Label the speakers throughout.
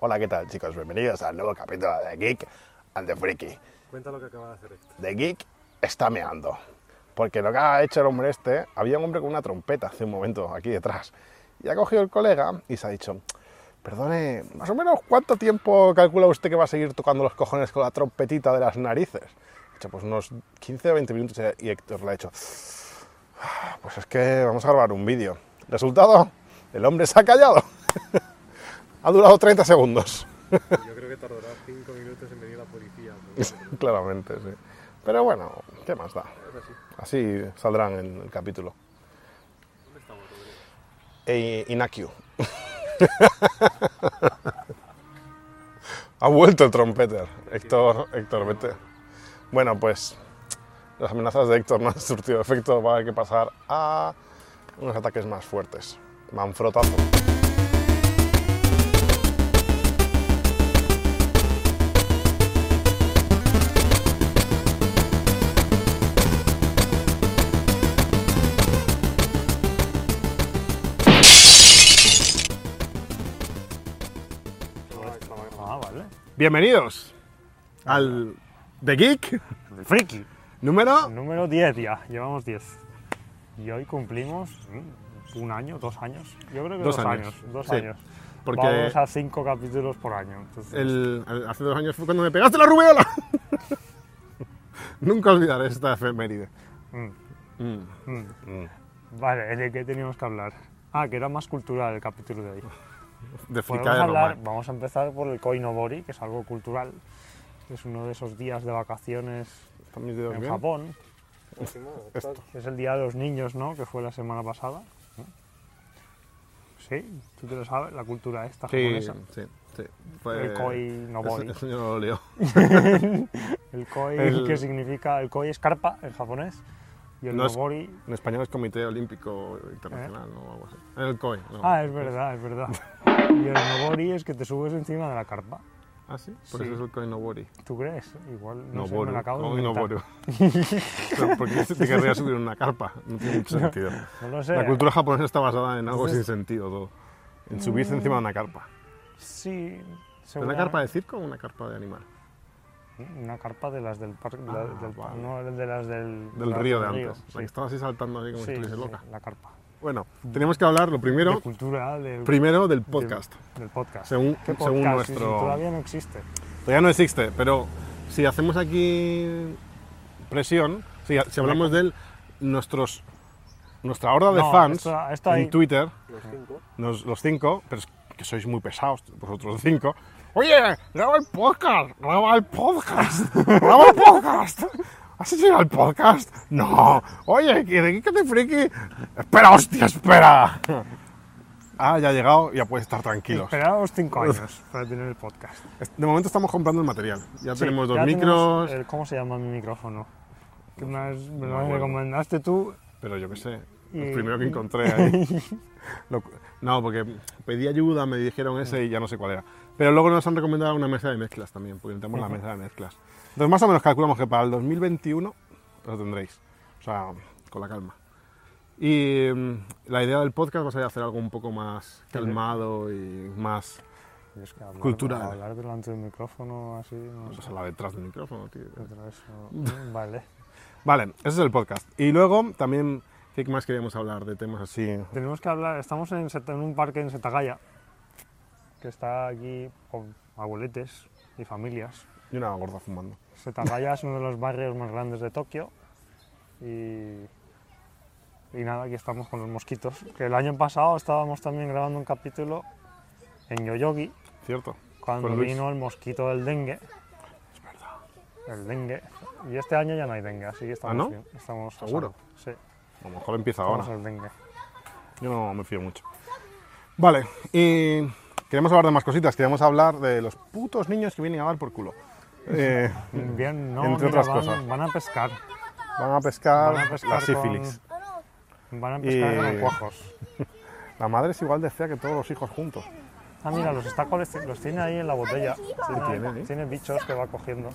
Speaker 1: Hola, ¿qué tal chicos? Bienvenidos al nuevo capítulo de Geek and the Freaky.
Speaker 2: Cuenta lo que acaba de hacer este. Héctor.
Speaker 1: The Geek está meando. Porque lo que ha hecho el hombre este, había un hombre con una trompeta hace un momento aquí detrás. Y ha cogido el colega y se ha dicho, perdone, más o menos cuánto tiempo calcula usted que va a seguir tocando los cojones con la trompetita de las narices. Ha dicho, pues unos 15 o 20 minutos y Héctor le ha hecho, "Ah, pues es que vamos a grabar un vídeo. Resultado, el hombre se ha callado. ha durado 30 segundos.
Speaker 2: Yo creo que tardará 5 minutos en venir la policía. pero
Speaker 1: Claramente, sí. Pero bueno, ¿qué más da?
Speaker 2: es así.
Speaker 1: Así saldrán en el capítulo.
Speaker 2: ¿Dónde estamos, Rodrigo?
Speaker 1: E Inakyu. ha vuelto el trompeter. Héctor, Héctor, vete. Bueno, pues las amenazas de Héctor no han surtido efecto. Va a haber que pasar a unos ataques más fuertes. Manfrotazo.
Speaker 3: Ah, vale.
Speaker 1: Bienvenidos al The Geek
Speaker 3: Friki.
Speaker 1: número
Speaker 3: Número 10 ya, llevamos 10. Y hoy cumplimos mm, un año, dos años. Yo creo que
Speaker 1: Dos
Speaker 3: dos,
Speaker 1: años,
Speaker 3: años. Dos
Speaker 1: sí.
Speaker 3: años.
Speaker 1: Porque-
Speaker 3: Vamos a cinco capítulos por año. entonces-
Speaker 1: El- el- hace dos años fue cuando me pegaste la rubiola. Nunca olvidaré esta efeméride.
Speaker 3: Mm,
Speaker 1: Mm.
Speaker 3: mm. Vale, ¿de qué teníamos que hablar? Ah, que era más cultural el capítulo de hoy.
Speaker 1: De
Speaker 3: Podemos
Speaker 1: fricar de
Speaker 3: hablar-
Speaker 1: Roma.
Speaker 3: vamos a empezar por el Koinobori, que es algo cultural. que Es uno de esos días de vacaciones
Speaker 1: ¿Están mis dedos
Speaker 3: en
Speaker 1: bien?
Speaker 3: Japón.
Speaker 2: Último, tal.
Speaker 3: Es el Día de los Niños, ¿no? Que fue la semana pasada. Sí, tú te lo sabes, la cultura esta
Speaker 1: Sí,
Speaker 3: japonesa.
Speaker 1: sí, sí. Fue-
Speaker 3: El koi nobori.
Speaker 1: Ese- ese señor lo lió.
Speaker 3: El koi,
Speaker 1: El-
Speaker 3: que significa... El koi es carpa en japonés. Y el
Speaker 1: No es-
Speaker 3: nobori...
Speaker 1: En español es Comité Olímpico Internacional o algo así. El COI. no.
Speaker 3: ¿Eh? Ah, es verdad, es verdad. Y el nobori es que te subes encima de la carpa.
Speaker 1: Ah, sí. Por
Speaker 3: Sí.
Speaker 1: eso es el COI Nobori.
Speaker 3: ¿Tú crees? Igual, no sé,
Speaker 1: Noboru.
Speaker 3: me la acabo de
Speaker 1: Koi
Speaker 3: inventar.
Speaker 1: Noboru. Pero, ¿Por qué se te querría subir en una carpa? No tiene mucho sentido.
Speaker 3: No lo sé.
Speaker 1: La cultura japonesa está basada en algo sin
Speaker 3: Entonces- Mm.
Speaker 1: sentido todo. En subirse encima de una carpa.
Speaker 3: Sí,
Speaker 1: ¿Una
Speaker 3: seguramente-
Speaker 1: carpa de circo o una carpa de animal?
Speaker 3: Una carpa de las del parque... la-
Speaker 1: Ah,
Speaker 3: del-
Speaker 1: vale.
Speaker 3: No, de las del...
Speaker 1: Del
Speaker 3: las
Speaker 1: río de antes.
Speaker 3: sí.
Speaker 1: La que estaba así saltando así como si
Speaker 3: Sí,
Speaker 1: estuviese
Speaker 3: sí, Mm.
Speaker 1: loca.
Speaker 3: la carpa.
Speaker 1: Bueno, tenemos que hablar lo
Speaker 3: de
Speaker 1: primero,
Speaker 3: cultura del,
Speaker 1: primero del podcast.
Speaker 3: del podcast.
Speaker 1: Según-
Speaker 3: ¿Qué
Speaker 1: según
Speaker 3: podcast? Sí, sí,
Speaker 1: nuestro-
Speaker 3: todavía no existe.
Speaker 1: Todavía Pues no existe, pero si hacemos aquí presión, si, si hablamos de nuestros, nuestra horda de
Speaker 3: No,
Speaker 1: fans
Speaker 3: esto- esto
Speaker 1: en
Speaker 3: hay-
Speaker 1: Twitter,
Speaker 2: Los cinco.
Speaker 1: nos- los cinco, pero es que sois muy pesados, vosotros cinco. Oye, graba el podcast, graba el podcast, graba el podcast. ¿Has hecho ya el podcast? No. Oye, ¿que ¿de qué que te friki? Espera, hostia, espera. Ah, ya ha llegado, ya puedes estar tranquilos.
Speaker 3: Esperábamos cinco años para tener el podcast.
Speaker 1: De momento estamos comprando el material. Ya
Speaker 3: Sí,
Speaker 1: tenemos dos
Speaker 3: ya
Speaker 1: micros,
Speaker 3: el- ¿Cómo se llama mi micrófono? Que me, has- me lo
Speaker 1: acuerdo.
Speaker 3: recomendaste tú.
Speaker 1: Pero yo qué sé,
Speaker 3: Y-
Speaker 1: el primero que encontré ahí. Lo cu- no, porque pedí ayuda, me dijeron ese y ya no sé cuál era. Pero luego nos han recomendado una mesa de mezclas también, porque tenemos la mesa de mezclas. Entonces más o menos calculamos que para el 2021 lo tendréis. O sea, con la calma. Y mm, la idea del podcast va a ser hacer algo un poco más calmado y más...
Speaker 3: Es que hablar,
Speaker 1: Cultural.
Speaker 3: Hablar delante del micrófono así. No
Speaker 1: Pues
Speaker 3: sé,
Speaker 1: a la detrás del micrófono, tío.
Speaker 3: otra vez, no- Vale.
Speaker 1: Vale, ese es el podcast. Y luego también, ¿qué más queríamos hablar de temas así?
Speaker 3: Tenemos que hablar. Estamos en, Seta- en un parque en Setagaya que está aquí con abueletes y familias.
Speaker 1: Y una gorda fumando.
Speaker 3: Setagaya es uno de los barrios más grandes de Tokio y, y nada, aquí estamos con los mosquitos. Que el año pasado estábamos también grabando un capítulo en Yoyogi
Speaker 1: ¿Cierto?
Speaker 3: cuando
Speaker 1: Con Luis.
Speaker 3: vino el mosquito del dengue,
Speaker 1: Es verdad.
Speaker 3: el dengue. Y este año ya no hay dengue, así que estamos
Speaker 1: ¿Ah, no?
Speaker 3: bien. Estamos a
Speaker 1: ¿Seguro?
Speaker 3: salvo. Sí,
Speaker 1: A lo mejor empieza ahora.
Speaker 3: estamos al dengue.
Speaker 1: Yo no me fío mucho. Vale, y queremos hablar de más cositas. Queremos hablar de los putos niños que vienen a dar por culo. Eh,
Speaker 3: Bien, no,
Speaker 1: Entre
Speaker 3: mira,
Speaker 1: otras
Speaker 3: van,
Speaker 1: cosas.
Speaker 3: van a pescar.
Speaker 1: van, a pescar
Speaker 3: Van a pescar
Speaker 1: la sífilis.
Speaker 3: con- van a pescar
Speaker 1: Y-
Speaker 3: con los cuajos.
Speaker 1: La madre es igual de fea que todos los hijos juntos.
Speaker 3: Ah, mira, los está colec- los tiene ahí en la botella.
Speaker 1: tiene, ¿eh?
Speaker 3: tiene bichos que va cogiendo.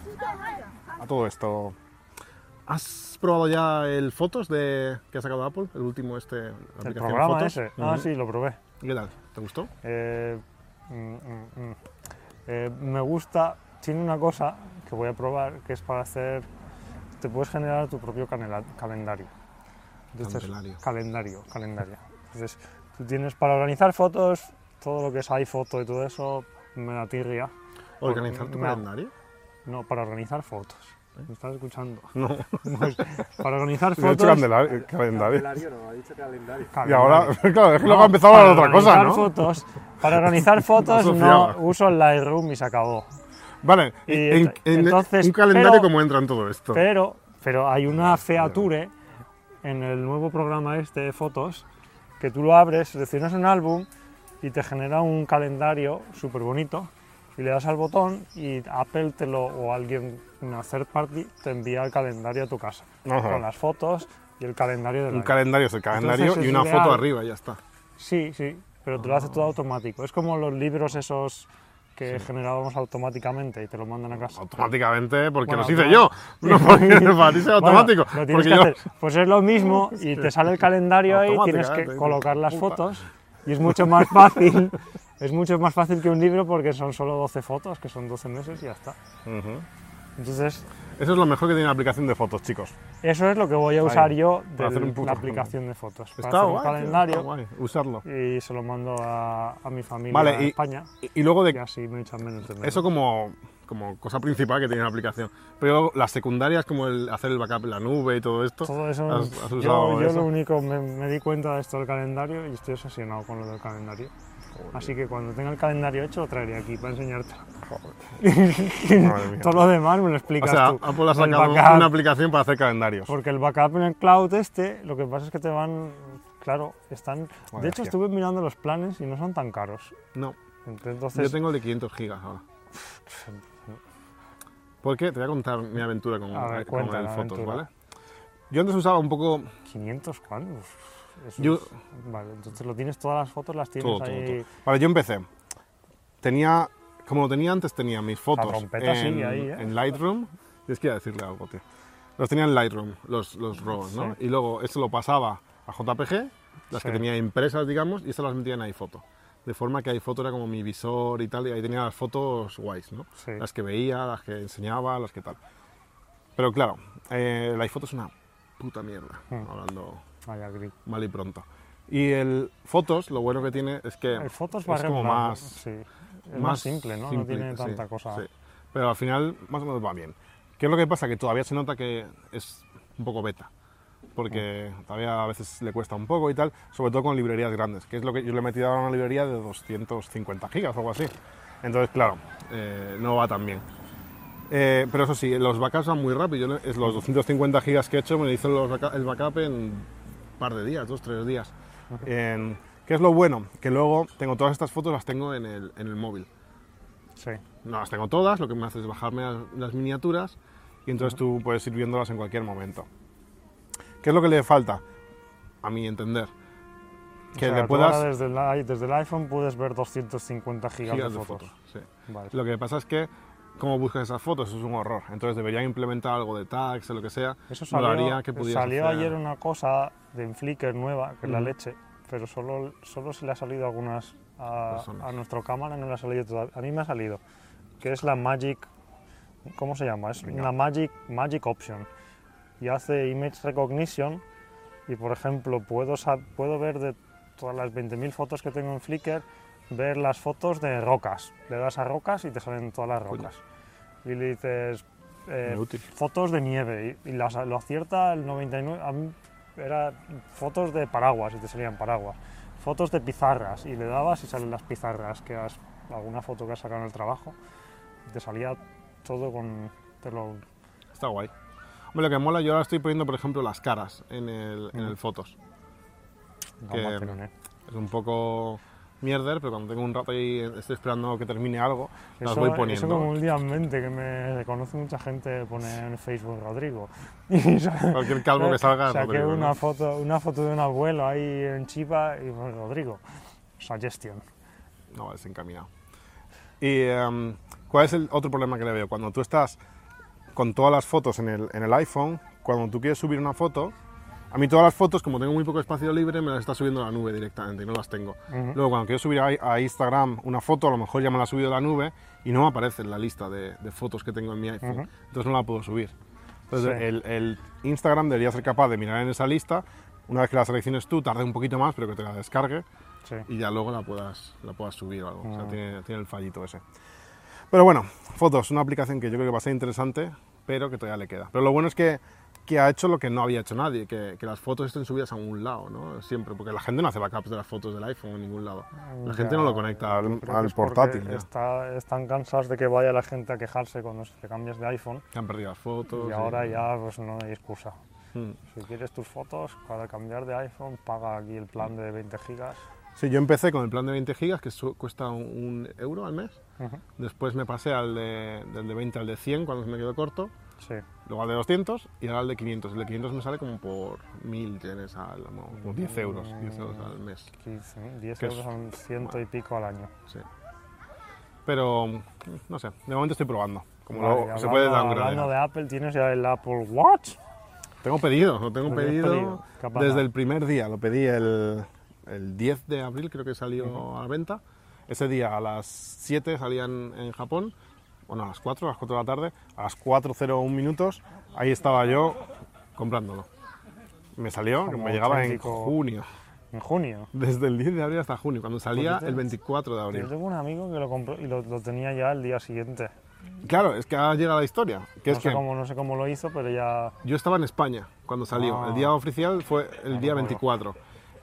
Speaker 1: A todo esto. ¿Has probado ya el Fotos de que ha sacado Apple? El último este. la
Speaker 3: El
Speaker 1: aplicación
Speaker 3: programa
Speaker 1: Fotos.
Speaker 3: ese.
Speaker 1: Ujú.
Speaker 3: Ah, sí, lo probé.
Speaker 1: ¿Qué tal? ¿Te gustó?
Speaker 3: Eh, mm, mm, mm. Eh, me gusta, tiene una cosa que voy a probar, que es para hacer, te puedes generar tu propio canela- calendario.
Speaker 1: Calendario.
Speaker 3: calendario, calendario. Entonces, tú tienes para organizar fotos, todo lo que es iPhoto y todo eso, me da tirria.
Speaker 1: ¿Organizar tu
Speaker 3: No.
Speaker 1: calendario?
Speaker 3: No, para organizar fotos. ¿Me estás escuchando?
Speaker 1: ¿Eh? No.
Speaker 3: Pues, para organizar
Speaker 1: Yo he hecho
Speaker 3: fotos...
Speaker 1: candela- eh, calendario.
Speaker 2: Calendario no, ha dicho calendario.
Speaker 1: Y
Speaker 3: calendario.
Speaker 1: ahora, claro, es que luego
Speaker 3: No,
Speaker 1: ha empezado a hablar de
Speaker 3: para
Speaker 1: otra cosa,
Speaker 3: organizar
Speaker 1: ¿no?
Speaker 3: Fotos, para organizar fotos
Speaker 1: No,
Speaker 3: no
Speaker 1: Sofía.
Speaker 3: uso el Lightroom y se acabó.
Speaker 1: Vale,
Speaker 3: Y
Speaker 1: en-
Speaker 3: ent-
Speaker 1: en-
Speaker 3: entonces,
Speaker 1: un calendario
Speaker 3: pero-
Speaker 1: como entra en todo esto.
Speaker 3: Pero, pero hay una feature en el nuevo programa este de fotos que tú lo abres, seleccionas un álbum y te genera un calendario súper bonito y le das al botón y Apple te lo, o alguien, una third party, te envía el calendario a tu casa.
Speaker 1: Ajá.
Speaker 3: Con las fotos y el calendario del
Speaker 1: un
Speaker 3: año.
Speaker 1: calendario es el calendario
Speaker 3: Entonces,
Speaker 1: y
Speaker 3: es
Speaker 1: una
Speaker 3: ideal.
Speaker 1: foto arriba, ya está.
Speaker 3: Sí, sí, pero te lo hace todo automático. Es como los libros esos que generábamos automáticamente y te lo mandan a casa.
Speaker 1: Automáticamente, porque
Speaker 3: Bueno,
Speaker 1: los hice
Speaker 3: automa-
Speaker 1: yo. No, porque para ti sea
Speaker 3: Bueno,
Speaker 1: automático.
Speaker 3: lo tienes
Speaker 1: porque
Speaker 3: que
Speaker 1: yo.
Speaker 3: hacer. Pues es lo mismo y te sale el calendario ahí, tienes
Speaker 1: Automáticamente,
Speaker 3: que
Speaker 1: dices,
Speaker 3: colocar las
Speaker 1: puta.
Speaker 3: fotos y es mucho más fácil. Es mucho más fácil que un libro porque son solo 12 fotos, que son 12 meses y ya está.
Speaker 1: Ujú.
Speaker 3: Entonces,
Speaker 1: Eso es lo mejor que tiene la aplicación de fotos, chicos.
Speaker 3: eso es lo que voy a usar yo de
Speaker 1: para hacer un puto
Speaker 3: la aplicación de fotos. Para
Speaker 1: Está
Speaker 3: hacer
Speaker 1: guay,
Speaker 3: un
Speaker 1: tío, está
Speaker 3: calendario
Speaker 1: guay, Usarlo.
Speaker 3: y se lo mando a, a mi familia
Speaker 1: Vale,
Speaker 3: en
Speaker 1: y-
Speaker 3: España
Speaker 1: Y, y luego
Speaker 3: y
Speaker 1: de
Speaker 3: así me echan menos de menos.
Speaker 1: eso como, como cosa principal que tiene la aplicación. Pero las secundarias como el hacer el backup en la nube y todo esto.
Speaker 3: Todo eso.
Speaker 1: ¿Has, has
Speaker 3: yo-
Speaker 1: usado
Speaker 3: yo
Speaker 1: eso?
Speaker 3: lo único, me, me di cuenta de esto del calendario y estoy obsesionado con lo del calendario. Así que cuando tenga el calendario hecho, lo traeré aquí para enseñarte.
Speaker 1: Madre mía.
Speaker 3: Todo lo demás me lo
Speaker 1: O
Speaker 3: explicas
Speaker 1: sea,
Speaker 3: tú.
Speaker 1: Apple ha
Speaker 3: Del
Speaker 1: sacado
Speaker 3: backup,
Speaker 1: una aplicación para hacer calendarios.
Speaker 3: Porque el backup en el cloud este, lo que pasa es que te van. Claro, están.
Speaker 1: Madre
Speaker 3: de hecho,
Speaker 1: mía.
Speaker 3: estuve mirando los planes y no son tan caros.
Speaker 1: No,
Speaker 3: Entonces,
Speaker 1: yo tengo el de 500 gigas ahora. ¿Por qué? Te voy a contar mi aventura con,
Speaker 3: A ver,
Speaker 1: con
Speaker 3: cuenta
Speaker 1: el
Speaker 3: la
Speaker 1: Fotos,
Speaker 3: aventura.
Speaker 1: ¿vale? Yo antes usaba un poco
Speaker 3: 500 cuántos. Eso
Speaker 1: Yo-
Speaker 3: es- Vale, entonces lo tienes, todas las fotos las tienes
Speaker 1: todo, todo,
Speaker 3: ahí.
Speaker 1: todo. Vale, yo empecé. Tenía, como lo tenía antes, tenía mis fotos
Speaker 3: trompeta
Speaker 1: en,
Speaker 3: sigue ahí, ¿eh?
Speaker 1: en Lightroom. Tienes que ir a decirle algo, tío. Los tenía en Lightroom, los, los
Speaker 3: Mm,
Speaker 1: RAWs, ¿no? Y luego eso lo pasaba a JPG, las que
Speaker 3: Sí.
Speaker 1: tenía impresas, digamos, y esas las metía en iPhoto. De forma que iPhoto era como mi visor y tal, y ahí tenía las fotos guays, ¿no?
Speaker 3: Sí.
Speaker 1: Las que veía, las que enseñaba, las que tal. Pero claro, eh, la iPhoto es una puta mierda,
Speaker 3: Hmm.
Speaker 1: hablando
Speaker 3: Vaya gris.
Speaker 1: mal y pronto. Y el Fotos, lo bueno que tiene es que
Speaker 3: El fotos
Speaker 1: es
Speaker 3: barre
Speaker 1: como
Speaker 3: blanco,
Speaker 1: más,
Speaker 3: sí. Es más simple, ¿no?
Speaker 1: simple,
Speaker 3: no
Speaker 1: sí,
Speaker 3: tiene tanta cosa.
Speaker 1: sí. Pero al final más o menos va bien. ¿Qué es lo que pasa? Que todavía se nota que es un poco beta, porque
Speaker 3: Mm.
Speaker 1: todavía a veces le cuesta un poco y tal, sobre todo con librerías grandes, que es lo que yo le he metido ahora a una librería de 250 gigas o algo así. Entonces, claro, eh, no va tan bien. Eh, pero eso sí, los backups van muy rápido. Yo le- es
Speaker 3: Mm.
Speaker 1: los 250 gigas que he hecho me lo hizo los backa- el backup en un par de días, dos, tres días. En- ¿Qué es lo bueno? Que luego tengo todas estas fotos, las tengo en el, en el móvil.
Speaker 3: Sí.
Speaker 1: No las tengo todas, lo que me hace es bajarme las, las miniaturas y entonces tú puedes ir viéndolas en cualquier momento. ¿Qué es lo que le falta? A mi entender. Que
Speaker 3: O sea,
Speaker 1: le
Speaker 3: tú ahora
Speaker 1: puedas...
Speaker 3: desde, el, i- desde el iPhone puedes ver 250 gigas,
Speaker 1: gigas
Speaker 3: de
Speaker 1: de
Speaker 3: fotos.
Speaker 1: fotos, sí.
Speaker 3: Vale.
Speaker 1: Lo que pasa es que cómo buscas esas fotos eso es un horror. Entonces deberían implementar algo de tags o lo que sea.
Speaker 3: Eso
Speaker 1: Molaría
Speaker 3: salió,
Speaker 1: que pudieras
Speaker 3: salió
Speaker 1: hacer-
Speaker 3: ayer una cosa de en Flickr nueva, que es la
Speaker 1: Ujú.
Speaker 3: leche, pero solo, solo se le ha salido a algunas a,
Speaker 1: Personas.
Speaker 3: a nuestra cámara, no le ha salido todavía. A mí me ha salido, que es la Magic, ¿cómo se llama? Es
Speaker 1: Venga.
Speaker 3: una Magic, Magic Option. Y hace Image Recognition y, por ejemplo, puedo, sa- puedo ver de todas las 20.000 fotos que tengo en Flickr, ver las fotos de rocas. Le das a rocas y te salen todas las
Speaker 1: Coño.
Speaker 3: rocas. Y le dices... eh,
Speaker 1: Muy útil.
Speaker 3: fotos de nieve y, y las, lo acierta el 99. A mí era fotos de paraguas y te salían paraguas. Fotos de pizarras y le dabas y salen las pizarras que has alguna foto que has sacado en el trabajo. Y te salía todo con te lo-
Speaker 1: Está guay. Hombre, lo que mola, yo ahora estoy poniendo, por ejemplo, las caras en el, en el fotos.
Speaker 3: con material, ¿eh?
Speaker 1: Es un poco mierder, pero cuando tengo un rato y estoy esperando que termine algo, las
Speaker 3: Eso-
Speaker 1: voy
Speaker 3: Eso
Speaker 1: poniendo.
Speaker 3: como últimamente que me reconoce mucha gente pone en Facebook Rodrigo. Y sa-
Speaker 1: Cualquier calvo que salga,
Speaker 3: Saqué
Speaker 1: Rodrigo, ¿no?
Speaker 3: una, foto, una foto de un abuelo ahí en Chipa y pone Rodrigo. Suggestion.
Speaker 1: No, es encaminado. ¿Y em, cuál es el otro problema que le veo? Cuando tú estás con todas las fotos en el, en el iPhone, cuando tú quieres subir una foto, A mí todas las fotos, como tengo muy poco espacio libre, me las está subiendo a la nube directamente y no las tengo.
Speaker 3: Ujú.
Speaker 1: Luego, cuando quiero subir a, a Instagram una foto, a lo mejor ya me la ha subido a la nube y no me aparece en la lista de, de fotos que tengo en mi iPhone.
Speaker 3: Ujú.
Speaker 1: Entonces no la puedo subir. Entonces
Speaker 3: Sí.
Speaker 1: el, el Instagram debería ser capaz de mirar en esa lista. Una vez que la selecciones tú, tarde un poquito más, pero que te la descargue
Speaker 3: Sí.
Speaker 1: y ya luego la puedas, la puedas subir o algo. O sea,
Speaker 3: Ah.
Speaker 1: tiene, tiene el fallito ese. Pero bueno, Fotos, una aplicación que yo creo que va a ser interesante, pero que todavía le queda. Pero lo bueno es que, que ha hecho lo que no había hecho nadie, que, que las fotos estén subidas a un lado, ¿no? Siempre, porque la gente no hace backups de las fotos del iPhone en ningún lado. La gente no lo conecta al,
Speaker 3: Creo que
Speaker 1: al
Speaker 3: es porque
Speaker 1: portátil. ya.
Speaker 3: está- están cansados de que vaya la gente a quejarse cuando se- te cambias de iPhone
Speaker 1: Que han perdido las fotos.
Speaker 3: y ahora ya pues no hay excusa.
Speaker 1: Mm.
Speaker 3: Si quieres tus fotos, para cambiar de iPhone, paga aquí el plan de 20 gigas.
Speaker 1: Sí, yo empecé con el plan de 20 gigas, que su- cuesta un, un euro al mes.
Speaker 3: Ujú.
Speaker 1: Después me pasé al de, del de 20 al de 100 cuando se me quedó corto.
Speaker 3: Sí,
Speaker 1: Luego al de 200 y ahora al de 500. El de 500 me sale como por 1000 yenes, al, como como 10 euros, 10 euros al mes.
Speaker 3: 15, 10
Speaker 1: Que es-
Speaker 3: euros son ciento y pico al año.
Speaker 1: Sí. Pero, mm, no sé, de momento estoy probando. Como
Speaker 3: Vale,
Speaker 1: luego
Speaker 3: y
Speaker 1: se puede
Speaker 3: hablando-
Speaker 1: downgradear.
Speaker 3: Hablando de Apple, tienes ya el Apple Watch. Pues
Speaker 1: Tengo pedido, lo tengo
Speaker 3: Lo tienes
Speaker 1: pedido,
Speaker 3: pedido, capaz.
Speaker 1: desde el primer día. Lo pedí el, el 10 de abril, creo que salió a la venta. Ese día a las 7 salían en Japón, bueno, a las 4, a las 4 de la tarde, a las 4.01 minutos, ahí estaba yo comprándolo. Me salió, que
Speaker 3: Como
Speaker 1: me llegaba en
Speaker 3: auténtico-
Speaker 1: junio,
Speaker 3: En junio.
Speaker 1: desde el 10 de abril hasta junio, cuando salía
Speaker 3: Pues
Speaker 1: el 24 de
Speaker 3: Yo
Speaker 1: abril.
Speaker 3: tengo un amigo que lo compró y lo, lo tenía ya el día siguiente.
Speaker 1: Claro, es que ahora llega la historia, que
Speaker 3: No
Speaker 1: es
Speaker 3: sé,
Speaker 1: que
Speaker 3: cómo, no sé cómo lo hizo, pero ya.
Speaker 1: Yo estaba en España cuando salió.
Speaker 3: Ah.
Speaker 1: El día oficial fue el día 24.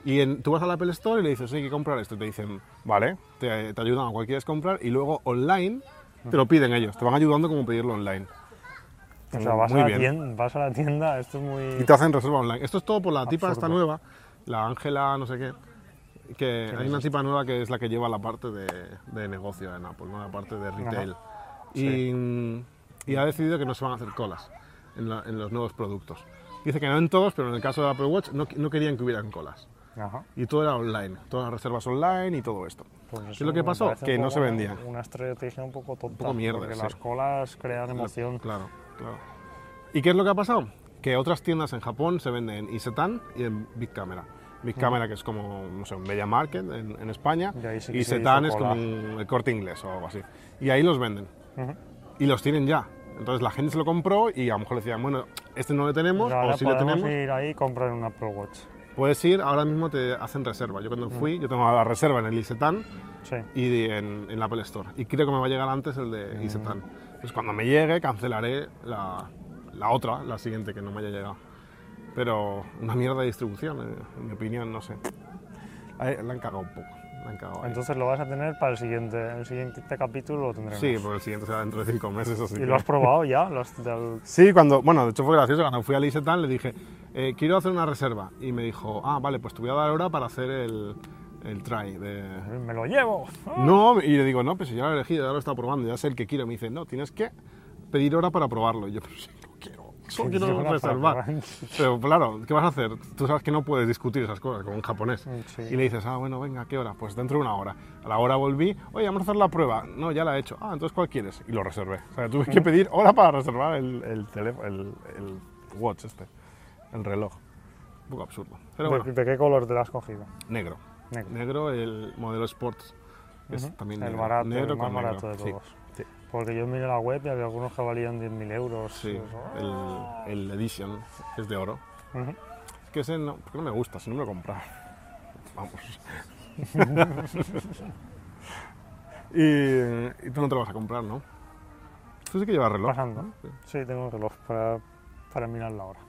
Speaker 1: Y en- tú vas a la Apple Store y le dices, hay que comprar esto. Y te dicen, vale, te, te ayudan a cual quieres comprar. Y luego online te lo piden ellos. Te van ayudando como pedirlo online.
Speaker 3: O sea, vas,
Speaker 1: Mm, Muy
Speaker 3: a la
Speaker 1: bien.
Speaker 3: tienda, vas a la tienda, esto es muy.
Speaker 1: Y te hacen reserva online. Esto es todo por la tipa esta
Speaker 3: Absurdo.
Speaker 1: nueva, la Ángela, no sé qué. Que hay una tipa nueva que es la que lleva la parte de, de negocio en Apple, ¿no? la parte de retail. Y, y ha decidido que no se van a hacer colas en, la- en los nuevos productos. Dice que no en todos, pero en el caso de Apple Watch no, no querían que hubieran colas.
Speaker 3: Ajá.
Speaker 1: Y todo era online, todas las reservas online y todo esto.
Speaker 3: Pues
Speaker 1: ¿Qué es
Speaker 3: eso
Speaker 1: lo que
Speaker 3: me
Speaker 1: pasó?
Speaker 3: parece un
Speaker 1: Que no
Speaker 3: poco
Speaker 1: se vendían.
Speaker 3: Una estrategia un poco tonta.
Speaker 1: poco mierda,
Speaker 3: Porque
Speaker 1: sí.
Speaker 3: las colas crean emoción.
Speaker 1: Claro, claro. ¿Y qué es lo que ha pasado? Que otras tiendas en Japón se venden en Isetan y en Bitcamera. Bitcamera, que es como, no sé, un media market en, en España.
Speaker 3: Mm. Y ahí sí que se
Speaker 1: Isetan
Speaker 3: hizo
Speaker 1: es
Speaker 3: cola.
Speaker 1: como un- el corte inglés o algo así. Y ahí los venden.
Speaker 3: Ujú.
Speaker 1: Y los tienen ya. Entonces la gente se lo compró y a lo mejor le decían, bueno, este no lo tenemos,
Speaker 3: Pero ahora
Speaker 1: o si lo
Speaker 3: podemos
Speaker 1: tenemos,
Speaker 3: ir ahí y comprar un Apple Watch.
Speaker 1: puedes ir, ahora mismo te hacen reserva. Yo cuando fui, yo tengo la reserva en el Isetan
Speaker 3: Sí.
Speaker 1: y de- en, en la Apple Store. Y creo que me va a llegar antes el
Speaker 3: Mm.
Speaker 1: de Isetan. Pues cuando me llegue, cancelaré la, la otra, la siguiente que no me haya llegado. Pero una mierda de distribución, eh, en mi opinión, no sé. Eh, La han cagado un poco. La han cagado ahí.
Speaker 3: Entonces lo vas a tener para el siguiente, el siguiente capítulo lo tendremos.
Speaker 1: sí, porque el siguiente será dentro de cinco meses. Así
Speaker 3: ¿Y
Speaker 1: que-
Speaker 3: lo has probado ya? Lo has- del-
Speaker 1: Sí, cuando, bueno, de hecho fue gracioso, cuando fui a Lisetan le dije, eh, quiero hacer una reserva. Y me dijo, ah, vale, pues te voy a dar hora para hacer el, el try de,
Speaker 3: ¡Me lo llevo!
Speaker 1: No, y le digo, no, pues si ya lo he elegido, ya lo he estado probando, ya sé el que quiero. Y Me dice, no, tienes que pedir hora para probarlo. Y yo, pero si no quiero, solo
Speaker 3: Pedir hora
Speaker 1: quiero
Speaker 3: para
Speaker 1: reservar.
Speaker 3: probar.
Speaker 1: Pero claro, ¿qué vas a hacer? Tú sabes que no puedes discutir esas cosas con un japonés.
Speaker 3: Mm, Sí.
Speaker 1: Y le dices, ah, bueno, venga, ¿qué hora? Pues dentro de una hora. A la hora volví, oye, vamos a hacer la prueba. No, ya la he hecho. Ah, entonces, ¿cuál quieres? Y lo reservé. O sea, tuve
Speaker 3: Mm.
Speaker 1: que pedir hora para reservar el, el teléfono, el, el watch este, el reloj. Un poco absurdo. Pero
Speaker 3: ¿De-
Speaker 1: bueno,
Speaker 3: ¿De qué color te lo has cogido?
Speaker 1: negro.
Speaker 3: Negro.
Speaker 1: Negro, el modelo Sports. que es también
Speaker 3: el
Speaker 1: negro.
Speaker 3: barato,
Speaker 1: Negro
Speaker 3: el más
Speaker 1: con negro.
Speaker 3: barato de
Speaker 1: Sí,
Speaker 3: todos.
Speaker 1: sí.
Speaker 3: Porque yo miré la web y había algunos que valían 10.000 euros.
Speaker 1: Sí,
Speaker 3: Eso.
Speaker 1: el, el Edition que es de oro.
Speaker 3: Ujú.
Speaker 1: Es que ese no, porque no me gusta, si no me lo compraba. Vamos. y, y tú no te lo vas a comprar, ¿no? Tú sí que llevas reloj.
Speaker 3: Pasando. Sí, tengo un reloj para, para mirar la hora.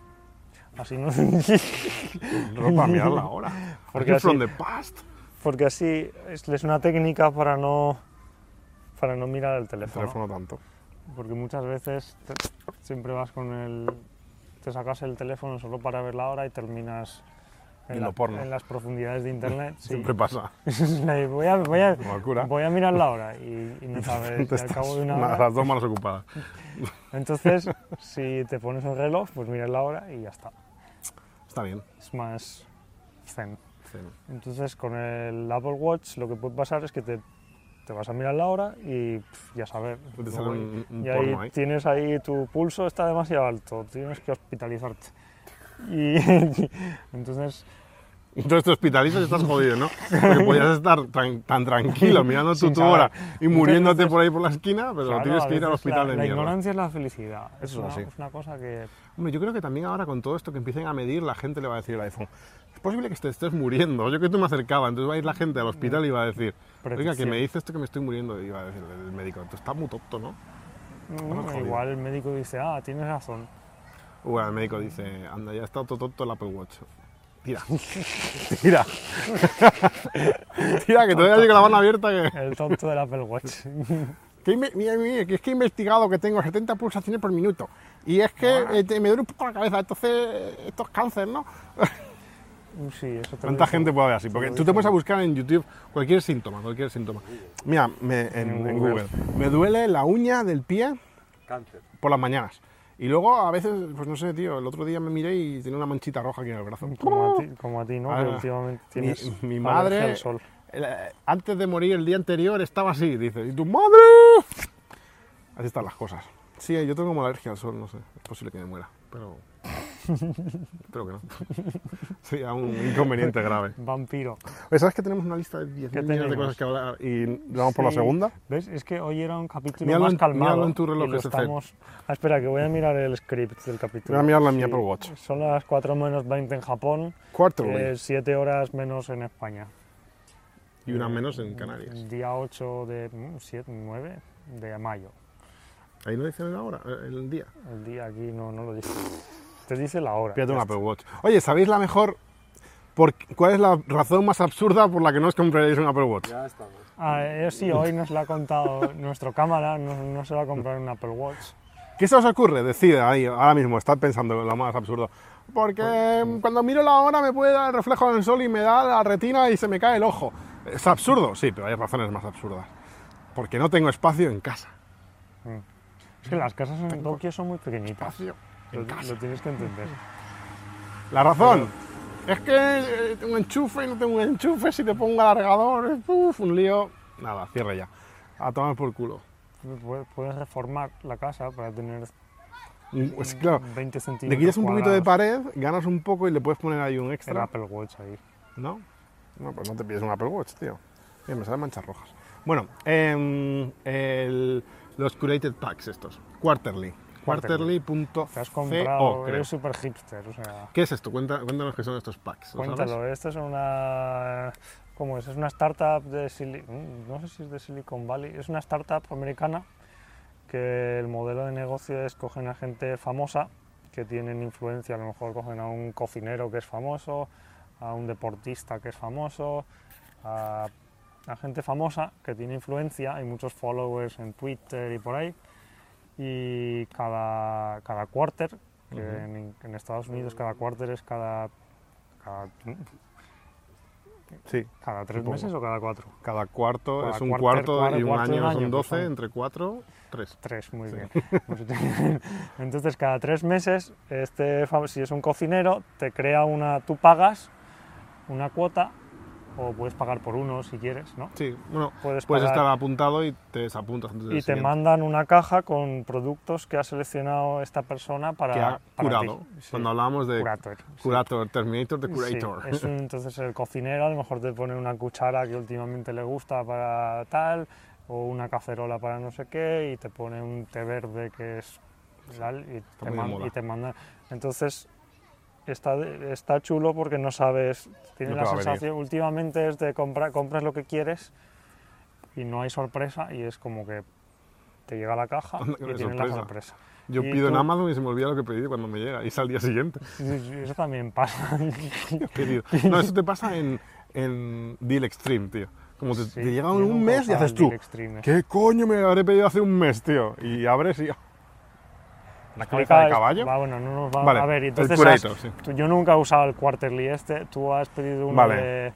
Speaker 3: Así no.
Speaker 1: El reloj para mirarla ahora.
Speaker 3: Porque
Speaker 1: Porque es from
Speaker 3: así-
Speaker 1: the past.
Speaker 3: Porque así es, es una técnica para no para no mirar el
Speaker 1: El
Speaker 3: teléfono.
Speaker 1: teléfono tanto.
Speaker 3: Porque muchas veces te- siempre vas con el. Te sacas el teléfono solo para ver la hora y terminas en,
Speaker 1: Viendo
Speaker 3: la-
Speaker 1: porno.
Speaker 3: en las profundidades de internet. sí.
Speaker 1: Siempre pasa.
Speaker 3: Sí, voy, a, voy, a,
Speaker 1: Como locura.
Speaker 3: voy a mirar la hora y, y no sabes. y Pues, al cabo de una
Speaker 1: Nada,
Speaker 3: hora.
Speaker 1: las dos manos ocupadas.
Speaker 3: Entonces, si te pones un reloj, pues miras la hora y ya está.
Speaker 1: Está bien.
Speaker 3: Es más zen.
Speaker 1: Sí.
Speaker 3: Entonces, con el Apple Watch lo que puede pasar es que te, te vas a mirar la hora y pf, ya saber.
Speaker 1: Te
Speaker 3: luego
Speaker 1: sale
Speaker 3: ahí-
Speaker 1: un, un porno
Speaker 3: y ahí
Speaker 1: ahí.
Speaker 3: tienes ahí tu pulso está demasiado alto, tienes que hospitalizarte. Y entonces,
Speaker 1: Entonces te hospitalizas y estás jodido, ¿no? Porque podías estar tan, tan tranquilo mirando
Speaker 3: Sí,
Speaker 1: tu tu
Speaker 3: claro.
Speaker 1: hora y
Speaker 3: Muchas
Speaker 1: muriéndote
Speaker 3: veces-
Speaker 1: por ahí por la esquina, pero
Speaker 3: claro,
Speaker 1: tienes
Speaker 3: a
Speaker 1: que ir al
Speaker 3: veces
Speaker 1: hospital
Speaker 3: la,
Speaker 1: de
Speaker 3: la
Speaker 1: mierda.
Speaker 3: ignorancia es la felicidad. Es,
Speaker 1: Eso es
Speaker 3: una,
Speaker 1: así.
Speaker 3: es una cosa que
Speaker 1: Hombre, yo creo que también ahora con todo esto que empiecen a medir, la gente le va a decir al iPhone, es posible que te estés muriendo. Yo que tú me acercaba, entonces va a ir la gente al hospital y va a decir, oiga, que
Speaker 3: Predicción.
Speaker 1: me dice esto que me estoy muriendo, y va a decir el médico, tú estás muy tonto, ¿no?
Speaker 3: mm,
Speaker 1: jodido.
Speaker 3: igual el médico dice, ah, tienes razón.
Speaker 1: O el médico dice, anda, ya está todo tonto el Apple Watch. Tira. Tira. Tira, que todavía llega la mano abierta que...
Speaker 3: El tonto del Apple Watch.
Speaker 1: Que inve- mira, mira, que es que he investigado que tengo 70 pulsaciones por minuto. Y es que eh, te- me duele un poco la cabeza, entonces eh, esto es cáncer, ¿no?
Speaker 3: Mm, sí, eso te lo
Speaker 1: ¿Cuánta
Speaker 3: dice.
Speaker 1: gente puede haber así? Porque tú te pones a buscar en YouTube cualquier síntoma, cualquier síntoma. Mira, me- en, en Google. Me duele la uña del pie
Speaker 2: Cáncer.
Speaker 1: por las mañanas. Y luego a veces, pues no sé, tío, el otro día me miré y tenía una manchita roja aquí en el brazo.
Speaker 3: Como a ti, como a ti ¿no?
Speaker 1: Ah,
Speaker 3: que últimamente
Speaker 1: Mi-
Speaker 3: tienes
Speaker 1: mi,
Speaker 3: alergia
Speaker 1: madre,
Speaker 3: al sol.
Speaker 1: el- eh, antes de morir el día anterior, estaba así, dice. ¡Y tu madre! Así están las cosas. Sí, eh, yo tengo como alergia al sol, no sé. Es posible que me muera, pero. Espero que no. Sería un inconveniente grave.
Speaker 3: Vampiro.
Speaker 1: Oye, ¿Sabes que tenemos una lista de 10
Speaker 3: ¿Qué
Speaker 1: millones de
Speaker 3: tenemos?
Speaker 1: cosas que hablar y vamos por la
Speaker 3: Sí.
Speaker 1: segunda?
Speaker 3: ¿Ves? Es que hoy era un capítulo
Speaker 1: Míralo
Speaker 3: más
Speaker 1: en-
Speaker 3: calmado.
Speaker 1: míralo en tu reloj,
Speaker 3: y lo
Speaker 1: ese cel.
Speaker 3: estamos... Ah, espera, que voy a mirar el script del capítulo.
Speaker 1: Voy a mirarlo en mi Apple Watch.
Speaker 3: Son las 4 menos 20 en Japón,
Speaker 1: Cuarto,
Speaker 3: eh, 7 horas menos en España.
Speaker 1: Y una menos en Canarias.
Speaker 3: Día 8 de... 7, 9 de mayo.
Speaker 1: Ahí no dicen la hora, eh, el día.
Speaker 3: El día aquí no, no lo dice. Te dice la hora.
Speaker 1: Pídate un Apple Watch. Oye, ¿sabéis la mejor? Por, ¿Cuál es la razón más absurda por la que no os compraréis un Apple Watch?
Speaker 2: Ya estamos.
Speaker 3: Ah, eh, sí, hoy nos lo ha contado nuestro cámara, no, no se va a comprar un Apple Watch.
Speaker 1: ¿Qué se os ocurre? Decid ahí, ahora mismo, estad pensando lo más absurdo. Porque mm, cuando miro la hora me puede dar el reflejo del sol y me da la retina y se me cae el ojo. ¿Es absurdo? Sí, pero hay razones más absurdas. Porque no tengo espacio en casa.
Speaker 3: Es que las casas en Tokio son muy pequeñitas.
Speaker 1: Espacio
Speaker 3: Lo,
Speaker 1: en casa.
Speaker 3: lo tienes que entender.
Speaker 1: La razón es que eh, tengo un enchufe y no tengo un enchufe. Si te pongo un alargador, es uf, un lío. Nada, cierre ya. A tomar por culo.
Speaker 3: Pu- Puedes reformar la casa para tener
Speaker 1: Mm, Es que, claro,
Speaker 3: 20 centímetros.
Speaker 1: le quitas un poquito de
Speaker 3: cuadrados.
Speaker 1: pared, ganas un poco y le puedes poner ahí un
Speaker 3: El
Speaker 1: extra.
Speaker 3: Apple Watch ahí.
Speaker 1: ¿No? No, pues no te pides un Apple Watch, tío. Mira, me salen manchas rojas. Bueno, em, el- los curated packs estos. Quarterly.
Speaker 3: Quarterly.
Speaker 1: Quarterly.co,
Speaker 3: Te has comprado,
Speaker 1: Oh, creo.
Speaker 3: eres súper hipster, o sea...
Speaker 1: ¿Qué es esto? Cuenta- cuéntanos qué son estos packs. ¿lo
Speaker 3: Cuéntalo,
Speaker 1: sabes?
Speaker 3: esto es una... ¿Cómo es? Es una startup de... Sili- mm, No sé si es de Silicon Valley. Es una startup americana que el modelo de negocio es cogen a gente famosa que tienen influencia. A lo mejor cogen a un cocinero que es famoso, a un deportista que es famoso, a, a gente famosa que tiene influencia. Hay muchos followers en Twitter y por ahí. Y cada, cada quarter, que
Speaker 1: Ujú.
Speaker 3: en, en Estados Unidos cada quarter es cada cada,
Speaker 1: Sí,
Speaker 3: cada tres
Speaker 1: Supongo.
Speaker 3: meses o cada cuatro.
Speaker 1: cada cuarto
Speaker 3: Cada
Speaker 1: es un
Speaker 3: cuarter-
Speaker 1: cuarto
Speaker 3: cada
Speaker 1: y un
Speaker 3: cuarto de
Speaker 1: año,
Speaker 3: un año,
Speaker 1: son
Speaker 3: pues
Speaker 1: 12,
Speaker 3: son-
Speaker 1: entre 4, 3.
Speaker 3: Tres, muy
Speaker 1: Sí.
Speaker 3: bien. Pues Entonces, cada tres meses, este, fam- si es un cocinero, te crea una, tú pagas una cuota o puedes pagar por uno si quieres, ¿no?
Speaker 1: Sí, bueno,
Speaker 3: Puedes
Speaker 1: puedes
Speaker 3: pagar
Speaker 1: estar apuntado y te desapuntas antes del
Speaker 3: y
Speaker 1: Pues
Speaker 3: te
Speaker 1: siguiente.
Speaker 3: mandan una caja con productos que ha seleccionado esta persona para
Speaker 1: que ha
Speaker 3: para ti.
Speaker 1: curado.
Speaker 3: Sí,
Speaker 1: Cuando hablábamos de
Speaker 3: curator, sí.
Speaker 1: curator, Terminator, de
Speaker 3: Sí,
Speaker 1: curator.
Speaker 3: es un- entonces el cocinero a lo mejor te pone una cuchara que últimamente le gusta para tal, o una cacerola para no sé qué, y te pone un té verde que es tal, y, te
Speaker 1: muy de
Speaker 3: man-
Speaker 1: moda.
Speaker 3: y te manda. Entonces está, de- está chulo porque no sabes, tienes
Speaker 1: Lo
Speaker 3: la
Speaker 1: que va a venir.
Speaker 3: sensación, últimamente es de comprar, compras lo que quieres y no hay sorpresa, y es como que te llega la caja
Speaker 1: Anda,
Speaker 3: y
Speaker 1: que no hay
Speaker 3: tienes la
Speaker 1: sorpresa.
Speaker 3: sorpresa.
Speaker 1: Yo
Speaker 3: y
Speaker 1: pido en
Speaker 3: tú-
Speaker 1: Amazon y se me olvida lo que pedí cuando me llega y es al día siguiente.
Speaker 3: Y- y Eso también pasa.
Speaker 1: Querido. No, eso te pasa en, en Deal Extreme, tío. Como te,
Speaker 3: Sí,
Speaker 1: te llega
Speaker 3: yo
Speaker 1: un
Speaker 3: nunca
Speaker 1: mes y
Speaker 3: usaba
Speaker 1: haces
Speaker 3: el
Speaker 1: tú.
Speaker 3: Deal Extreme.
Speaker 1: ¿Qué coño me habré pedido hace un mes, tío? Y abres y. ¿La cabeza
Speaker 3: Explica
Speaker 1: de
Speaker 3: esto.
Speaker 1: caballo?
Speaker 3: Va, bueno, no nos va
Speaker 1: Vale,
Speaker 3: a ver.
Speaker 1: el
Speaker 3: Entonces,
Speaker 1: Curator,
Speaker 3: has-
Speaker 1: sí.
Speaker 3: tú- yo nunca he usado el Quarterly este. Tú has pedido uno
Speaker 1: Vale.
Speaker 3: de.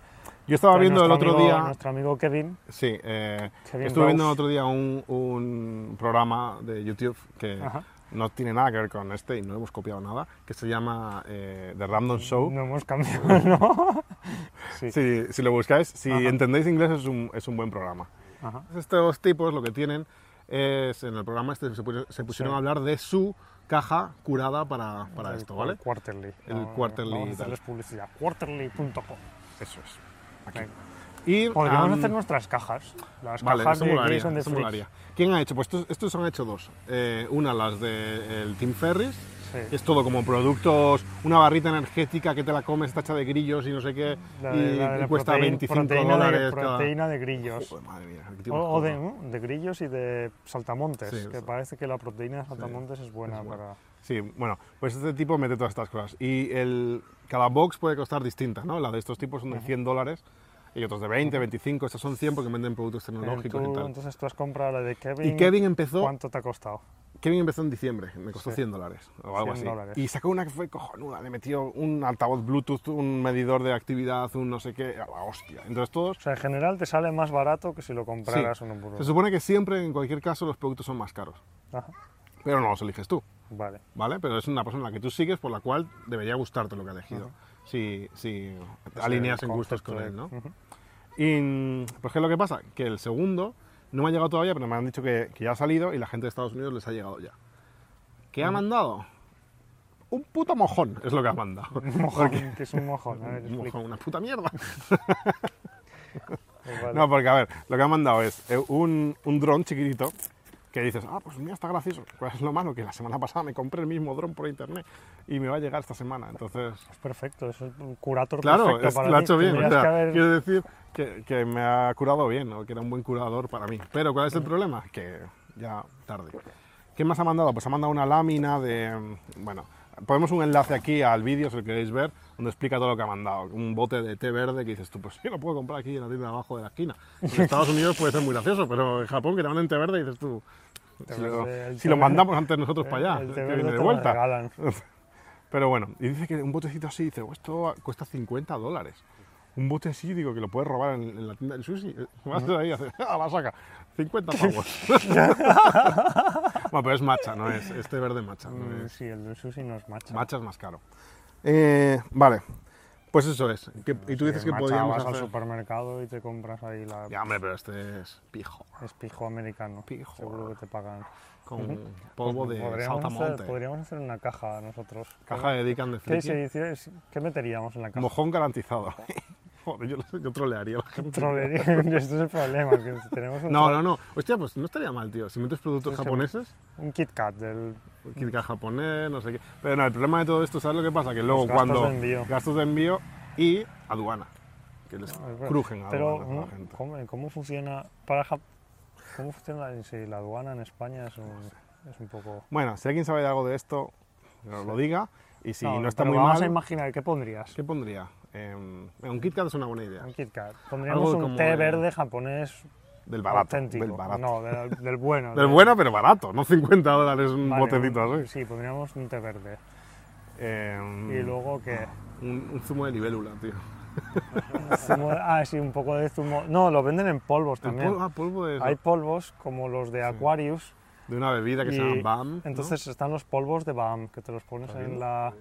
Speaker 1: Yo estaba
Speaker 3: de
Speaker 1: viendo el
Speaker 3: nuestro
Speaker 1: otro
Speaker 3: amigo-
Speaker 1: día.
Speaker 3: Nuestro amigo Kevin.
Speaker 1: Sí, eh,
Speaker 3: Kevin
Speaker 1: estuve viendo el
Speaker 3: Rose.
Speaker 1: otro día un, un programa de YouTube que
Speaker 3: Ajá.
Speaker 1: no tiene nada que ver con este y no hemos copiado nada, que se llama eh, The Random Show.
Speaker 3: No hemos cambiado, ¿no? sí.
Speaker 1: Sí, si lo buscáis, si
Speaker 3: Ajá.
Speaker 1: entendéis inglés es un, es un buen programa.
Speaker 3: Ajá.
Speaker 1: Estos tipos lo que tienen es- en el programa este se, pu- se pusieron
Speaker 3: Sí.
Speaker 1: a hablar de su caja curada para, para esto, ¿vale?
Speaker 3: El quarterly.
Speaker 1: El quarterly
Speaker 3: Vamos
Speaker 1: y
Speaker 3: a hacerles publicidad. Quarterly.com.
Speaker 1: Eso es.
Speaker 3: Venga.
Speaker 1: Y,
Speaker 3: Podríamos
Speaker 1: am,
Speaker 3: hacer nuestras cajas. Las
Speaker 1: Vale,
Speaker 3: cajas
Speaker 1: eso
Speaker 3: de
Speaker 1: molaría,
Speaker 3: Jason de
Speaker 1: eso
Speaker 3: Freaks.
Speaker 1: molaría. ¿Quién ha hecho? Pues estos, estos han hecho dos. Eh, una, las del Team Ferris, que
Speaker 3: Sí.
Speaker 1: es todo como productos, una barrita energética que te la comes, está hecha de grillos y no sé qué,
Speaker 3: La
Speaker 1: y,
Speaker 3: de, la de la
Speaker 1: y cuesta
Speaker 3: proteína-
Speaker 1: 25
Speaker 3: proteína
Speaker 1: dólares
Speaker 3: De,
Speaker 1: cada-
Speaker 3: proteína de grillos.
Speaker 1: Joder, madre mía, qué tipo
Speaker 3: O,
Speaker 1: de
Speaker 3: o de,
Speaker 1: cosa.
Speaker 3: ¿no? de grillos y de saltamontes,
Speaker 1: Sí,
Speaker 3: que
Speaker 1: eso.
Speaker 3: parece que la proteína de saltamontes es buena
Speaker 1: es buena.
Speaker 3: para...
Speaker 1: Sí, bueno, pues este tipo mete todas estas cosas. Y el, cada box puede costar distinta, ¿no? La de estos tipos son de 100 dólares y otros de 20, 25, estos son 100 porque venden productos tecnológicos
Speaker 3: Tú,
Speaker 1: y tal.
Speaker 3: Entonces tú has comprado la de Kevin.
Speaker 1: Y Kevin empezó
Speaker 3: ¿Cuánto te ha costado?
Speaker 1: Kevin empezó en diciembre, me costó
Speaker 3: Sí.
Speaker 1: 100 dólares o algo
Speaker 3: 100
Speaker 1: así.
Speaker 3: dólares.
Speaker 1: Y sacó una que fue cojonuda, le metió un altavoz Bluetooth, un medidor de actividad, un no sé qué, a la hostia. Entonces todos...
Speaker 3: O sea, en general te sale más barato que si lo compraras
Speaker 1: Sí.
Speaker 3: en un burro.
Speaker 1: Se supone que siempre, en cualquier caso, los productos son más caros,
Speaker 3: Ajá.
Speaker 1: pero no los eliges tú,
Speaker 3: Vale.
Speaker 1: ¿vale? Pero es una persona a la que tú sigues por la cual debería gustarte lo que ha elegido, si, si alineas
Speaker 3: el
Speaker 1: en gustos con
Speaker 3: concepto
Speaker 1: él, ¿no?
Speaker 3: de- Ujú.
Speaker 1: Y, mm, pues, ¿qué es lo que pasa? Que el segundo no me ha llegado todavía, pero me han dicho que, que ya ha salido y la gente de Estados Unidos les ha llegado ya. ¿Qué ha mandado? Un puto mojón, es lo que ha mandado.
Speaker 3: Mojón, que es un mojón. A ver,
Speaker 1: Un
Speaker 3: explica.
Speaker 1: mojón, una puta mierda.
Speaker 3: Pues Vale.
Speaker 1: No, porque a ver, lo que ha mandado es eh, un, un dron chiquitito que dices, ah, pues mira, está gracioso. ¿Cuál es lo malo? Que la semana pasada me compré el mismo dron por internet y me va a llegar esta semana. Entonces,
Speaker 3: Es pues perfecto, es un curator
Speaker 1: claro,
Speaker 3: perfecto
Speaker 1: es-
Speaker 3: para
Speaker 1: lo ha
Speaker 3: ti.
Speaker 1: hecho bien.
Speaker 3: Tendrías
Speaker 1: o sea,
Speaker 3: que haber-
Speaker 1: Quiero decir que, que me ha curado bien, o que era un buen curador para mí. Pero ¿cuál es
Speaker 3: Mm.
Speaker 1: el problema? Que ya tarde. ¿Qué más ha mandado? Pues ha mandado una lámina de... Bueno, ponemos un enlace aquí al vídeo, si lo queréis ver, donde explica todo lo que ha mandado. Un bote de té verde que dices tú, pues yo lo puedo comprar aquí en la tienda de abajo de la esquina. En Estados Unidos puede ser muy gracioso, pero en Japón que te manden té verde dices tú...
Speaker 3: Té
Speaker 1: Si lo,
Speaker 3: verde, el
Speaker 1: si
Speaker 3: té
Speaker 1: lo
Speaker 3: verde-
Speaker 1: mandamos antes nosotros para allá,
Speaker 3: el
Speaker 1: que
Speaker 3: té verde
Speaker 1: viene de
Speaker 3: te lo
Speaker 1: vuelta.
Speaker 3: regalan.
Speaker 1: Pero bueno, y dice que un botecito así, dice, "Oh, esto cuesta 50 dólares. Un bote así, digo, que lo puedes robar en, en la tienda del sushi. Vas ahí, haces, "Ah, la saca, 50 pavos. bueno, pero es matcha, no es, este verde matcha. No
Speaker 3: Mm,
Speaker 1: es,
Speaker 3: Sí, el del sushi no es macho.
Speaker 1: matcha es más caro. Eh, vale, pues eso es. Que- y tú dices que podíamos
Speaker 3: Eh, vas al
Speaker 1: hacer...
Speaker 3: supermercado y te compras ahí la
Speaker 1: Ya, hombre, pero este es pijo,
Speaker 3: espijo americano.
Speaker 1: Pijo.
Speaker 3: Seguro que te pagan. Pues
Speaker 1: con polvo de
Speaker 3: podríamos, hacer,
Speaker 1: saltamonte.
Speaker 3: podríamos hacer una caja nosotros.
Speaker 1: Caja de Dican de
Speaker 3: ¿Qué,
Speaker 1: friki.
Speaker 3: se dice? ¿Qué meteríamos en la caja?
Speaker 1: Mojón garantizado. Joder, yo, yo trolearía a la gente.
Speaker 3: Trolería. Este es el problema. Que tenemos un,
Speaker 1: No, no, no. Hostia, pues no estaría mal, tío. Si metes productos
Speaker 3: Sí, sí.
Speaker 1: japoneses,
Speaker 3: un Kit Kat del
Speaker 1: quizá japonés, no sé qué. Pero no, el problema de todo esto, ¿sabes lo que pasa? Que luego
Speaker 3: Los gastos
Speaker 1: cuando...
Speaker 3: de envío.
Speaker 1: Gastos de envío y aduana. Que les
Speaker 3: No, es verdad.
Speaker 1: crujen a
Speaker 3: Pero,
Speaker 1: aduanas a la
Speaker 3: ¿no?
Speaker 1: gente.
Speaker 3: ¿cómo, cómo funciona para Jap- ¿Cómo funciona en sí? la aduana en España? Es un, es un poco...
Speaker 1: Bueno, si alguien sabe de algo de esto, que nos lo diga. Y si no, está
Speaker 3: pero
Speaker 1: muy
Speaker 3: vamos
Speaker 1: mal,
Speaker 3: a imaginar, ¿qué pondrías?
Speaker 1: ¿qué pondría? Eh, un Kit Kat es una buena idea.
Speaker 3: Un Kit Kat. Pondríamos
Speaker 1: Algo
Speaker 3: un
Speaker 1: como
Speaker 3: té
Speaker 1: de-
Speaker 3: verde japonés
Speaker 1: Del barato.
Speaker 3: auténtico.
Speaker 1: Del barato.
Speaker 3: No, del, del bueno.
Speaker 1: Del bueno, pero barato. No 50 dólares un
Speaker 3: Vale,
Speaker 1: botecito
Speaker 3: un-
Speaker 1: así.
Speaker 3: Sí, pondríamos un té verde.
Speaker 1: Eh,
Speaker 3: Y luego que...
Speaker 1: un, un zumo de libélula, tío.
Speaker 3: zumo- ah, sí, un poco de zumo... No, lo venden en polvos
Speaker 1: El
Speaker 3: también.
Speaker 1: polvo- ah, polvo de,
Speaker 3: Hay polvos como los de Aquarius,
Speaker 1: de una bebida que se
Speaker 3: Y
Speaker 1: llama BAM. ¿no?
Speaker 3: Entonces están los polvos de BAM, que te los pones
Speaker 1: Está bien.
Speaker 3: en la...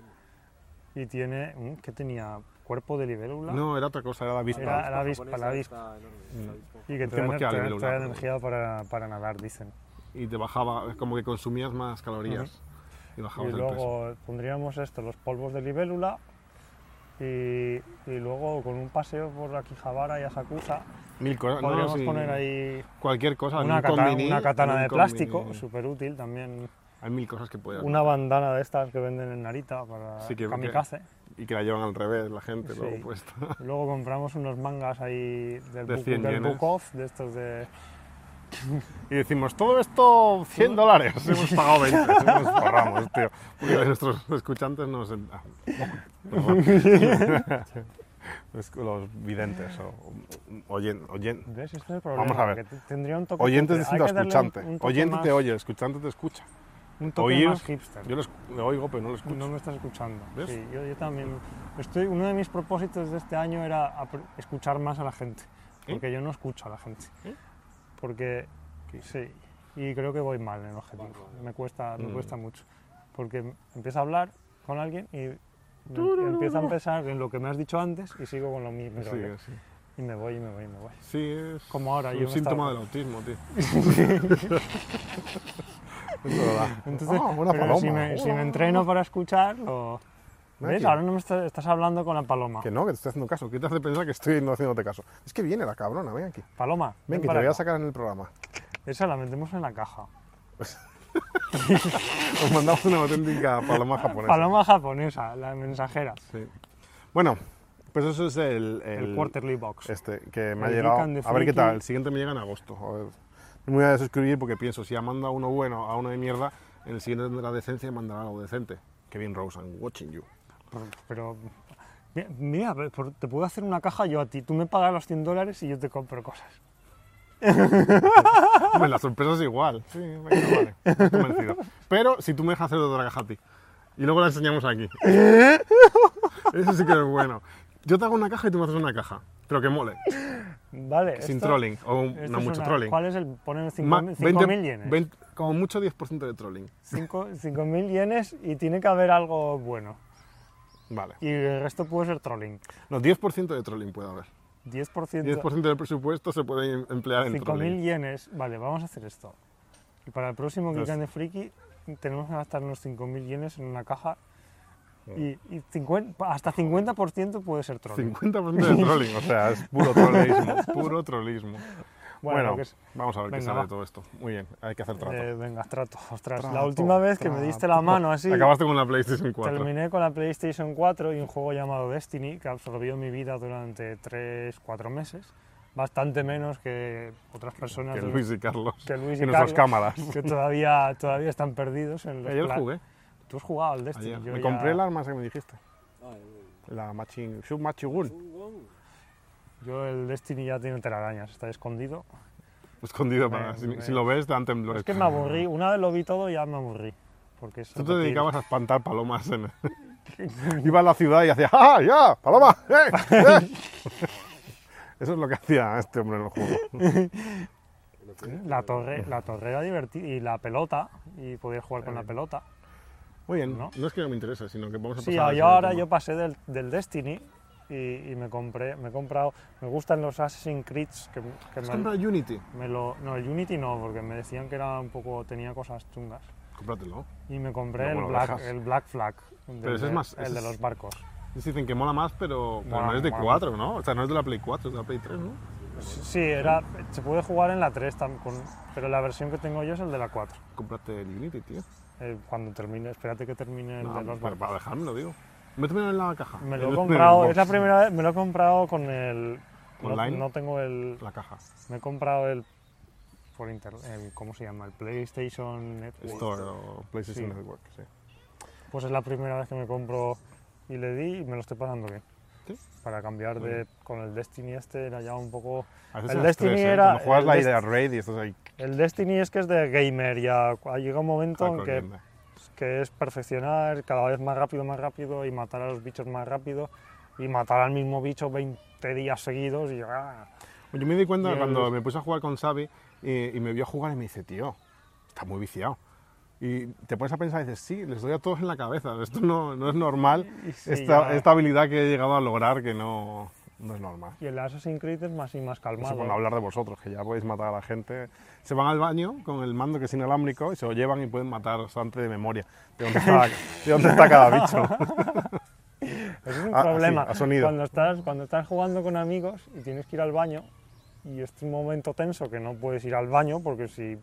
Speaker 3: Y tiene... mm, ¿Qué tenía? ¿Cuerpo de libélula?
Speaker 1: No, era otra cosa, era la vista.
Speaker 3: Era- la
Speaker 2: La
Speaker 3: avispa, la Mm.
Speaker 2: japonesa
Speaker 3: avispa.
Speaker 2: está enorme, está
Speaker 3: Y que te
Speaker 1: Decíamos
Speaker 3: dan,
Speaker 1: que era
Speaker 3: te dan-
Speaker 1: libélula,
Speaker 3: te dan
Speaker 1: pero-
Speaker 3: energía para, para nadar, dicen.
Speaker 1: Y te bajaba, es como que consumías más calorías. Y
Speaker 3: y
Speaker 1: bajabas el peso.
Speaker 3: luego pondríamos esto, los polvos de libélula. Y, y luego con un paseo por Akihabara y Asakusa
Speaker 1: Mil cosas. no,
Speaker 3: podríamos
Speaker 1: sí,
Speaker 3: poner ahí
Speaker 1: Cualquier cosa. en
Speaker 3: una,
Speaker 1: un
Speaker 3: cata-
Speaker 1: convini,
Speaker 3: una katana
Speaker 1: en un
Speaker 3: de plástico,
Speaker 1: convini.
Speaker 3: súper útil también.
Speaker 1: Hay mil cosas que puedes
Speaker 3: Una bandana de estas que venden en Narita para
Speaker 1: Sí, que- que-
Speaker 3: kamikaze.
Speaker 1: Y que la llevan al revés la gente
Speaker 3: Sí.
Speaker 1: luego puesta.
Speaker 3: Y Luego compramos unos mangas ahí del,
Speaker 1: De
Speaker 3: book,
Speaker 1: 100
Speaker 3: del
Speaker 1: yenes.
Speaker 3: book off, de estos de...
Speaker 1: Y decimos, todo esto 100 dólares. Hemos pagado 20. Nos forramos, tío. Porque de nuestros escuchantes nos... ah, perdón. Es- Los videntes o oyen, oyen,
Speaker 3: ¿Ves? Este es el problema.
Speaker 1: Vamos a ver.
Speaker 3: que te- tendría un toque...
Speaker 1: Oyente es distinto
Speaker 3: cutre. Hay
Speaker 1: a
Speaker 3: que darle un-
Speaker 1: escuchante.
Speaker 3: un toque
Speaker 1: Oyente
Speaker 3: más-
Speaker 1: te oye, escuchante te escucha.
Speaker 3: Un toque
Speaker 1: Oír-
Speaker 3: más hipster.
Speaker 1: Yo lo, esc- lo oigo, pero no lo escucho.
Speaker 3: No me estás escuchando.
Speaker 1: ¿Ves?
Speaker 3: Sí, yo, yo también. Estoy, uno de mis propósitos de este año era apr- escuchar más a la gente.
Speaker 1: ¿Eh?
Speaker 3: Porque yo no escucho a la gente.
Speaker 1: ¿Eh?
Speaker 3: Porque.
Speaker 1: ¿Qué?
Speaker 3: Sí. Y creo que voy mal en el objetivo. Me cuesta, me
Speaker 1: Mm.
Speaker 3: cuesta mucho. Porque m- empiezo a hablar con alguien y me- empiezo a pensar en lo que me has dicho antes y sigo con lo mismo.
Speaker 1: Sí, sí.
Speaker 3: Y me voy, y me voy, y me voy.
Speaker 4: Sí, es
Speaker 3: Como ahora, yo
Speaker 4: un
Speaker 3: me
Speaker 4: síntoma
Speaker 3: estaba-
Speaker 4: del autismo, tío.
Speaker 1: Esto lo da.
Speaker 3: Entonces,
Speaker 1: Ah, una
Speaker 3: pero
Speaker 1: paloma.
Speaker 3: si me, si me
Speaker 1: Hola.
Speaker 3: entreno para escucharlo... ¿Ves?
Speaker 1: Naki.
Speaker 3: Ahora no me está- estás hablando con la paloma.
Speaker 1: Que no, que te estoy haciendo caso. ¿Qué te hace pensar que estoy no haciéndote caso? Es que viene la cabrona, ven aquí.
Speaker 3: Paloma,
Speaker 1: Ven, que te
Speaker 3: para
Speaker 1: voy a Pues
Speaker 3: acá.
Speaker 1: sacar en el programa.
Speaker 3: Esa la metemos en la caja.
Speaker 1: Os mandamos una auténtica paloma japonesa.
Speaker 3: Paloma japonesa, la mensajera.
Speaker 4: Sí.
Speaker 1: Bueno, pues eso es el...
Speaker 3: El, quarterly box.
Speaker 1: Este, que me ha
Speaker 3: el
Speaker 1: llegado.
Speaker 3: Geek and the
Speaker 1: A ver qué
Speaker 3: Freaky.
Speaker 1: tal. El siguiente me llega en agosto. A ver. No me voy a desuscribir porque pienso, si ha mandado uno bueno a uno de mierda, en el siguiente tendrá decencia y mandará algo decente. Kevin Rose, I'm watching you.
Speaker 3: Pero- Pero. mi- Mira, por- te puedo hacer una caja yo a ti. Tú me pagas los 100 dólares y yo te compro cosas.
Speaker 1: Hombre, la sorpresa es igual. Sí, venga, vale. Estoy convencido. Pero si tú me dejas hacer otra caja a ti. Y luego la enseñamos aquí. Eso sí que es bueno. Yo te hago una caja y tú me haces una caja. Pero que mole.
Speaker 3: Vale.
Speaker 1: sin
Speaker 3: esto-
Speaker 1: trolling. O un-
Speaker 3: esto
Speaker 1: no
Speaker 3: es
Speaker 1: mucho
Speaker 3: una-
Speaker 1: trolling.
Speaker 3: ¿Cuál es el poner
Speaker 1: Ma-
Speaker 3: 5.000 yenes?
Speaker 1: 20 como mucho 10% de trolling.
Speaker 3: Cinco- 5.000 yenes y tiene que haber algo bueno.
Speaker 1: Vale.
Speaker 3: Y el resto puede ser trolling.
Speaker 1: No, 10% de trolling puede haber.
Speaker 3: 10%.
Speaker 1: 10% del presupuesto se puede em- emplear en
Speaker 3: 5.000
Speaker 1: trolling.
Speaker 3: yenes. Vale, vamos a hacer esto. Y para el próximo
Speaker 1: Pues-
Speaker 3: Geek and the Freaky tenemos que gastar unos 5.000 yenes en una caja. Y, y 50 hasta 50% puede ser trolling.
Speaker 1: 50% de trolling, o sea, es puro trollismo, puro trollismo.
Speaker 3: Bueno,
Speaker 1: Bueno,
Speaker 3: lo que es-
Speaker 1: vamos a ver qué
Speaker 3: Venga,
Speaker 1: sale
Speaker 3: va.
Speaker 1: de todo esto. Muy bien, hay que hacer trato.
Speaker 3: Eh, venga, trato. Ostras, la
Speaker 1: Trato,
Speaker 3: última vez que me diste la
Speaker 1: trato.
Speaker 3: mano así,
Speaker 1: Acabaste con la PlayStation 4.
Speaker 3: terminé con la PlayStation 4 y un juego llamado Destiny que absorbió mi vida durante 3-4 meses. Bastante menos que otras personas
Speaker 1: Que
Speaker 3: de-
Speaker 1: Luis y Carlos.
Speaker 3: que Luis y
Speaker 1: que nuestras cámaras.
Speaker 3: Carlos, que todavía, todavía están perdidos en los
Speaker 1: Ayer
Speaker 3: pla-
Speaker 1: jugué.
Speaker 3: Tú has jugado al Destiny.
Speaker 1: Ayer.
Speaker 3: yo
Speaker 1: Me
Speaker 3: ya-
Speaker 1: compré la arma que me dijiste.
Speaker 2: Ah,
Speaker 1: La Machin. Sub Machigun.
Speaker 3: Yo el Destiny ya tiene telarañas, está escondido.
Speaker 1: Escondido para.
Speaker 3: Me-
Speaker 1: si,
Speaker 3: me-
Speaker 1: si lo ves, dan temblores.
Speaker 3: Es que me aburrí, una vez lo vi todo ya me aburrí. Porque es
Speaker 1: Tú te
Speaker 3: repetir.
Speaker 1: dedicabas a espantar palomas. En... Iba a la ciudad y hacía, ¡ah, ya! ¡Paloma! ¡Eh! eh". Eso es lo que hacía este hombre en el juego.
Speaker 3: ¿eh? La torre, la torre era divertida y la pelota, y podía jugar
Speaker 1: Eh,
Speaker 3: con la pelota.
Speaker 1: Muy bien,
Speaker 3: ¿No?
Speaker 1: no, es que no me interese, sino que vamos a pasar
Speaker 3: Sí,
Speaker 1: al
Speaker 3: yo
Speaker 1: siguiente
Speaker 3: ahora
Speaker 1: tema.
Speaker 3: yo pasé del, del Destiny y, y me compré, me he comprado, me gustan los Assassin's Creed que, que
Speaker 1: ¿Has
Speaker 3: me,
Speaker 1: comprado Unity?
Speaker 3: me lo, no, el Unity no, porque me decían que era un poco, tenía cosas chungas.
Speaker 1: Cómpratelo.
Speaker 3: Y me compré
Speaker 1: Luego
Speaker 3: el,
Speaker 1: lo
Speaker 3: Black,
Speaker 1: dejas.
Speaker 3: el Black Flag, el
Speaker 1: Pero ese
Speaker 3: de-
Speaker 1: es más-
Speaker 3: el
Speaker 1: ese
Speaker 3: de
Speaker 1: es-
Speaker 3: los barcos.
Speaker 1: Dicen que mola más, pero, pero
Speaker 3: Mola,
Speaker 1: no es de
Speaker 3: mola.
Speaker 1: 4, ¿no? O sea, no es de la Play 4, es de la Play 3, ¿no?
Speaker 3: Sí, era, se puede jugar en la 3, tam- con- pero la versión que tengo yo es el de la 4.
Speaker 1: Cómprate el Unity, tío.
Speaker 3: Eh, cuando termine, espérate que termine el
Speaker 1: No,
Speaker 3: de los
Speaker 1: pero
Speaker 3: barcos.
Speaker 1: para dejármelo, digo. Métemelo en la caja.
Speaker 3: Me
Speaker 1: En
Speaker 3: lo he
Speaker 1: el-
Speaker 3: comprado,
Speaker 1: en el
Speaker 3: es la
Speaker 1: box.
Speaker 3: primera vez, me lo he comprado con el... no-
Speaker 1: ¿Online?
Speaker 3: No, tengo el...
Speaker 1: La caja.
Speaker 3: Me he comprado el... Por internet, el- ¿cómo se llama? El PlayStation Network.
Speaker 1: Store o PlayStation
Speaker 3: Sí.
Speaker 1: Network, sí.
Speaker 3: Pues es la primera vez que me compro y le di y me lo estoy pasando bien.
Speaker 1: ¿Sí?
Speaker 3: Para cambiar de... Con el Destiny este era ya un poco...
Speaker 1: A veces
Speaker 3: El
Speaker 1: eran las
Speaker 3: Destiny
Speaker 1: ¿eh?
Speaker 3: era-
Speaker 1: Cuando juegas
Speaker 3: el
Speaker 1: la
Speaker 3: Dest-
Speaker 1: idea raid y estás ahí...
Speaker 3: El Destiny es que es de gamer ya. Ha llegado un momento en que
Speaker 1: corriendo.
Speaker 3: pues, que es perfeccionar cada vez más rápido, más rápido y matar a los bichos más rápido y matar al mismo bicho 20 días seguidos y ah,
Speaker 1: Yo me di cuenta
Speaker 3: Y el-
Speaker 1: cuando me puse a jugar con Xavi y, y me vio jugar y me dice, tío, está muy viciado. Y te pones a pensar y dices, sí, les doy a todos en la cabeza. Esto no, no es normal.
Speaker 3: Y sí,
Speaker 1: esta,
Speaker 3: ya.
Speaker 1: esta habilidad que he llegado a lograr que no, no es normal.
Speaker 3: y el Assassin's Creed es más y más
Speaker 1: No sé,
Speaker 3: calmado.
Speaker 1: cuando hablar de vosotros, que ya podéis matar a la gente. Se van al baño con el mando que es inalámbrico y se lo llevan y pueden matar bastante de memoria. ¿De dónde está, de dónde está cada bicho?
Speaker 3: Ese es un
Speaker 1: Ah, sí,
Speaker 3: problema.
Speaker 1: ha sonido.
Speaker 3: Cuando estás cuando estás jugando con amigos y tienes que ir al baño y es un momento tenso que no puedes ir al baño porque si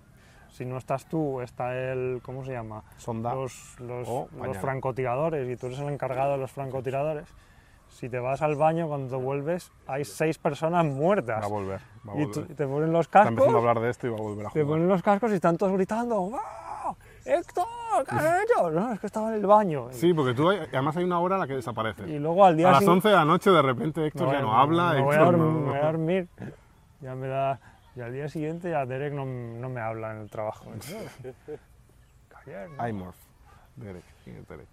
Speaker 3: si no estás tú, está el, ¿cómo se llama?
Speaker 1: Sonda.
Speaker 3: los, los-
Speaker 1: o
Speaker 3: los
Speaker 1: Oh, mañana.
Speaker 3: francotiradores y tú eres el encargado de los francotiradores. Si te vas al baño cuando vuelves, hay seis personas muertas.
Speaker 1: Va a volver. Va a
Speaker 3: y tú-
Speaker 1: volver.
Speaker 3: te ponen los
Speaker 1: Está empezando a
Speaker 3: cascos,
Speaker 1: hablar de esto y va a volver a
Speaker 3: te
Speaker 1: jugar.
Speaker 3: ponen los cascos y están todos gritando, ¡Wow! ¡Héctor! ¿Qué has hecho? No, es que estaba en el baño.
Speaker 1: Sí, porque tú, hay- además hay una hora en la que desaparece.
Speaker 3: Y luego al día
Speaker 1: A las
Speaker 3: siguiente...
Speaker 1: 11 de la noche de repente Héctor
Speaker 3: me
Speaker 1: ya
Speaker 3: voy-
Speaker 1: no habla,
Speaker 3: me voy, a
Speaker 1: Héctor
Speaker 3: dormir,
Speaker 1: no-
Speaker 3: me voy a dormir. Ya me da... Y al día siguiente a Derek no, no me habla en el trabajo. Ayer, ¿no?
Speaker 1: iMorph. Derek, sí, es Derek.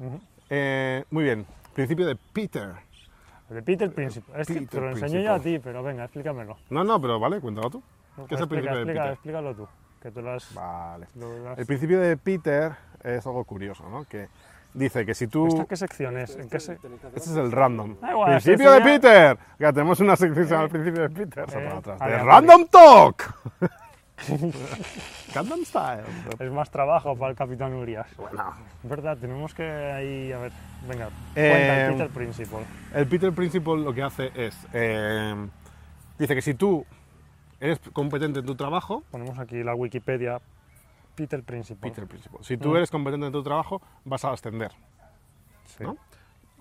Speaker 3: Ujú.
Speaker 1: Eh, muy bien, principio de Peter.
Speaker 3: El de Peter Principal. Este
Speaker 1: Peter
Speaker 3: te lo enseño yo a
Speaker 1: Principal.
Speaker 3: ti, pero venga, explícamelo.
Speaker 1: No, no, pero vale, cuéntalo tú.
Speaker 3: No,
Speaker 1: ¿Qué es el principio de Peter?
Speaker 3: Explícalo tú, que tú lo has...
Speaker 1: Vale.
Speaker 3: lo has-
Speaker 1: El principio de Peter es algo curioso, ¿no? Que Dice que si tú...
Speaker 3: ¿Esta qué sección es? ¿En qué se...
Speaker 1: Este es el random.
Speaker 3: Da igual,
Speaker 1: principio de
Speaker 3: sí, sí, ya.
Speaker 1: Peter. Ya tenemos una sección al principio de Peter. Pasa
Speaker 3: Eh,
Speaker 1: para atrás.
Speaker 3: aleatorio.
Speaker 1: De Random Talk. Random Style.
Speaker 3: Es más trabajo para el Capitán Urias.
Speaker 1: Bueno,
Speaker 3: Es verdad, tenemos que ahí, a ver, venga,
Speaker 1: Eh,
Speaker 3: cuenta el Peter Principal.
Speaker 1: el Peter Principle lo que hace es... eh, dice que si tú eres competente en tu trabajo...
Speaker 3: Ponemos aquí la Wikipedia, Peter Principal.
Speaker 1: Peter Principle. Si tú eres competente en tu trabajo, vas a ascender.
Speaker 3: Sí.
Speaker 1: ¿no?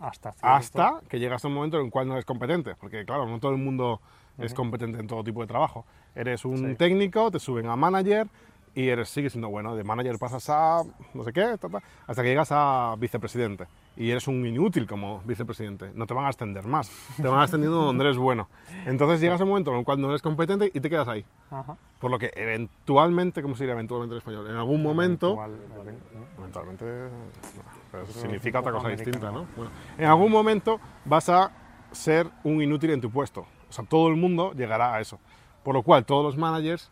Speaker 3: Hasta. cierto-
Speaker 1: hasta que llegas a un momento en el cual no eres competente, porque claro, no todo el mundo es competente en todo tipo de trabajo. Eres un
Speaker 3: Sí.
Speaker 1: técnico, te suben a manager y eres, sigues siendo bueno, ¿eh? de manager pasas a no sé qué, ta, ta, hasta que llegas a vicepresidente y eres un inútil como vicepresidente, no te van a ascender más, te van ascendiendo donde eres bueno. Entonces llegas a un momento en el cual no eres competente y te quedas ahí.
Speaker 3: Ajá.
Speaker 1: Por lo que eventualmente, ¿cómo se diría eventualmente en español? En algún momento...
Speaker 3: Igual, vale, ¿no?
Speaker 1: Eventualmente. no, pero eso
Speaker 3: Pero
Speaker 1: significa
Speaker 3: un
Speaker 1: otra
Speaker 3: poco
Speaker 1: cosa
Speaker 3: americano.
Speaker 1: distinta, ¿no? Bueno, en algún momento vas a ser un inútil en tu puesto. O sea, todo el mundo llegará a eso. Por lo cual, todos los managers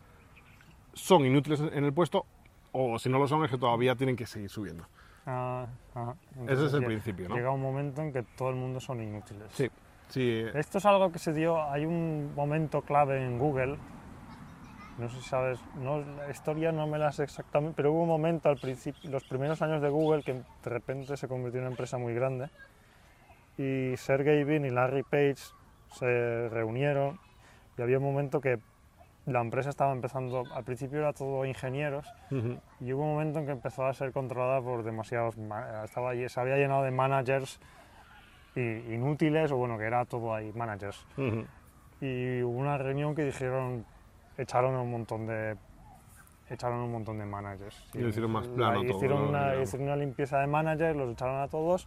Speaker 1: son inútiles en el puesto, o si no lo son, es que todavía tienen que seguir subiendo.
Speaker 3: Ah, ajá.
Speaker 1: Ese es el
Speaker 3: lle-
Speaker 1: principio, ¿no?
Speaker 3: Llega un momento en que todo el mundo son inútiles.
Speaker 1: Sí. Sí, eh,
Speaker 3: Esto es algo que se dio, hay un momento clave en Google, no sé si sabes, no, la historia no me la sé exactamente, pero hubo un momento al principio, los primeros años de Google, que de repente se convirtió en una empresa muy grande, y Sergey Brin y Larry Page se reunieron y había un momento que la empresa estaba empezando, al principio era todo ingenieros,
Speaker 1: ujú,
Speaker 3: y hubo un momento en que empezó a ser controlada por demasiados. ma- Estaba, lle- se había llenado de managers i- inútiles, o bueno, que era todo ahí, managers.
Speaker 1: ujú.
Speaker 3: Y hubo una reunión que dijeron. Echaron a un montón de. Echaron a un montón de managers.
Speaker 1: Y lo hicieron más
Speaker 3: la-
Speaker 1: plano todo,
Speaker 3: hicieron,
Speaker 1: ¿no?
Speaker 3: una,
Speaker 1: Digamos.
Speaker 3: hicieron una limpieza de managers, los echaron a todos.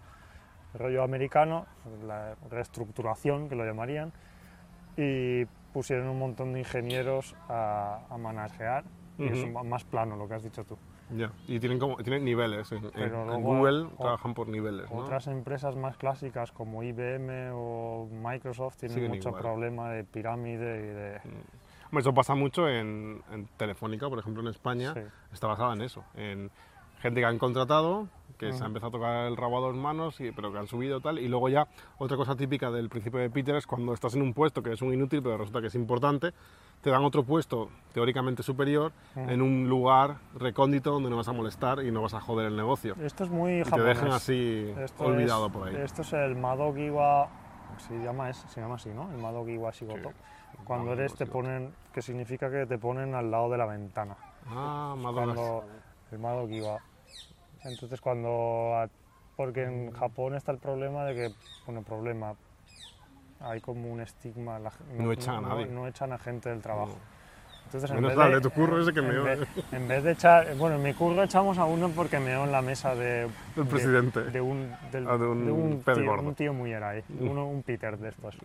Speaker 3: Rollo americano, la reestructuración, que lo llamarían. Y pusieron un montón de ingenieros a, a managear. Y
Speaker 1: Ujú.
Speaker 3: es ma- más plano lo que has dicho tú.
Speaker 1: Ya. Y tienen, como, tienen niveles. En, en-
Speaker 3: Pero
Speaker 1: en
Speaker 3: luego
Speaker 1: Google
Speaker 3: o-
Speaker 1: trabajan por niveles. ¿no?
Speaker 3: Otras empresas más clásicas como IBM o Microsoft tienen
Speaker 1: Siguen
Speaker 3: mucho
Speaker 1: igual.
Speaker 3: problema de pirámide y de...
Speaker 1: Hombre, Eso pasa mucho en, en Telefónica, por ejemplo, en España.
Speaker 3: Sí.
Speaker 1: está basada en eso, en gente que han contratado, que se
Speaker 3: Ujú.
Speaker 1: ha empezado a tocar el rabo a dos manos, y, pero que han subido tal, y luego ya otra cosa típica del principio de Peter es cuando estás en un puesto que es un inútil, pero resulta que es importante, te dan otro puesto teóricamente superior
Speaker 3: Ujú.
Speaker 1: en un lugar recóndito donde no vas a molestar y no vas a joder el negocio.
Speaker 3: Esto es muy
Speaker 1: Mm. Y te
Speaker 3: japonés.
Speaker 1: dejan así
Speaker 3: Esto
Speaker 1: olvidado
Speaker 3: es-
Speaker 1: por ahí.
Speaker 3: Esto es el Madogiwa... Se llama, es- se llama así, ¿no? El Madogiwa Shigoto.
Speaker 1: Sí,
Speaker 3: Cuando
Speaker 1: Madogiwa
Speaker 3: eres te
Speaker 1: Shigoto.
Speaker 3: ponen... Que significa que te ponen al lado de la ventana.
Speaker 1: Ah, Madonna.
Speaker 3: Cuando... El Madogiwa. Entonces cuando... a- porque
Speaker 1: Mm.
Speaker 3: en Japón está el problema de que... Bueno, problema... Hay como un estigma... la gen-
Speaker 1: No echan a nadie.
Speaker 3: No, echan a gente del trabajo. Entonces, en
Speaker 1: Menos
Speaker 3: vez
Speaker 1: mal,
Speaker 3: de-
Speaker 1: de tu curro ese que
Speaker 3: en
Speaker 1: meó.
Speaker 3: vez- en vez de echar, bueno, en mi curro echamos a uno porque meó en la mesa de,
Speaker 1: Del
Speaker 3: de-
Speaker 1: presidente.
Speaker 3: de un, del-
Speaker 1: Ah, de un pez
Speaker 3: tío,
Speaker 1: gordo. Mm.
Speaker 3: un tío muy era ahí, uno, un Peter de estos.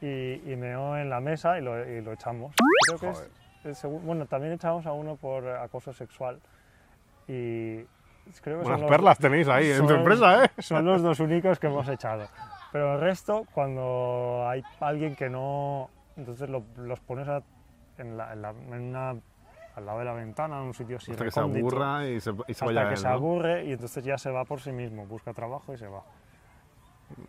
Speaker 3: Y, y meó en la mesa y lo, y lo echamos. Creo que es-
Speaker 1: Joder.
Speaker 3: es segu- bueno, también echamos a uno por acoso sexual. Y creo que son
Speaker 1: Buenas
Speaker 3: los-
Speaker 1: perlas tenéis ahí en tu
Speaker 3: son-
Speaker 1: empresa, ¿eh?
Speaker 3: son los dos únicos que hemos echado. Pero el resto, cuando hay alguien que no. Entonces lo- los pones a- en la- en la- en una- al lado de la ventana, en un sitio así.
Speaker 1: Hasta que se
Speaker 3: recóndito,
Speaker 1: aburra y se, y se
Speaker 3: hasta
Speaker 1: vaya
Speaker 3: que
Speaker 1: él,
Speaker 3: se
Speaker 1: ¿no?
Speaker 3: aburre y entonces ya se va por sí mismo, busca trabajo y se va.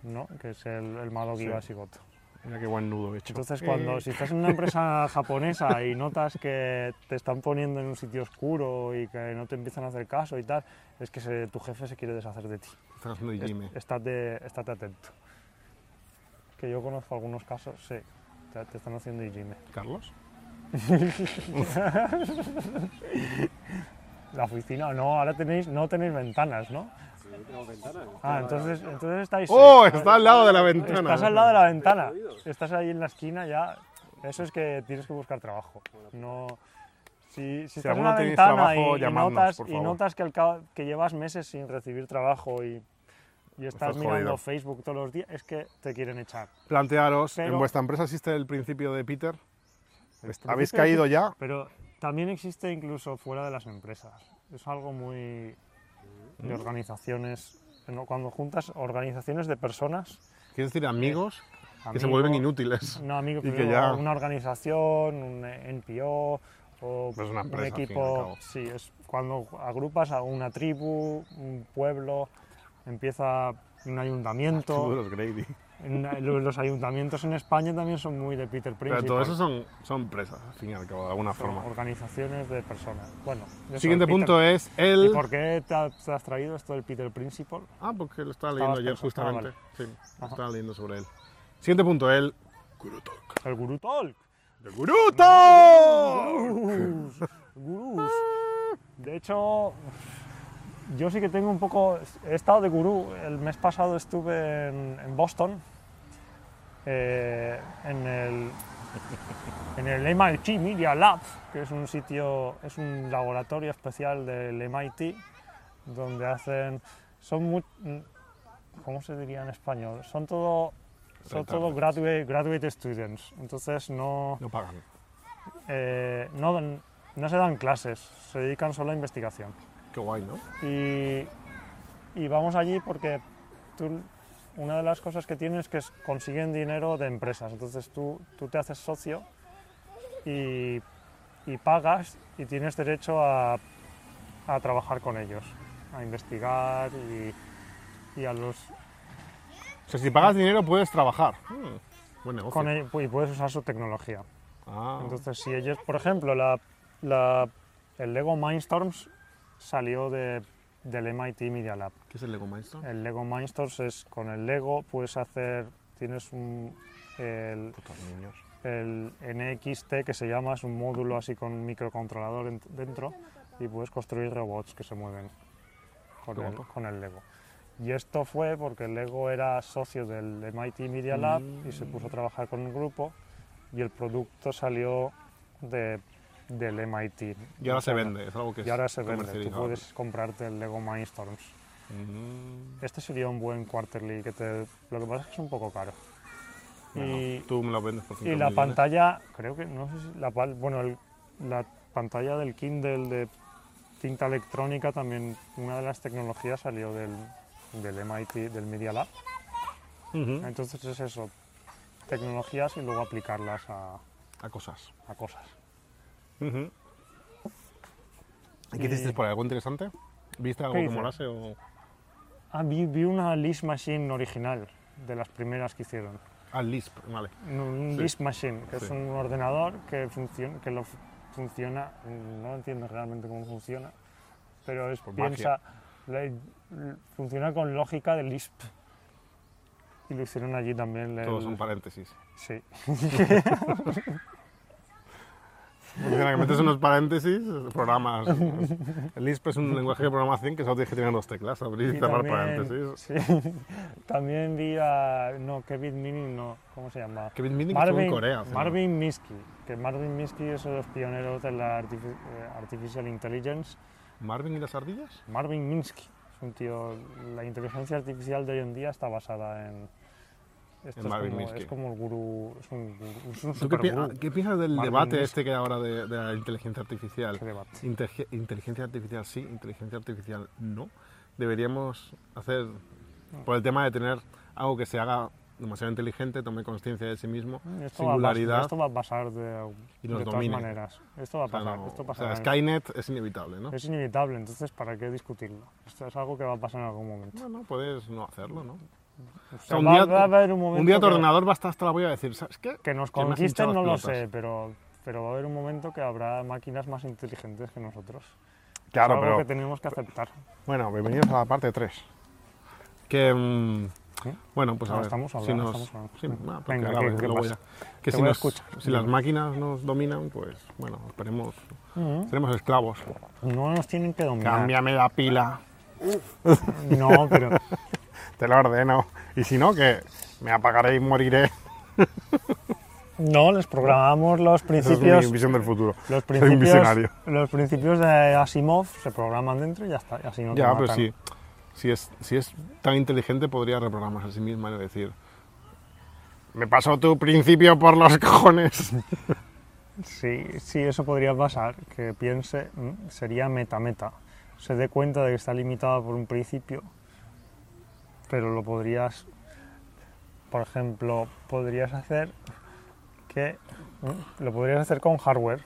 Speaker 3: ¿No? Que es el, el malo
Speaker 1: Sí.
Speaker 3: guía Shigoto.
Speaker 1: Mira qué buen nudo hecho.
Speaker 3: Entonces, cuando si estás en una empresa japonesa y notas que te están poniendo en un sitio oscuro y que no te empiezan a hacer caso y tal, es que se- tu jefe se quiere deshacer de ti.
Speaker 1: Estás haciendo
Speaker 3: Es-
Speaker 1: Jimmy.
Speaker 3: Estate, estate atento. Que yo conozco algunos casos, sí. Te, te están haciendo IGM.
Speaker 1: ¿Carlos?
Speaker 3: La oficina, no, ahora tenéis, no tenéis ventanas, ¿no?
Speaker 2: Sí, tenemos ventanas.
Speaker 3: Ah, entonces, entonces estáis.
Speaker 1: ¡Oh! Está al lado de la ventana.
Speaker 3: Estás al lado de la ventana. Estás ahí en la esquina ya. Eso es que tienes que buscar trabajo. No. Si, si, estás en
Speaker 1: alguno
Speaker 3: la
Speaker 1: tenéis
Speaker 3: ventana
Speaker 1: trabajo,
Speaker 3: y- y,
Speaker 1: llamadnos,
Speaker 3: notas,
Speaker 1: por
Speaker 3: y
Speaker 1: favor.
Speaker 3: notas que, al cabo- que llevas meses sin recibir trabajo y, y estás,
Speaker 1: Estás
Speaker 3: mirando
Speaker 1: jodido.
Speaker 3: Facebook todos los días, es que te quieren echar.
Speaker 1: Plantearos,
Speaker 3: Pero-
Speaker 1: ¿en vuestra empresa existe el principio de Peter? ¿Habéis
Speaker 3: principio de
Speaker 1: caído ya?
Speaker 3: Pero también existe incluso fuera de las empresas. Es algo muy
Speaker 1: Mm.
Speaker 3: de organizaciones. ¿no? Cuando juntas organizaciones de personas,
Speaker 1: ¿Quieres decir amigos que se
Speaker 3: amigo-
Speaker 1: vuelven inútiles?
Speaker 3: No, amigo,
Speaker 1: y que
Speaker 3: pero
Speaker 1: ya-
Speaker 3: una organización, un NPO o
Speaker 1: Pues una empresa, al
Speaker 3: un
Speaker 1: fin y al
Speaker 3: equipo.
Speaker 1: cabo.
Speaker 3: Sí, es cuando agrupas a una tribu, un pueblo, empieza un
Speaker 1: Tú,
Speaker 3: ayuntamiento.
Speaker 1: los Grady.
Speaker 3: En- eh, lo- los ayuntamientos en España también son muy de Peter
Speaker 1: Pero
Speaker 3: Principal.
Speaker 1: todo eso son, son presas, al fin y al cabo, de alguna
Speaker 3: Son
Speaker 1: forma.
Speaker 3: Organizaciones de personas. Bueno, yo soy
Speaker 1: Siguiente
Speaker 3: Peter-
Speaker 1: punto es
Speaker 3: ¿Y
Speaker 1: el...
Speaker 3: por qué te ha- te has traído esto del Peter Principal?
Speaker 1: Ah, porque lo estaba leyendo
Speaker 3: Estabas
Speaker 1: ayer
Speaker 3: pensando- ah,
Speaker 1: justamente. Sí,
Speaker 3: Ajá.
Speaker 1: estaba leyendo sobre él. Siguiente punto, el... Guru Talk.
Speaker 3: El Guru Talk.
Speaker 1: ¡El Guru Talk!
Speaker 3: Gurús, gurús. De hecho, yo sí que tengo un poco. He estado de gurú. El mes pasado estuve en, en Boston, eh, en el. En el MIT Media Lab, que es un sitio, es un laboratorio especial del MIT, donde hacen, son muy, ¿cómo se diría en español? Son todo, son todo
Speaker 1: Retardados.
Speaker 3: graduate, graduate students, entonces no,
Speaker 1: No pagan.
Speaker 3: eh, no, dan- no se dan clases, se dedican solo a investigación.
Speaker 1: Qué guay, ¿no?
Speaker 3: Y, y vamos allí porque tú- una de las cosas que tienen es que es- consiguen dinero de empresas. Entonces tú, tú te haces socio y, y pagas y tienes derecho a, a trabajar con ellos, a investigar y, y a los,
Speaker 1: O sea, si pagas dinero puedes trabajar. Mm, buen negocio.
Speaker 3: con ellos, y puedes usar su tecnología.
Speaker 1: Ah,
Speaker 3: Entonces, si ellos, por ejemplo, la, la- el Lego Mindstorms salió de- del MIT Media Lab.
Speaker 1: ¿qué es el Lego Mindstorm?
Speaker 3: El Lego Mindstorms es con el Lego puedes hacer, tienes un el,
Speaker 1: Putos niños.
Speaker 3: el NXT que se llama, es un módulo así con un microcontrolador en- dentro y puedes construir robots que se mueven con,
Speaker 1: Qué
Speaker 3: el,
Speaker 1: guapo.
Speaker 3: con el Lego. Y esto fue porque el Lego era socio del MIT Media Lab y se puso a trabajar con un grupo y el producto salió de- del MIT.
Speaker 1: Y ahora se vende, es algo que
Speaker 3: Y ahora se vende, tú
Speaker 1: comercializado.
Speaker 3: puedes comprarte el Lego Mindstorms.
Speaker 1: Mm,
Speaker 3: Este sería un buen quarterly, que te, lo que pasa es que es un poco caro.
Speaker 1: bueno,
Speaker 3: y,
Speaker 1: tú me lo vendes por 5
Speaker 3: y la pantalla, creo que, no sé si la, pal- bueno, el- la pantalla del Kindle de tinta electrónica también, una de las tecnologías salió del, del MIT, del Media Lab. Entonces es eso, tecnologías y luego aplicarlas a,
Speaker 1: A cosas.
Speaker 3: a cosas.
Speaker 1: Ujú. ¿Y qué hiciste
Speaker 3: Y-
Speaker 1: por ahí? ¿Algo interesante? ¿Viste algo
Speaker 3: ¿Qué
Speaker 1: que
Speaker 3: hice?
Speaker 1: molase o...?
Speaker 3: Ah, vi, vi una Lisp Machine original, de las primeras que hicieron.
Speaker 1: Al Lisp, vale.
Speaker 3: un
Speaker 1: Sí.
Speaker 3: Lisp Machine, que es
Speaker 1: Sí.
Speaker 3: un ordenador que, funciona, que lo fu- funciona, no entiendo realmente cómo funciona, pero es,
Speaker 1: Por
Speaker 3: piensa, le- l- funciona con lógica de Lisp. Y lo hicieron allí también. el-
Speaker 1: Todos son paréntesis.
Speaker 3: sí.
Speaker 1: Funciona que metes unos paréntesis, programas. El Lisp es un lenguaje de programación que solo tienes que tener dos teclas, abrir y
Speaker 3: Y
Speaker 1: cerrar
Speaker 3: también-
Speaker 1: paréntesis.
Speaker 3: sí. también vi a, no, Kevin Mini, no, ¿cómo se llama?
Speaker 1: Kevin Mitnick estuvo en Corea. hace-
Speaker 3: Marvin Minsky, que Marvin Minsky es uno de los pioneros de la artifi- eh, Artificial Intelligence
Speaker 1: ¿Marvin y las ardillas?
Speaker 3: Marvin Minsky, es un tío. La inteligencia artificial de hoy en día está basada en. Esto
Speaker 1: En
Speaker 3: es,
Speaker 1: Marvin
Speaker 3: como,
Speaker 1: Minsky.
Speaker 3: es como el gurú. Es un, gurú- es un
Speaker 1: ¿Tú qué, pi-
Speaker 3: supergurú.
Speaker 1: qué piensas del
Speaker 3: Marvin
Speaker 1: debate
Speaker 3: Minsky.
Speaker 1: este que hay ahora de, de la inteligencia artificial?
Speaker 3: Qué este debate.
Speaker 1: Interge- inteligencia artificial sí, inteligencia artificial no. Deberíamos hacer, por el tema de tener algo que se haga demasiado inteligente, tome conciencia de sí mismo,
Speaker 3: Esto va a pas-
Speaker 1: singularidad.
Speaker 3: esto va a pasar de,
Speaker 1: Y nos
Speaker 3: de todas
Speaker 1: domine.
Speaker 3: maneras. Esto va a
Speaker 1: O sea,
Speaker 3: pasar.
Speaker 1: no-
Speaker 3: esto
Speaker 1: o sea,
Speaker 3: pasará en-
Speaker 1: Skynet es inevitable, ¿no?
Speaker 3: Es inevitable, entonces, ¿para qué discutirlo? Esto es algo que va a pasar en algún momento.
Speaker 1: Bueno, puedes no hacerlo, ¿no?
Speaker 3: O
Speaker 1: sea, un
Speaker 3: va,
Speaker 1: día-
Speaker 3: va a haber un momento.
Speaker 1: Un día tu
Speaker 3: que-
Speaker 1: ordenador va a estar hasta la voy a decir, ¿sabes qué?
Speaker 3: Que nos
Speaker 1: que me has
Speaker 3: conquisten,
Speaker 1: hinchado
Speaker 3: no lo
Speaker 1: las pelotas.
Speaker 3: sé, pero, pero va a haber un momento que habrá máquinas más inteligentes que nosotros. es
Speaker 1: Claro,
Speaker 3: algo
Speaker 1: pero...
Speaker 3: que tenemos que aceptar.
Speaker 1: Bueno, bienvenidos a la parte 3. Que... mm,
Speaker 3: ¿Sí?
Speaker 1: Bueno, pues a
Speaker 3: No,
Speaker 1: ver,
Speaker 3: ¿Eh? estamos
Speaker 1: si
Speaker 3: hablando,
Speaker 1: nos-
Speaker 3: estamos hablando.
Speaker 1: sí, no, porque
Speaker 3: Venga,
Speaker 1: ahora
Speaker 3: ¿qué-
Speaker 1: que
Speaker 3: qué
Speaker 1: lo
Speaker 3: pasa?
Speaker 1: voy a- que
Speaker 3: Te
Speaker 1: si,
Speaker 3: voy a
Speaker 1: nos-
Speaker 3: escuchar.
Speaker 1: si las máquinas nos dominan, pues bueno, esperemos,
Speaker 3: Ujú.
Speaker 1: seremos esclavos.
Speaker 3: No nos tienen que dominar.
Speaker 1: Cámbiame la pila,
Speaker 3: No, pero
Speaker 1: te la ordeno. Y si no, que me apagaré y moriré.
Speaker 3: no, les programamos los
Speaker 1: Esa es mi
Speaker 3: principios.
Speaker 1: visión del futuro.
Speaker 3: Los
Speaker 1: un
Speaker 3: principios,
Speaker 1: visionario.
Speaker 3: los principios de Asimov se programan dentro y ya está. y así no te
Speaker 1: ya, pero
Speaker 3: matan.
Speaker 1: sí. Si es, si es tan inteligente, podría reprogramarse a sí misma y decir: Me pasó tu principio por los cojones.
Speaker 3: sí. Sí, eso podría pasar. Que piense, mm, sería meta-meta. Se dé cuenta de que está limitada por un principio, pero lo podrías, por ejemplo, podrías hacer que mm, lo podrías hacer con hardware.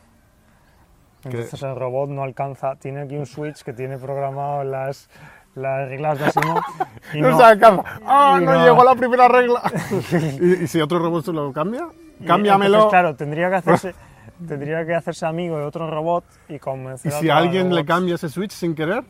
Speaker 3: Entonces el robot no alcanza, tiene aquí un switch que tiene programado las, las reglas de Asimov y
Speaker 1: No,
Speaker 3: no,
Speaker 1: se alcanza. ¡Ah,
Speaker 3: Y
Speaker 1: no,
Speaker 3: no.
Speaker 1: llegó la primera regla! ¿Y, y si otro robot se lo cambia?
Speaker 3: y
Speaker 1: Cámbiamelo.
Speaker 3: entonces, claro, tendría que hacerse tendría que hacerse amigo de otro robot y convencer
Speaker 1: y
Speaker 3: a
Speaker 1: si
Speaker 3: otro
Speaker 1: alguien le
Speaker 3: robot.
Speaker 1: cambia ese switch sin querer,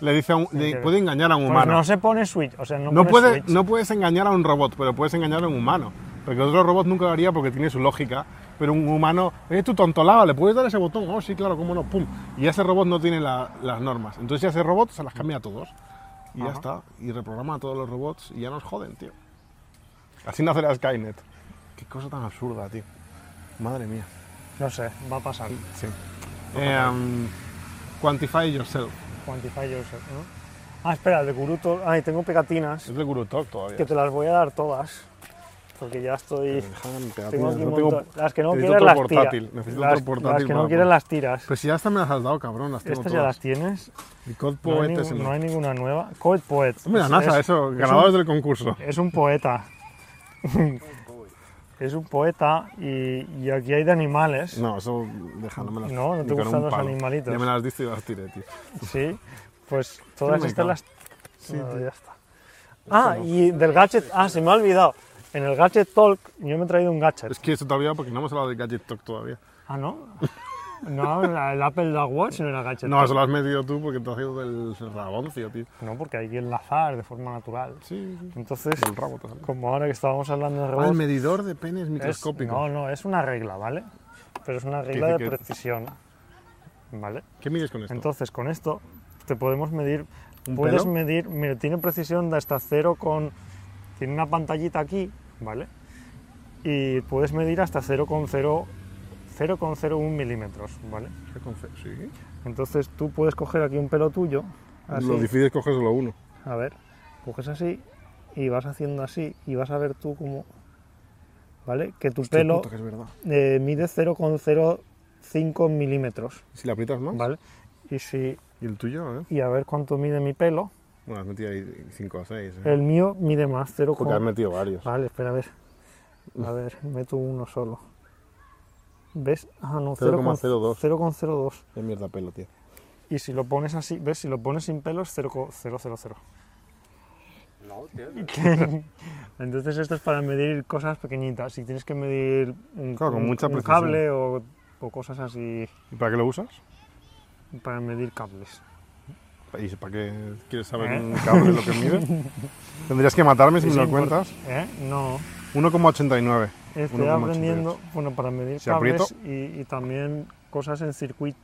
Speaker 1: le dice a un- le
Speaker 3: querer.
Speaker 1: puede engañar a un
Speaker 3: Pues
Speaker 1: humano.
Speaker 3: no se pone switch, o sea, no,
Speaker 1: No,
Speaker 3: pone
Speaker 1: puede-
Speaker 3: switch.
Speaker 1: no puedes engañar a un robot, pero puedes engañar a un humano. Porque otro robot nunca lo haría porque tiene su lógica. Pero un humano, eres tú tontolado, le puedes dar ese botón. Oh, sí, claro, cómo no, pum. Y ese robot no tiene la- las normas. Entonces ese robot se las cambia a todos. Y ya
Speaker 3: Ajá.
Speaker 1: está. Y reprograma a todos los robots y ya nos joden, tío. Así nace la Skynet. Qué cosa tan absurda, tío. Madre mía.
Speaker 3: No sé, va a pasar.
Speaker 1: Sí. Em, quantify yourself.
Speaker 3: Quantify yourself, ¿no? Ah, espera, de Guruto. Ay, tengo pegatinas
Speaker 1: Es de Guru Talk todavía.
Speaker 3: que te las voy a dar todas. Porque ya estoy.
Speaker 1: Déjame pegatinas,
Speaker 3: Tengo aquí
Speaker 1: no
Speaker 3: un
Speaker 1: tengo-
Speaker 3: montón. Las que no
Speaker 1: necesito
Speaker 3: quieres
Speaker 1: otro
Speaker 3: las
Speaker 1: portátil,
Speaker 3: tiras.
Speaker 1: necesito
Speaker 3: Las,
Speaker 1: otro portátil
Speaker 3: las que
Speaker 1: para
Speaker 3: no quieres
Speaker 1: poner.
Speaker 3: las tiras.
Speaker 1: Pues si ya estas me las has dado, cabrón, las tengo
Speaker 3: Estas ya
Speaker 1: todas.
Speaker 3: las tienes.
Speaker 1: Y Cod
Speaker 3: No hay,
Speaker 1: Poet es
Speaker 3: ningún-
Speaker 1: el-
Speaker 3: no hay ninguna nueva. Cold Poet.
Speaker 1: Hombre, la
Speaker 3: Es-
Speaker 1: NASA,
Speaker 3: es-
Speaker 1: eso,
Speaker 3: es
Speaker 1: ganadores
Speaker 3: un-
Speaker 1: del concurso.
Speaker 3: Es un poeta. es un poeta y, y aquí hay de animales.
Speaker 1: No, eso deja, no me las
Speaker 3: No,
Speaker 1: ni
Speaker 3: no te
Speaker 1: con
Speaker 3: gustan
Speaker 1: un
Speaker 3: los
Speaker 1: palo.
Speaker 3: animalitos.
Speaker 1: Ya me las diste y las tiré, tío.
Speaker 3: Sí, pues todas
Speaker 1: me
Speaker 3: estas
Speaker 1: cago.
Speaker 3: las...
Speaker 1: Sí,
Speaker 3: No,
Speaker 1: tío.
Speaker 3: ya está. Ah, y del gadget... Ah, se me ha olvidado. En el gadget talk yo me he traído un gadget.
Speaker 1: Es que eso todavía, porque no hemos hablado de Gadget Talk todavía.
Speaker 3: Ah, ¿no? No, la- el Apple Watch no era gadget
Speaker 1: No,
Speaker 3: talk.
Speaker 1: eso lo has metido tú porque te has ido del raboncio, tío.
Speaker 3: No, porque hay que enlazar de forma natural.
Speaker 1: Sí, sí,
Speaker 3: Entonces,
Speaker 1: del rabo te sale.
Speaker 3: como ahora que estábamos hablando de
Speaker 1: Ah, el
Speaker 3: robots...
Speaker 1: medidor de penes
Speaker 3: es-
Speaker 1: microscópico.
Speaker 3: no, no, es una regla, ¿vale? Pero es una regla de
Speaker 1: que-
Speaker 3: precisión, ¿vale?
Speaker 1: ¿Qué mides con esto?
Speaker 3: Entonces, con esto te podemos medir.
Speaker 1: ¿Un
Speaker 3: Puedes
Speaker 1: pelo?
Speaker 3: medir, mira, tiene precisión de hasta cero con. Tiene una pantallita aquí, ¿vale? Y puedes medir hasta 0,0 0,01 milímetros, ¿vale?
Speaker 1: ¿Qué conce- sí.
Speaker 3: Entonces tú puedes coger aquí un pelo tuyo, así,
Speaker 1: Lo difícil es coger solo uno.
Speaker 3: a ver, coges así y vas haciendo así y vas a ver tú cómo, ¿vale? Que tu
Speaker 1: Hostia,
Speaker 3: pelo
Speaker 1: puta, que es verdad.
Speaker 3: eh, mide 0,05 milímetros,
Speaker 1: Si le aprietas más.
Speaker 3: ¿vale? Y si
Speaker 1: ¿Y el tuyo? Eh?
Speaker 3: y a ver cuánto mide mi pelo,
Speaker 1: Bueno, has metido ahí 5 o ¿eh? 6.
Speaker 3: El mío mide más, 0,
Speaker 1: Porque has metido varios.
Speaker 3: Vale, espera, a ver. A ver, meto uno solo. ¿Ves? Ah, no,
Speaker 1: 0,02.
Speaker 3: 0,02.
Speaker 1: Qué mierda pelo, tío.
Speaker 3: Y si lo pones así, ¿ves? Si lo pones sin pelos, 0,000.
Speaker 2: No, tío.
Speaker 3: Entonces esto es para medir cosas pequeñitas. Si tienes que medir un,
Speaker 1: Claro, con
Speaker 3: un-
Speaker 1: mucha
Speaker 3: un
Speaker 1: precisión.
Speaker 3: cable o, o cosas así
Speaker 1: ¿Y para qué lo usas?
Speaker 3: para medir cables.
Speaker 1: ¿Y para qué quieres saber
Speaker 3: ¿Eh?
Speaker 1: un cable lo que mide? Tendrías que matarme si me
Speaker 3: Es
Speaker 1: lo
Speaker 3: impor-
Speaker 1: cuentas.
Speaker 3: ¿Eh? No.
Speaker 1: 1,89.
Speaker 3: Estoy
Speaker 1: 1,88.
Speaker 3: aprendiendo, Este, bueno, para medir
Speaker 1: Si
Speaker 3: cables y, y también cosas en circuito.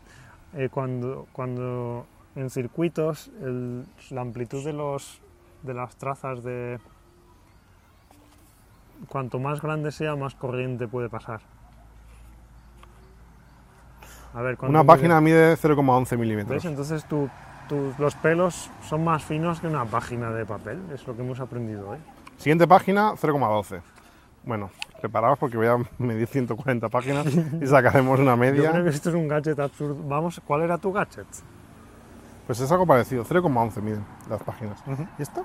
Speaker 3: cuando, cuando en circuitos el- la amplitud de, los, de las trazas de... Cuanto más grande sea, más corriente puede pasar. A ver, ¿cuánto
Speaker 1: Una
Speaker 3: mide?
Speaker 1: página mide 0,11
Speaker 3: ¿Ves?
Speaker 1: milímetros.
Speaker 3: Entonces tu- tu- los pelos son más finos que una página de papel. Es lo que hemos aprendido hoy.
Speaker 1: Siguiente página, 0,12. Bueno, preparaos porque voy a medir 140 páginas y sacaremos una
Speaker 3: Yo creo
Speaker 1: media.
Speaker 3: que esto es un gadget absurdo. Vamos, ¿cuál era tu gadget?
Speaker 1: Pues es algo parecido, 0,11 miden las páginas. ¿Y esta?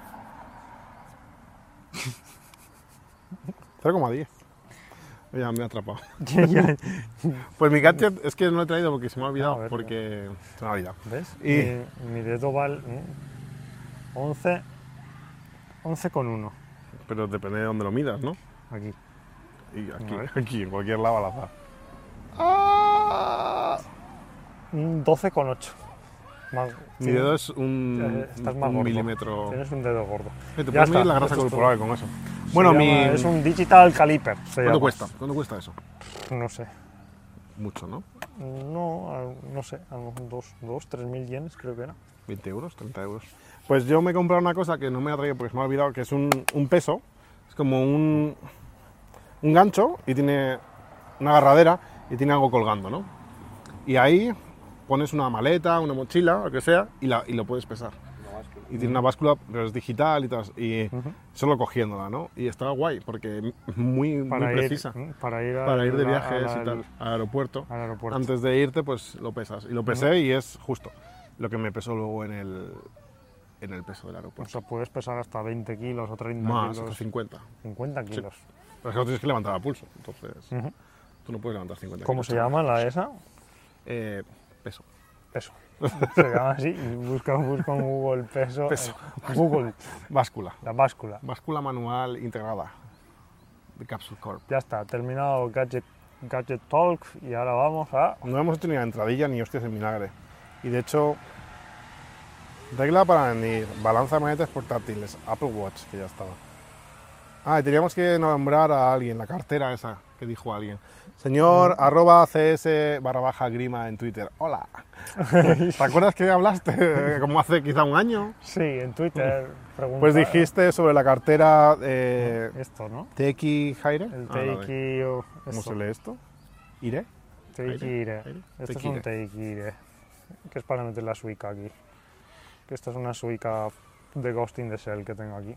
Speaker 1: 0,10. Ya me he atrapado. Pues mi gadget es que no lo he traído porque se me ha olvidado.
Speaker 3: A ver,
Speaker 1: porque se me ha olvidado.
Speaker 3: ¿Ves?
Speaker 1: Y-
Speaker 3: Mi, mi dedo ¿eh? vale 11, 11 con 1.
Speaker 1: Pero depende de dónde lo midas, ¿no?
Speaker 3: Aquí.
Speaker 1: Y aquí,
Speaker 3: A ver.
Speaker 1: aquí, en cualquier lado al azar.
Speaker 3: Un 12 con 8. Más-
Speaker 1: Mi
Speaker 3: tienes-
Speaker 1: dedo es un,
Speaker 3: eh, estás
Speaker 1: un
Speaker 3: más gordo.
Speaker 1: milímetro.
Speaker 3: Tienes un dedo gordo.
Speaker 1: Eh, Te
Speaker 3: Ya
Speaker 1: puedes medir
Speaker 3: está,
Speaker 1: la grasa
Speaker 3: eso es
Speaker 1: corporal con eso. Bueno,
Speaker 3: Se
Speaker 1: mi...
Speaker 3: llama- Es un digital caliper. se
Speaker 1: ¿Cuánto
Speaker 3: llama.
Speaker 1: cuesta? ¿Cuánto cuesta eso?
Speaker 3: No sé.
Speaker 1: Mucho, ¿no?
Speaker 3: No, a- no sé. A unos 2, 2 3 mil yenes creo que era.
Speaker 1: 20 euros, 30 euros. Pues yo me he comprado una cosa que no me ha traído porque se me ha olvidado, que es un, un peso. Es como un, un gancho y tiene una agarradera y tiene algo colgando, ¿no? Y ahí pones una maleta, una mochila, lo que sea, y, la- y lo puedes pesar. Y tiene una báscula, pero es digital y tal, y solo cogiéndola, ¿no? Y está guay porque es muy, muy
Speaker 3: Para ir,
Speaker 1: precisa.
Speaker 3: mm, para ir, a-
Speaker 1: Para ir de
Speaker 3: a-
Speaker 1: viajes
Speaker 3: a-
Speaker 1: y tal, al aeropuerto.
Speaker 3: Al aeropuerto.
Speaker 1: Antes de irte, pues lo pesas. Y lo pesé y es justo lo que me pesó luego en el, en el peso del
Speaker 3: O
Speaker 1: aeropuerto.
Speaker 3: sea, puedes pesar hasta 20 kilos o 30
Speaker 1: Más, hasta
Speaker 3: kilos.
Speaker 1: 50.
Speaker 3: 50 kilos.
Speaker 1: Pero es que lo tienes que levantar a pulso. Entonces,
Speaker 3: Ujú.
Speaker 1: tú no puedes levantar 50.
Speaker 3: ¿Cómo
Speaker 1: kilos.
Speaker 3: se llama la esa?
Speaker 1: Eh, peso.
Speaker 3: Peso. se llama así, y busca, busca en Google peso,
Speaker 1: Peso.
Speaker 3: eh, Google,
Speaker 1: Báscula.
Speaker 3: la báscula.
Speaker 1: Báscula manual integrada de Capsule Corp.
Speaker 3: Ya está, terminado Gadget, Gadget Talk y ahora vamos a...
Speaker 1: No hemos tenido entradilla ni hostias en vinagre. Y de hecho, regla para venir, balanza de manetes portátiles, Apple Watch, que ya estaba. Ah, y teníamos que nombrar a alguien, la cartera esa que dijo alguien. Señor arroba cs barra baja grima en Twitter. Hola. ¿Te acuerdas que hablaste como hace quizá un año?
Speaker 3: Sí, en Twitter pregunta...
Speaker 1: Pues dijiste sobre la cartera eh,
Speaker 3: Esto, ¿no?
Speaker 1: TX Jaire.
Speaker 3: El
Speaker 1: Ah, la de-
Speaker 3: Teiki... o-
Speaker 1: ¿Cómo
Speaker 3: eso,
Speaker 1: se lee esto? ¿Ire?
Speaker 3: Teikire.
Speaker 1: Aire,
Speaker 3: Esto es un teikire, que es para meter la suica aquí. Que esta es una suica de Ghost in the Shell que tengo aquí.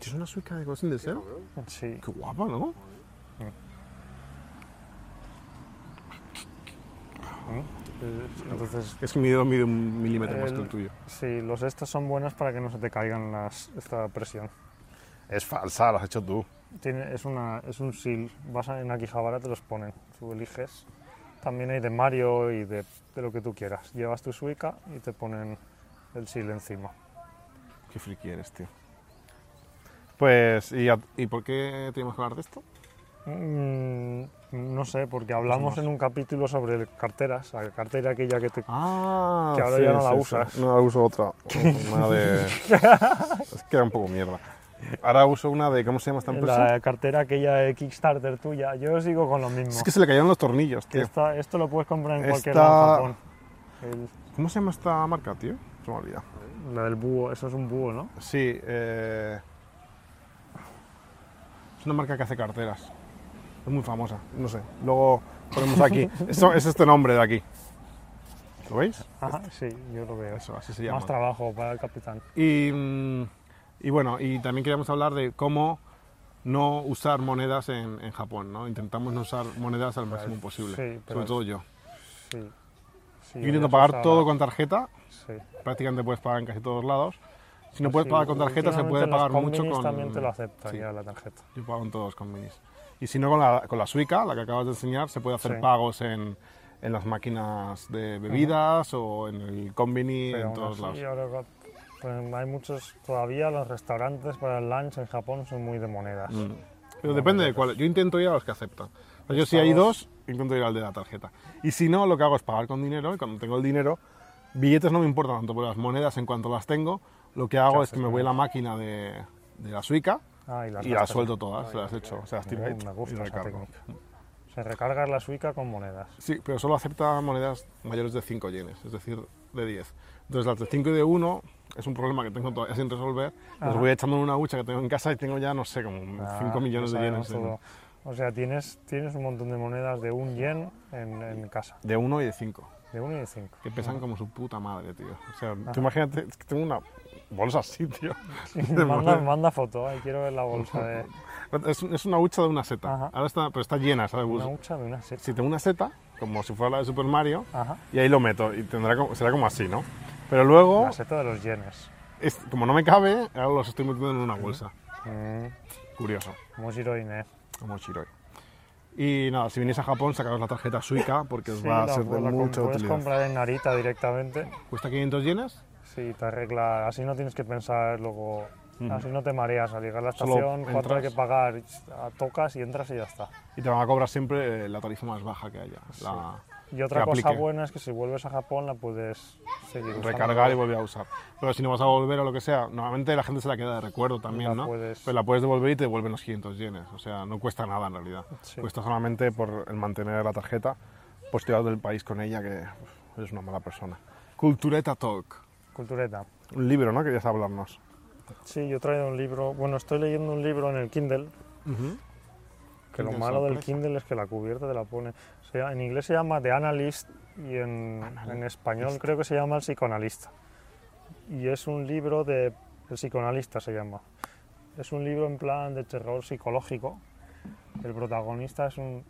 Speaker 1: ¿Es una suica de Ghost in the Shell?
Speaker 3: Sí.
Speaker 1: Qué guapa, ¿no?
Speaker 3: Entonces,
Speaker 1: Es que mi dedo mide un milímetro más
Speaker 3: El-
Speaker 1: que el tuyo.
Speaker 3: sí, los estos son buenos para que no se te caigan las, esta presión.
Speaker 1: Es falsa, lo has hecho tú.
Speaker 3: Tiene- es, una, es un seal. Vas a- en Akihabara, te los ponen. Tú eliges. También hay de Mario y de, de lo que tú quieras. Llevas tu suica y te ponen el seal encima.
Speaker 1: Qué friki eres, tío. Pues, ¿y, a- y por qué teníamos que hablar de esto?
Speaker 3: Mm, no sé, porque hablamos en un capítulo sobre carteras, la cartera aquella que te...
Speaker 1: Ah,
Speaker 3: Que ahora ya no la usas.
Speaker 1: No la uso otra. Una de... es que era un poco mierda. Ahora uso una de... ¿Cómo se llama esta empresa?
Speaker 3: La cartera aquella de Kickstarter tuya. Yo sigo con lo mismo.
Speaker 1: Es que se le cayeron los tornillos, tío.
Speaker 3: Esta- esto lo puedes comprar en cualquier
Speaker 1: Esta-
Speaker 3: lado en Japón. El-
Speaker 1: ¿Cómo se llama esta marca, tío? Se me olvida.
Speaker 3: la del búho, eso es un búho, ¿no?
Speaker 1: Sí, eh, es una marca que hace carteras. Es muy famosa, no sé. Luego ponemos aquí. Eso, es este nombre de aquí. ¿Lo veis?
Speaker 3: Ajá, sí, yo lo veo.
Speaker 1: Eso, así se llama.
Speaker 3: Más trabajo para el capitán.
Speaker 1: Y, mm, y bueno, y también queríamos hablar de cómo no usar monedas en, en Japón, ¿no? Intentamos no usar monedas al máximo posible.
Speaker 3: Pues sí, pero-
Speaker 1: sobre todo yo.
Speaker 3: Sí. Sí,
Speaker 1: Yo intento
Speaker 3: eso
Speaker 1: pagar
Speaker 3: está-
Speaker 1: todo con tarjeta.
Speaker 3: Sí.
Speaker 1: Prácticamente puedes pagar en casi todos lados. Si no puedes
Speaker 3: Pues Sí,
Speaker 1: pagar con tarjeta, se
Speaker 3: últimamente
Speaker 1: puede
Speaker 3: los
Speaker 1: pagar mucho
Speaker 3: combinis
Speaker 1: con...
Speaker 3: también te lo aceptan
Speaker 1: sí.
Speaker 3: ya la tarjeta.
Speaker 1: Yo pago en todos los convenis. Y si no, con la, con la Suica, la que acabas de enseñar, se puede hacer
Speaker 3: Sí.
Speaker 1: pagos en, en las máquinas de bebidas o en el conveni,
Speaker 3: Pero
Speaker 1: en
Speaker 3: aún
Speaker 1: todos
Speaker 3: así,
Speaker 1: lados.
Speaker 3: ahora, pues, hay muchos, todavía los restaurantes para el lunch en Japón son muy de monedas.
Speaker 1: Mm. Pero depende de cuál. Yo intento ir a los que aceptan. O sea, yo si hay dos, intento ir al de la tarjeta. Y si no, lo que hago es pagar con dinero y cuando tengo el dinero, billetes no me importan tanto, pero las monedas, en cuanto las tengo, lo que hago es que me voy a la máquina de, de la Suica
Speaker 3: Ah, y las
Speaker 1: y las
Speaker 3: gastas.
Speaker 1: suelto todas, se las echo, se las tiro
Speaker 3: Me
Speaker 1: ahí y
Speaker 3: gusta esa
Speaker 1: recargo.
Speaker 3: técnica. Se recarga la suica con monedas.
Speaker 1: Sí, pero solo acepta monedas mayores de 5 yenes, es decir, de 10. Entonces las de 5 y de 1 es un problema que tengo todavía sin resolver. Los
Speaker 3: Ajá.
Speaker 1: voy echando en una hucha que tengo en casa y tengo ya, no sé, como 5
Speaker 3: Ah,
Speaker 1: millones
Speaker 3: ya
Speaker 1: de
Speaker 3: sabemos
Speaker 1: yenes. en-
Speaker 3: todo. O sea, tienes, tienes un montón de monedas de un yen en, en casa,
Speaker 1: de 1 y de 5,
Speaker 3: de uno y de cinco.
Speaker 1: que pesan como su puta madre, tío. O sea, tú imagínate, es que tengo una bolsa así, tío.
Speaker 3: manda, manda foto, ay, quiero ver la bolsa de
Speaker 1: Es, es una hucha de una seta.
Speaker 3: Ajá.
Speaker 1: Ahora está, pero está llena, ¿sabes? Pues,
Speaker 3: una hucha de una seta.
Speaker 1: Si tengo una seta, como si fuera la de Super Mario,
Speaker 3: Ajá,
Speaker 1: y ahí lo meto, y tendrá como- será como así, ¿no? Pero luego,
Speaker 3: la seta de los yenes.
Speaker 1: es- como no me cabe, ahora los estoy metiendo en una bolsa.
Speaker 3: Mm,
Speaker 1: Curioso.
Speaker 3: muy Shiroine.
Speaker 1: como Shiroi. Y nada, si venís a Japón, sacaros la tarjeta Suica porque os
Speaker 3: Sí,
Speaker 1: va a
Speaker 3: la-
Speaker 1: ser de
Speaker 3: la com-
Speaker 1: mucha
Speaker 3: Puedes
Speaker 1: utilidad.
Speaker 3: comprar en Narita directamente.
Speaker 1: ¿Cuesta 500 yenes?
Speaker 3: Sí, te arregla. Así no tienes que pensar luego. Así no te mareas al llegar a la
Speaker 1: Solo
Speaker 3: estación, cuatro hay
Speaker 1: entras.
Speaker 3: que pagar, y- tocas y entras y ya está.
Speaker 1: Y te van a cobrar siempre eh, la tarifa más baja que haya. La
Speaker 3: Y otra
Speaker 1: que
Speaker 3: cosa
Speaker 1: aplique.
Speaker 3: buena es que si vuelves a Japón la puedes seguir usando.
Speaker 1: recargar y volver a usar. Pero si no vas a volver o lo que sea, normalmente la gente se la queda de recuerdo también,
Speaker 3: La
Speaker 1: ¿no?
Speaker 3: puedes-
Speaker 1: Pero la puedes devolver y te devuelven los 500 yenes. O sea, no cuesta nada en realidad.
Speaker 3: Sí.
Speaker 1: Cuesta solamente por el mantener la tarjeta, pues te vas del país con ella, que uf, eres una mala persona. Cultureta Talk.
Speaker 3: Cultureta.
Speaker 1: Un libro, ¿no? Querías hablarnos.
Speaker 3: Sí, yo he traído un libro. Bueno, estoy leyendo un libro en el Kindle. Que lo
Speaker 1: Kindle
Speaker 3: malo del
Speaker 1: sorpresa.
Speaker 3: Kindle es que la cubierta te la pone. o sea, en inglés se llama The Analyst y en, en español creo que se llama El Psicoanalista. Y es un libro de. El Psicoanalista se llama. Es un libro en plan de terror psicológico. El protagonista es un.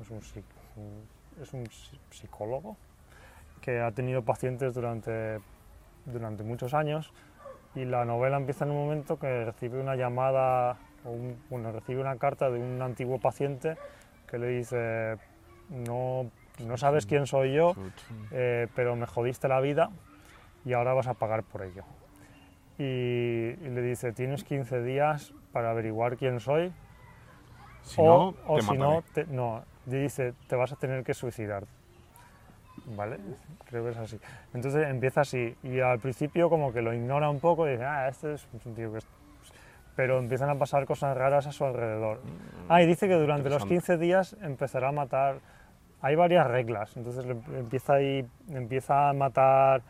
Speaker 3: Es un, psi- un- es un psi- psicólogo que ha tenido pacientes durante, durante muchos años y la novela empieza en un momento que recibe una llamada, o un- bueno, recibe una carta de un antiguo paciente que le dice, no no sabes quién soy yo,
Speaker 1: Pues,
Speaker 3: eh, pero me jodiste la vida y ahora vas a pagar por ello. Y, y le dice, tienes 15 días para averiguar quién soy
Speaker 1: Si
Speaker 3: o,
Speaker 1: no,
Speaker 3: o
Speaker 1: te
Speaker 3: si
Speaker 1: mataré.
Speaker 3: no, te- no, le dice, te vas a tener que suicidar. ¿Vale? Creo que es así. Entonces empieza así. Y al principio como que lo ignora un poco y dice, ah, este es un tío que... es-". Pero empiezan a pasar cosas raras a su alrededor. Ah, y dice que durante los
Speaker 1: Mm, interesante.
Speaker 3: 15 días empezará a matar... Hay varias reglas. Entonces le- empieza, ahí, empieza a matar...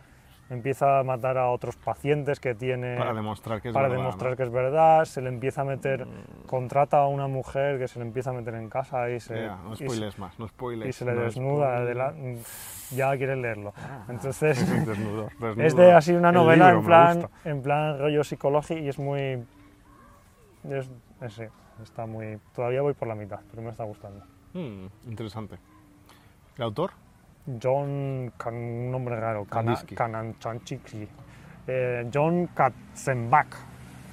Speaker 3: Empieza a matar a otros pacientes que tiene
Speaker 1: Para demostrar que es
Speaker 3: para
Speaker 1: verdad, ¿no? Mm.
Speaker 3: demostrar que es verdad, se le empieza a meter, contrata a una mujer que se le empieza a meter en casa y se,
Speaker 1: Ya, no
Speaker 3: y se-
Speaker 1: spoilers más, no spoilers.
Speaker 3: y se le
Speaker 1: no
Speaker 3: desnuda.
Speaker 1: spoilers.
Speaker 3: de la- ya quieres leerlo. Entonces,
Speaker 1: Desnudo,
Speaker 3: es
Speaker 1: desnudo.
Speaker 3: de así una
Speaker 1: El
Speaker 3: novela
Speaker 1: libro
Speaker 3: en
Speaker 1: me
Speaker 3: plan,
Speaker 1: gusta.
Speaker 3: en plan rollo psicológico y es muy... Es, es- sí, está muy... Todavía voy por la mitad, pero me está gustando.
Speaker 1: Mm, interesante. ¿El autor?
Speaker 3: John, con un nombre raro, Kana-
Speaker 1: Kandinsky.
Speaker 3: Kananchanchiki. Eh, John Katzenbach.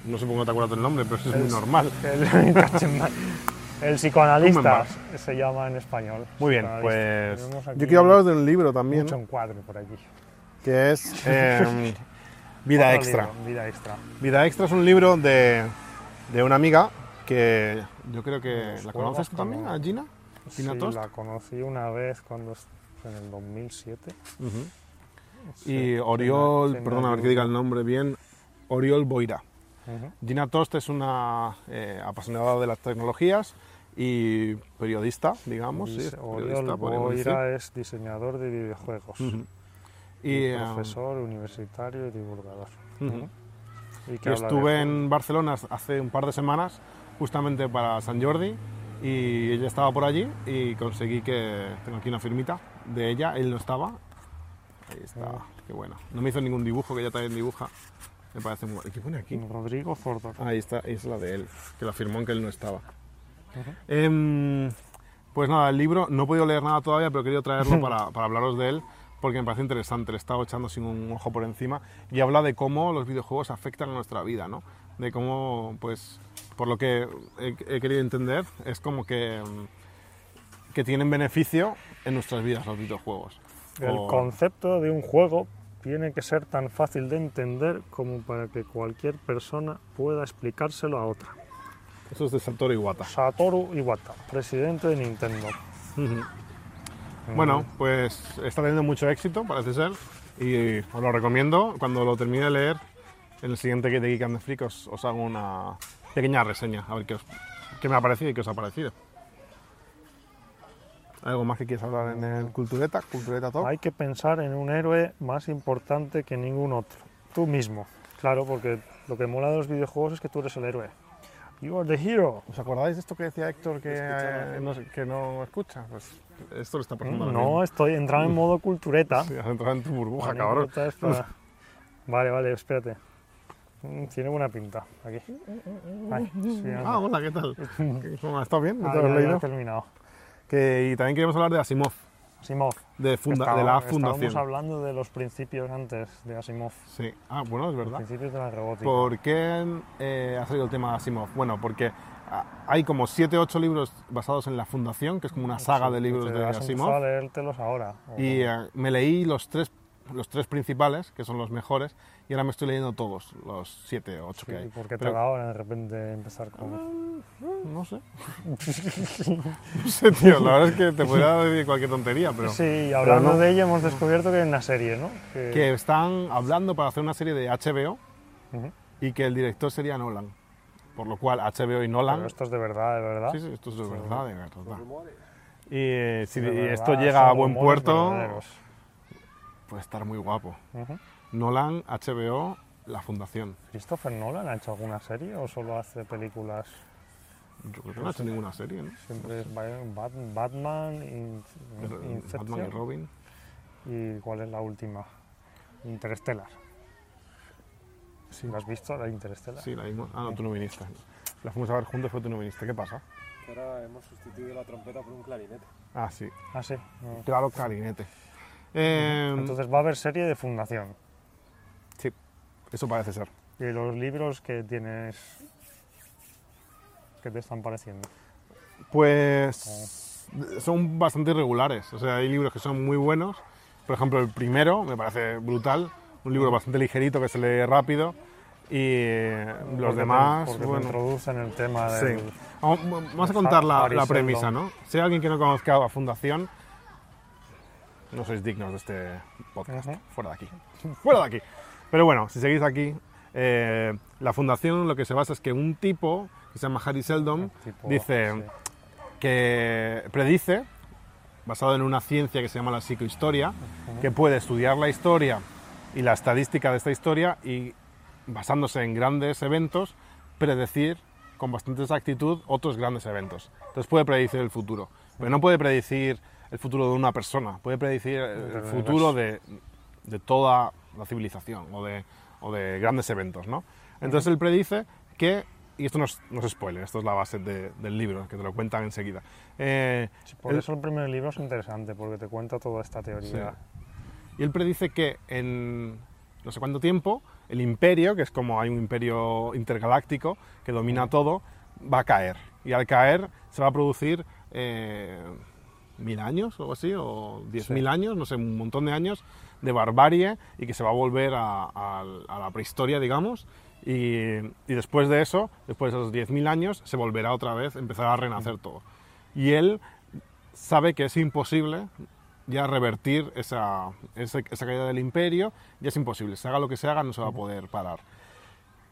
Speaker 1: No sé por qué no te acuerdas del nombre, pero es, muy
Speaker 3: Es-
Speaker 1: normal.
Speaker 3: El, Katzenbach. El psicoanalista
Speaker 1: Humbert.
Speaker 3: se llama en español.
Speaker 1: Muy bien,
Speaker 3: psicoanalista.
Speaker 1: pues.
Speaker 3: Tenemos aquí
Speaker 1: Yo quiero hablaros de un libro también,
Speaker 3: Mucho encuadre por aquí.
Speaker 1: que es em, Vida
Speaker 3: Otro
Speaker 1: Extra.
Speaker 3: libro, vida extra.
Speaker 1: Vida Extra es un libro de, de una amiga que yo creo que.
Speaker 3: Nos
Speaker 1: ¿La conoces tú
Speaker 3: juegas
Speaker 1: también,
Speaker 3: como-
Speaker 1: a Gina?
Speaker 3: Sí,
Speaker 1: Tina Tost.
Speaker 3: la conocí una vez cuando est- en el 2007.
Speaker 1: Ujú.
Speaker 3: Sí,
Speaker 1: Y Oriol,
Speaker 3: Tina- Tina
Speaker 1: perdona, a ver que diga el nombre bien, Oriol Boira.
Speaker 3: Ujú.
Speaker 1: Gina Tost es una eh, apasionada de las tecnologías y periodista, digamos. sí,
Speaker 3: Dis-
Speaker 1: es periodista,
Speaker 3: Oriol
Speaker 1: podríamos decir.
Speaker 3: Boira es diseñador de videojuegos.
Speaker 1: Ujú.
Speaker 3: y
Speaker 1: Y, eh,
Speaker 3: profesor universitario y divulgador.
Speaker 1: ujú.
Speaker 3: Y
Speaker 1: Yo
Speaker 3: que habla de
Speaker 1: estuve en Barcelona hace un par de semanas, justamente para San Jordi, y ella estaba por allí y conseguí que. Tengo aquí una firmita de ella, él no estaba. Ahí está,
Speaker 3: Ah.
Speaker 1: qué bueno. No me hizo ningún dibujo, que ella también dibuja. Me parece muy bueno. ¿Y qué pone aquí?
Speaker 3: Rodrigo Zordor.
Speaker 1: Ahí está, es la de él, que la firmó aunque él no estaba. Em, pues nada, el libro, no he podido leer nada todavía, pero he querido traerlo para, para hablaros de él, porque me parece interesante, le he estado echando sin un ojo por encima, y habla de cómo los videojuegos afectan a nuestra vida, ¿no? De cómo, pues, por lo que he, he querido entender, es como que, mm, que tienen beneficio en nuestras vidas los videojuegos.
Speaker 3: El
Speaker 1: O-
Speaker 3: concepto de un juego tiene que ser tan fácil de entender como para que cualquier persona pueda explicárselo a otra.
Speaker 1: Eso es de Satoru Iwata.
Speaker 3: Satoru Iwata, presidente de Nintendo.
Speaker 1: Bueno, pues está teniendo mucho éxito, parece ser, y os lo recomiendo. Cuando lo termine de leer, en el siguiente que de Geek and the Freak os, os hago una pequeña reseña, a ver qué, os- qué me ha parecido y qué os ha parecido. ¿Algo más que quieres hablar en el Cultureta? ¿Cultureta Talk?
Speaker 3: Hay que pensar en un héroe más importante que ningún otro. Tú mismo. Claro, porque lo que mola de los videojuegos es que tú eres el héroe. You are the hero.
Speaker 1: ¿Os acordáis de esto que decía Héctor que,
Speaker 2: Escuchaba.
Speaker 1: eh, no, se- que no escucha? Pues esto le está pasando ahora
Speaker 3: Mm, No,
Speaker 1: mismo.
Speaker 3: estoy entrando en modo cultureta.
Speaker 1: Sí, has entrado en tu burbuja,
Speaker 3: La
Speaker 1: cabrón.
Speaker 3: anécdota es para- Vale, vale, espérate. Mm, Tiene buena pinta. Aquí. Ay, sí, anda.
Speaker 1: Ah, hola, ¿qué tal? ¿Cómo, ¿Estás bien? ¿No
Speaker 3: Ah,
Speaker 1: te lo has
Speaker 3: ya, ya
Speaker 1: leído?
Speaker 3: he terminado.
Speaker 1: Que, y también queremos hablar de Asimov,
Speaker 3: Asimov.
Speaker 1: de, funda-
Speaker 3: Estaba-
Speaker 1: de la
Speaker 3: Estábamos
Speaker 1: fundación.
Speaker 3: hablando de los principios antes de Asimov.
Speaker 1: Sí, ah, bueno, es verdad. Pues,
Speaker 3: Principios de la robótica.
Speaker 1: ¿Por qué eh, ha salido el tema de Asimov? Bueno, porque ah, hay como 7 8 libros basados en La Fundación, que es como una saga de libros de
Speaker 3: Voy a
Speaker 1: Asimov.
Speaker 3: leértelos ahora. o-
Speaker 1: Y eh, me leí los tres, los tres principales, que son los mejores, y ahora me estoy leyendo todos, los 7 o 8
Speaker 3: Sí,
Speaker 1: que hay.
Speaker 3: ¿Por qué te
Speaker 1: Pero- Ah,
Speaker 3: da ahora de repente empezar con...?
Speaker 1: No sé. no sé, tío, la verdad es que te podría decir cualquier tontería, pero...
Speaker 3: Sí, y hablando
Speaker 1: no.
Speaker 3: de ello hemos descubierto que es una serie, ¿no? Que-
Speaker 1: Que están hablando para hacer una serie de HBO
Speaker 3: Ujú.
Speaker 1: y que el director sería Nolan. Por lo cual, HBO y
Speaker 3: Pero
Speaker 1: Nolan
Speaker 3: esto es de verdad, de verdad.
Speaker 1: Sí, sí, esto es de verdad, de verdad.
Speaker 2: Rumores.
Speaker 1: Y eh, si
Speaker 3: De
Speaker 1: y
Speaker 3: verdad,
Speaker 1: esto llega a
Speaker 3: son
Speaker 1: buen
Speaker 3: rumores
Speaker 1: puerto,
Speaker 3: verdaderos.
Speaker 1: puede estar muy guapo.
Speaker 3: Ujú.
Speaker 1: Nolan, HBO, La Fundación.
Speaker 3: ¿Christopher Nolan ha hecho alguna serie o solo hace películas?
Speaker 1: Yo creo que no ha hecho ninguna serie, ¿no?
Speaker 3: Siempre es Ba- Bat- Batman, In-
Speaker 1: Pero, eh,
Speaker 3: Inception
Speaker 1: Batman y Robin.
Speaker 3: y ¿cuál es la última? Interstellar.
Speaker 1: Sí,
Speaker 3: ¿Lo has visto, la Interstellar?
Speaker 1: sí, la misma. Ah, no, tú no viniste. La fuimos a ver juntos, pero tú no viniste. ¿Qué pasa?
Speaker 2: Que Ahora hemos sustituido la trompeta por un clarinete.
Speaker 1: Ah, sí.
Speaker 3: Ah, sí. no.
Speaker 1: Claro, clarinete. Eh,
Speaker 3: Entonces va a haber serie de fundación.
Speaker 1: sí, eso parece ser.
Speaker 3: ¿Y los libros que tienes que te están pareciendo?
Speaker 1: Pues
Speaker 3: Ah.
Speaker 1: son bastante irregulares. O sea, hay libros que son muy buenos. Por ejemplo, el primero me parece brutal. Un libro bastante ligerito que se lee rápido. Y eh,
Speaker 3: Porque
Speaker 1: los
Speaker 3: te-
Speaker 1: demás.
Speaker 3: porque te
Speaker 1: bueno,
Speaker 3: introducen el tema
Speaker 1: sí.
Speaker 3: del...
Speaker 1: Vamos- Vamos a contar la,
Speaker 3: Harry
Speaker 1: la
Speaker 3: Sheldon.
Speaker 1: premisa, ¿no? Si hay alguien que no conozca a Fundación, no sois dignos de este podcast.
Speaker 3: Ujú.
Speaker 1: Fuera de aquí. Fuera de aquí. Pero bueno, si seguís aquí, eh, la Fundación lo que se basa es que un tipo, que se llama Harry Seldon,
Speaker 3: tipo,
Speaker 1: dice
Speaker 3: sí.
Speaker 1: que predice, basado en una ciencia que se llama la psicohistoria, que puede estudiar la historia y la estadística de esta historia y, basándose en grandes eventos, predecir con bastante exactitud otros grandes eventos. Entonces puede predecir el futuro, pero no puede predecir el futuro de una persona, puede predecir el
Speaker 3: universo.
Speaker 1: futuro de, de toda la civilización o de, o de grandes eventos, ¿no? Entonces él predice que, y esto no es, no es spoiler, esto es la base de- del libro, que te lo cuentan enseguida. Eh,
Speaker 3: Sí, Por
Speaker 1: él-
Speaker 3: eso el primer libro es interesante, porque te cuenta toda esta teoría.
Speaker 1: Y él predice que en no sé cuánto tiempo el imperio, que es como hay un imperio intergaláctico que domina todo, va a caer. Y al caer se va a producir eh, mil años o algo así, o diez mil años, no sé, un montón de años de barbarie y que se va a volver a, a- a la prehistoria, digamos. Y, y después de eso, después de esos 10.000 años, se volverá otra vez, empezará a renacer todo. Y él sabe que es imposible ya revertir esa, esa, esa caída del imperio, ya es imposible. Se haga lo que se haga, no se va a poder parar.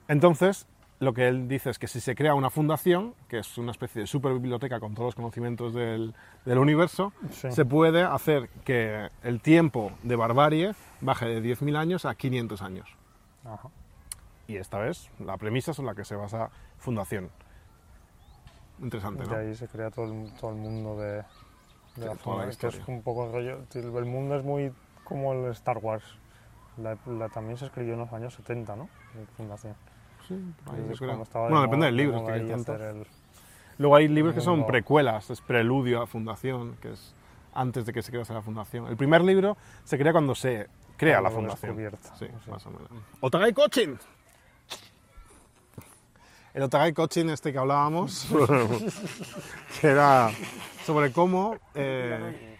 Speaker 1: Entonces, lo que él dice es que si se crea una fundación, que es una especie de superbiblioteca con todos los conocimientos del, del universo,
Speaker 3: Sí.
Speaker 1: se puede hacer que el tiempo de barbarie baje de 10.000 años a 500 años.
Speaker 3: Ajá.
Speaker 1: Y esta vez la premisa sobre la que se basa Fundación. Interesante,
Speaker 3: De
Speaker 1: ¿no?
Speaker 3: ahí se crea todo el, todo el mundo de, de
Speaker 1: toda
Speaker 3: la zona,
Speaker 1: la
Speaker 3: que es
Speaker 1: historia.
Speaker 3: un poco el rollo. El mundo es muy como el Star Wars. La, la- también se escribió en los años 70, ¿no? La fundación.
Speaker 1: Sí, por ahí
Speaker 3: Entonces,
Speaker 1: yo creo.
Speaker 3: cuando estaba de
Speaker 1: Bueno, depende
Speaker 3: moda-
Speaker 1: del
Speaker 3: de
Speaker 1: libro. es
Speaker 3: moda
Speaker 1: que hay
Speaker 3: ahí
Speaker 1: tantos.
Speaker 3: hacer el-
Speaker 1: Luego hay libros que son
Speaker 3: Mundo.
Speaker 1: precuelas, es preludio a Fundación, que es antes de que se crease la Fundación. El primer libro se crea cuando se crea la
Speaker 3: Cuando lo
Speaker 1: Fundación.
Speaker 3: descubierta,
Speaker 1: Sí,
Speaker 3: o sea.
Speaker 1: más o menos. Otagai Cochin. El Otagai Cochin este que hablábamos, que era sobre cómo, eh,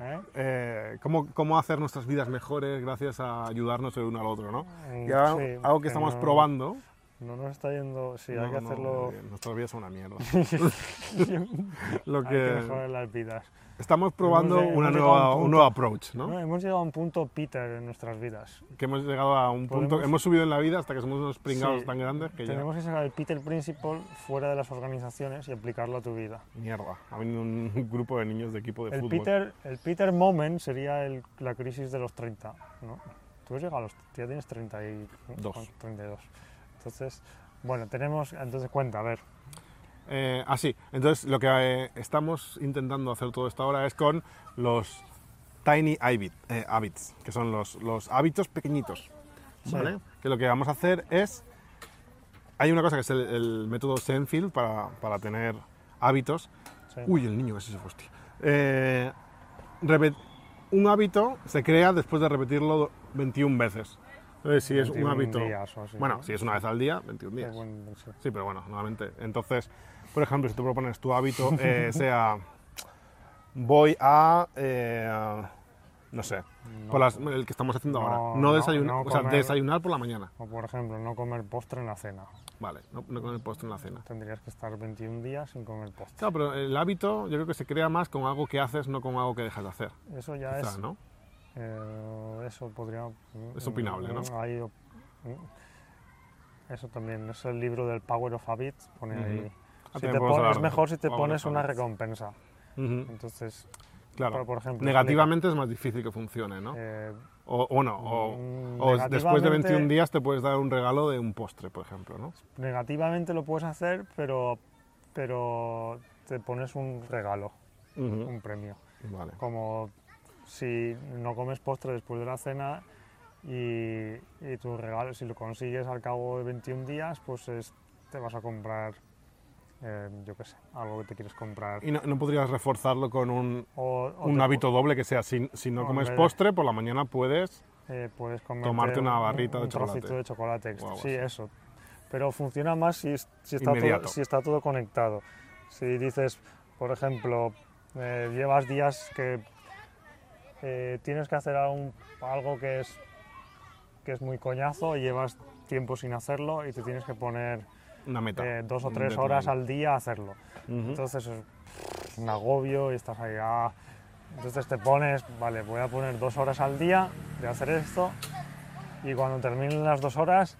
Speaker 3: ¿eh?
Speaker 1: eh, cómo, cómo hacer nuestras vidas mejores gracias a ayudarnos el uno al otro, ¿no?
Speaker 3: Mm,
Speaker 1: Y ahora
Speaker 3: sí,
Speaker 1: algo
Speaker 3: que
Speaker 1: que estamos
Speaker 3: no-
Speaker 1: probando
Speaker 3: No nos está yendo. Sí,
Speaker 1: no,
Speaker 3: hay que
Speaker 1: no,
Speaker 3: hacerlo.
Speaker 1: eh, nuestra vida es una mierda. Lo
Speaker 3: Hay que
Speaker 1: que
Speaker 3: mejorar las vidas.
Speaker 1: estamos probando
Speaker 3: Hemos-
Speaker 1: una
Speaker 3: hemos llegado a
Speaker 1: nueva,
Speaker 3: un
Speaker 1: un
Speaker 3: punto.
Speaker 1: nuevo approach, ¿no?
Speaker 3: No, hemos llegado a un punto Peter en nuestras vidas.
Speaker 1: Que hemos llegado a un punto,
Speaker 3: Podemos-
Speaker 1: hemos subido en la vida hasta que somos unos pringados
Speaker 3: Sí,
Speaker 1: tan grandes que ya
Speaker 3: Tenemos que sacar el Peter Principle fuera de las organizaciones y aplicarlo a tu vida.
Speaker 1: mierda. Ha venido un grupo de niños de equipo de
Speaker 3: El
Speaker 1: fútbol.
Speaker 3: Peter, el Peter Moment sería el- la crisis de los 30, ¿no? Tú has llegado a los... ya tienes 30 y,
Speaker 1: Dos.
Speaker 3: 32. Entonces, bueno, tenemos... Entonces cuenta, a ver.
Speaker 1: Eh, ah, sí. Entonces lo que eh, estamos intentando hacer todo esto ahora es con los tiny habit- eh, habits, que son los, los hábitos pequeñitos, ¿vale? Que lo que vamos a hacer es... Hay una cosa que es el, el método Senfield para, para tener hábitos.
Speaker 3: Sí.
Speaker 1: Uy, el niño ese se fue, hostia. Eh, repet- un hábito se crea después de repetirlo 21 veces.
Speaker 3: Eh,
Speaker 1: Entonces, si es un
Speaker 3: 21
Speaker 1: hábito...
Speaker 3: días o así,
Speaker 1: bueno,
Speaker 3: ¿no?
Speaker 1: si es una vez al día, 21
Speaker 3: Qué
Speaker 1: días.
Speaker 3: buen- sí.
Speaker 1: Sí, pero bueno, nuevamente. Entonces, por ejemplo, si tú propones tu hábito, eh, sea. Voy a. eh, no sé. por las- el que estamos haciendo
Speaker 3: No,
Speaker 1: ahora.
Speaker 3: no,
Speaker 1: No desayunar.
Speaker 3: no
Speaker 1: o sea,
Speaker 3: comer.
Speaker 1: desayunar por la mañana.
Speaker 3: O por ejemplo, no comer postre en la cena.
Speaker 1: Vale, no, no con el postre en la cena.
Speaker 3: Tendrías que estar 21 días sin comer postre.
Speaker 1: Claro, pero el hábito yo creo que se crea más con algo que haces, no con algo que dejas de hacer.
Speaker 3: Eso ya
Speaker 1: Quizá,
Speaker 3: es...
Speaker 1: ¿no?
Speaker 3: eh, eso podría...
Speaker 1: Es opinable, ¿no?
Speaker 3: Ahí op- eh, eso también es el libro del Power of Habits. Pone
Speaker 1: Ujú.
Speaker 3: ahí.
Speaker 1: Ah,
Speaker 3: Si te
Speaker 1: también podemos
Speaker 3: pones,
Speaker 1: hablar
Speaker 3: es
Speaker 1: de-
Speaker 3: mejor si te
Speaker 1: vamos a
Speaker 3: pones una
Speaker 1: hablar.
Speaker 3: recompensa.
Speaker 1: Ujú,
Speaker 3: Entonces,
Speaker 1: Claro.
Speaker 3: Pero, por ejemplo,
Speaker 1: Negativamente es más difícil que funcione, ¿no?
Speaker 3: eh,
Speaker 1: O bueno, o,
Speaker 3: mm,
Speaker 1: o después de
Speaker 3: negativamente-
Speaker 1: 21 días te puedes dar un regalo de un postre, por ejemplo, ¿no?
Speaker 3: Negativamente lo puedes hacer, pero, pero te pones un regalo,
Speaker 1: Ujú,
Speaker 3: un premio.
Speaker 1: Vale.
Speaker 3: Como si no comes postre después de la cena y, y tu regalo, si lo consigues al cabo de 21 días, pues es- te vas a comprar, eh, yo qué sé, algo que te quieres comprar.
Speaker 1: ¿Y no, no podrías reforzarlo con un,
Speaker 3: O- o
Speaker 1: un
Speaker 3: te-
Speaker 1: hábito doble que sea, si, si
Speaker 3: o
Speaker 1: no
Speaker 3: en
Speaker 1: comes
Speaker 3: vez de-
Speaker 1: postre, por la mañana puedes...
Speaker 3: eh, puedes comer
Speaker 1: Tomarte una barrita
Speaker 3: un,
Speaker 1: de
Speaker 3: un trocito
Speaker 1: chocolate.
Speaker 3: de chocolate extra.
Speaker 1: O algo
Speaker 3: Sí,
Speaker 1: así.
Speaker 3: eso. Pero funciona más si, es- si está, todo,
Speaker 1: Inmediato.
Speaker 3: si está todo conectado. Si dices, por ejemplo, eh, llevas días que eh, tienes que hacer algún- algo que es, que es muy coñazo, y llevas tiempo sin hacerlo y te tienes que poner
Speaker 1: Una meta.
Speaker 3: eh, dos o
Speaker 1: un
Speaker 3: tres
Speaker 1: deadline.
Speaker 3: horas al día a hacerlo.
Speaker 1: Ujú.
Speaker 3: Entonces es pff, un agobio y estás ahí. ah. Entonces te pones, vale, voy a poner dos horas al día de hacer esto y cuando terminen las dos horas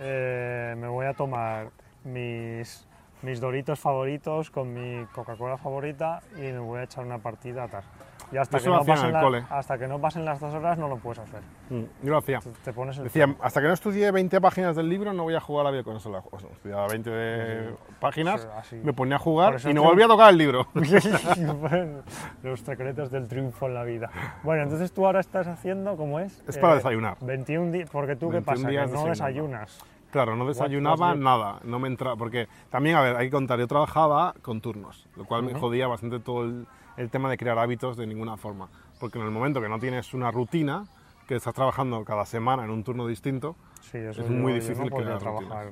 Speaker 3: eh, me voy a tomar mis, mis doritos favoritos con mi Coca-Cola favorita y me voy a echar una partida a tal. Y hasta
Speaker 1: Eso
Speaker 3: que,
Speaker 1: lo
Speaker 3: no
Speaker 1: hacían en
Speaker 3: pasen
Speaker 1: el
Speaker 3: la-
Speaker 1: cole.
Speaker 3: hasta que no pasen las dos horas no lo puedes hacer.
Speaker 1: Mm, Yo lo hacía.
Speaker 3: Te pones el...
Speaker 1: Decía, hasta que no estudie 20 páginas del libro no voy a jugar a la videoconsola. O sea, estudiaba 20 de páginas,
Speaker 3: Sí, así.
Speaker 1: me ponía a
Speaker 3: Por
Speaker 1: jugar
Speaker 3: eso
Speaker 1: y no
Speaker 3: tengo-
Speaker 1: volvía a tocar el libro.
Speaker 3: Bueno, Los secretos del triunfo en la vida. Bueno, entonces tú ahora estás haciendo, ¿cómo es?
Speaker 1: Es para desayunar.
Speaker 3: 21 días, porque tú, ¿qué
Speaker 1: 21
Speaker 3: pasa? Que
Speaker 1: días
Speaker 3: no
Speaker 1: desayunando.
Speaker 3: desayunas.
Speaker 1: Claro, no desayunaba
Speaker 3: your-
Speaker 1: nada, no me entraba, porque también, a ver, hay que contar, yo trabajaba con turnos, lo cual me jodía bastante todo el, el tema de crear hábitos de ninguna forma, porque en el momento que no tienes una rutina, que estás trabajando cada semana en un turno distinto,
Speaker 3: Sí, eso
Speaker 1: Es
Speaker 3: yo-
Speaker 1: muy
Speaker 3: yo
Speaker 1: difícil
Speaker 3: no
Speaker 1: que
Speaker 3: podía
Speaker 1: la
Speaker 3: trabajar.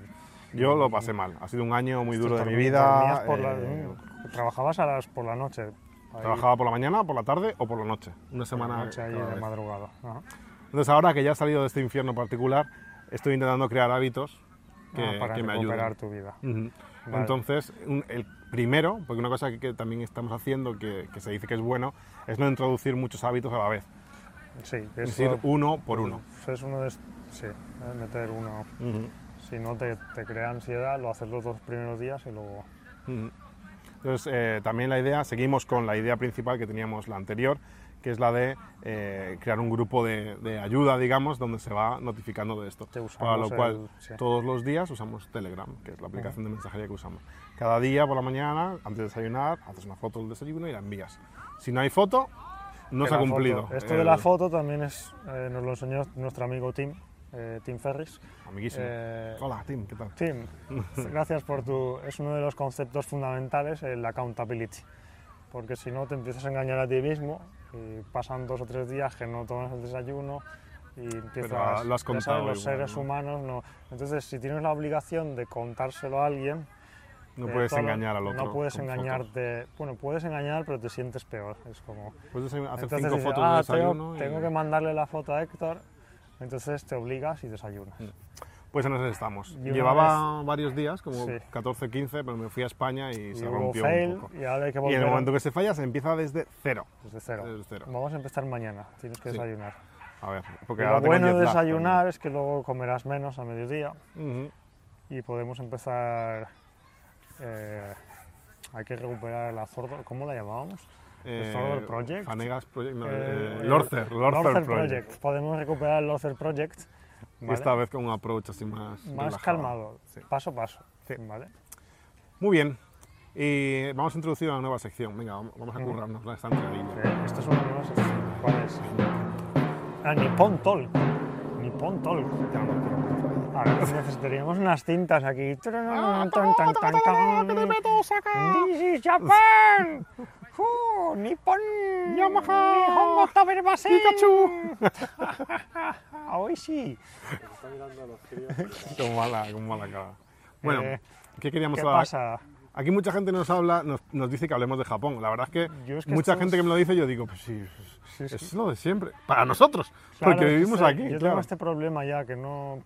Speaker 1: yo lo pasé mal, ha sido un año muy duro de mi
Speaker 3: Dormías
Speaker 1: vida,
Speaker 3: por la-
Speaker 1: eh,
Speaker 3: Trabajabas a las por la noche. ahí,
Speaker 1: trabajaba por la mañana, por la tarde o por la noche, una
Speaker 3: por la
Speaker 1: semana.
Speaker 3: noche ahí
Speaker 1: cada
Speaker 3: de
Speaker 1: vez.
Speaker 3: madrugada. Ajá.
Speaker 1: Entonces ahora que ya he salido de este infierno particular, estoy intentando crear hábitos que,
Speaker 3: Ah, para
Speaker 1: que me
Speaker 3: recuperar
Speaker 1: ayuden.
Speaker 3: tu vida.
Speaker 1: Ujú.
Speaker 3: Vale.
Speaker 1: Entonces, un- el primero, porque una cosa que, que también estamos haciendo que, que se dice que es bueno, es no introducir muchos hábitos a la vez.
Speaker 3: Sí,
Speaker 1: Es
Speaker 3: eso-
Speaker 1: decir, uno por uno.
Speaker 3: eso es uno de... est- Sí, eh, meter uno.
Speaker 1: Ujú.
Speaker 3: Si no te, te crea ansiedad, lo haces los dos primeros días y luego...
Speaker 1: Ujú. Entonces, eh, también la idea, seguimos con la idea principal que teníamos la anterior, que es la de eh, crear un grupo de, de ayuda, digamos, donde se va notificando de esto.
Speaker 3: Que usamos
Speaker 1: Para lo
Speaker 3: el-
Speaker 1: cual,
Speaker 3: sí.
Speaker 1: todos los días usamos Telegram, que es la aplicación de mensajería que usamos. Cada día por la mañana, antes de desayunar, haces una foto del desayuno y la envías. Si no hay foto, no
Speaker 3: que
Speaker 1: se ha
Speaker 3: la foto-
Speaker 1: cumplido.
Speaker 3: esto de la
Speaker 1: el-
Speaker 3: foto también es, eh, nos lo enseñó nuestro amigo Tim, eh, Tim Ferris.
Speaker 1: Amiguísimo.
Speaker 3: Eh,
Speaker 1: Hola, Tim, ¿qué tal?
Speaker 3: Tim, gracias por tu... Es uno de los conceptos fundamentales, el accountability. Porque si no te empiezas a engañar a ti mismo y pasan dos o tres días que no tomas el desayuno y empiezas...
Speaker 1: lo has
Speaker 3: ya sabes,
Speaker 1: contado
Speaker 3: los
Speaker 1: igual,
Speaker 3: seres
Speaker 1: ¿no?
Speaker 3: humanos no... Entonces, si tienes la obligación de contárselo a alguien,
Speaker 1: No
Speaker 3: eh,
Speaker 1: puedes
Speaker 3: todo-
Speaker 1: engañar al otro.
Speaker 3: No puedes
Speaker 1: con fotos.
Speaker 3: engañarte... Bueno, puedes engañar, pero te sientes peor. Es como...
Speaker 1: Puedes hacer
Speaker 3: Entonces
Speaker 1: cinco
Speaker 3: dices,
Speaker 1: fotos
Speaker 3: "Ah,
Speaker 1: de
Speaker 3: tengo-
Speaker 1: desayuno. y-
Speaker 3: Tengo, que mandarle la foto a Héctor, entonces te obligas y desayunas.
Speaker 1: Pues en eso estamos.
Speaker 3: una
Speaker 1: Llevaba varios días, como
Speaker 3: Sí.
Speaker 1: 14, 15, pero me fui a España y,
Speaker 3: Y
Speaker 1: se
Speaker 3: hubo
Speaker 1: rompió
Speaker 3: fail
Speaker 1: un poco.
Speaker 3: y ahora hay que
Speaker 1: Y
Speaker 3: volver
Speaker 1: en el
Speaker 3: a-
Speaker 1: momento que se falla, se empieza desde cero.
Speaker 3: desde cero.
Speaker 1: desde cero.
Speaker 3: Vamos a empezar mañana, tienes que
Speaker 1: Sí.
Speaker 3: desayunar.
Speaker 1: A ver,
Speaker 3: Y
Speaker 1: porque
Speaker 3: lo
Speaker 1: ahora tengo
Speaker 3: bueno
Speaker 1: jet
Speaker 3: de
Speaker 1: lag también.
Speaker 3: desayunar es que luego comerás menos a mediodía
Speaker 1: Ujú.
Speaker 3: y podemos empezar... eh, hay que recuperar la Zordor, ¿cómo la llamábamos?
Speaker 1: Eh,
Speaker 3: Sorber Project.
Speaker 1: Fanegas Project. No,
Speaker 3: Eh,
Speaker 1: eh, Lorcer, Lorcer
Speaker 3: Lorcer
Speaker 1: Project.
Speaker 3: Podemos recuperar el Lorcer Project.
Speaker 1: Y
Speaker 3: ¿vale?
Speaker 1: Esta vez con un approach así más.
Speaker 3: Más
Speaker 1: relajado.
Speaker 3: calmado,
Speaker 1: Sí.
Speaker 3: paso a paso.
Speaker 1: Sí.
Speaker 3: ¿vale?
Speaker 1: Muy bien. Y vamos a introducir una nueva sección. Venga, vamos vamos a currarnos la esta entradilla.
Speaker 3: Eh, Esto es una nueva sección. ¿Cuál es? Ah, Nippon Talk. Nippon Talk. Ahora necesitaríamos unas cintas aquí. Tan, tan, tan, tan. This is Japan. Fu, Nippon. Nihongo tabermasen. Ah, Hoy sí.
Speaker 2: Está mirando a los críos. pero
Speaker 1: Con mala, con mala cara. Bueno,
Speaker 3: Eh,
Speaker 1: ¿qué queríamos
Speaker 3: ¿Qué
Speaker 1: hablar?
Speaker 3: pasa?
Speaker 1: Aquí mucha gente nos habla, nos, nos dice que hablemos de Japón. La verdad es que,
Speaker 3: Yo es que
Speaker 1: mucha
Speaker 3: esto
Speaker 1: gente
Speaker 3: es-
Speaker 1: que me lo dice, yo digo, pues sí, es,
Speaker 3: Sí, es
Speaker 1: es lo de siempre. Para nosotros,
Speaker 3: Claro,
Speaker 1: porque
Speaker 3: es que
Speaker 1: vivimos
Speaker 3: sé,
Speaker 1: aquí,
Speaker 3: Yo tengo
Speaker 1: claro.
Speaker 3: este problema ya que no.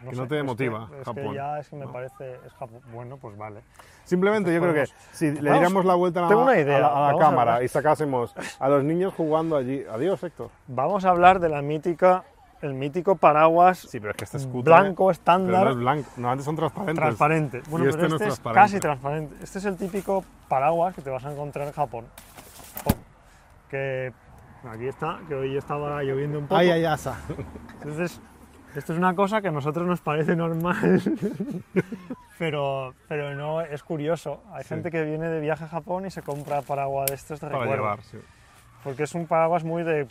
Speaker 1: Que no
Speaker 3: sé,
Speaker 1: te
Speaker 3: es que-
Speaker 1: motiva
Speaker 3: es
Speaker 1: Japón,
Speaker 3: que ya es que me
Speaker 1: ¿no?
Speaker 3: parece. Es Japón. Bueno, pues vale.
Speaker 1: Simplemente yo creo que si le
Speaker 3: Vamos,
Speaker 1: diéramos la vuelta a la,
Speaker 3: Pues tengo una idea,
Speaker 1: a la- a la
Speaker 3: vamos a
Speaker 1: cámara
Speaker 3: hablar.
Speaker 1: y sacásemos a los niños jugando allí. Adiós, Héctor.
Speaker 3: Vamos a hablar de la mítica, el mítico paraguas
Speaker 1: Sí, pero es que este es cutre,
Speaker 3: blanco
Speaker 1: pero
Speaker 3: estándar
Speaker 1: no es blanco. No, antes son transparentes.
Speaker 3: transparente. Bueno,
Speaker 1: Y
Speaker 3: pero
Speaker 1: este no
Speaker 3: este
Speaker 1: es
Speaker 3: es
Speaker 1: transparente.
Speaker 3: casi transparente. Este es el típico paraguas que te vas a encontrar en Japón. Pum. Que aquí está, que hoy estaba lloviendo un poco.
Speaker 1: Ay, ay, asa.
Speaker 3: Entonces, esto es una cosa que a nosotros nos parece normal, pero, pero no es curioso. Hay
Speaker 1: Sí.
Speaker 3: gente que viene de viaje a Japón y se compra paraguas de estos de
Speaker 1: Para
Speaker 3: recuerdo.
Speaker 1: llevar, sí.
Speaker 3: Porque es un paraguas muy de.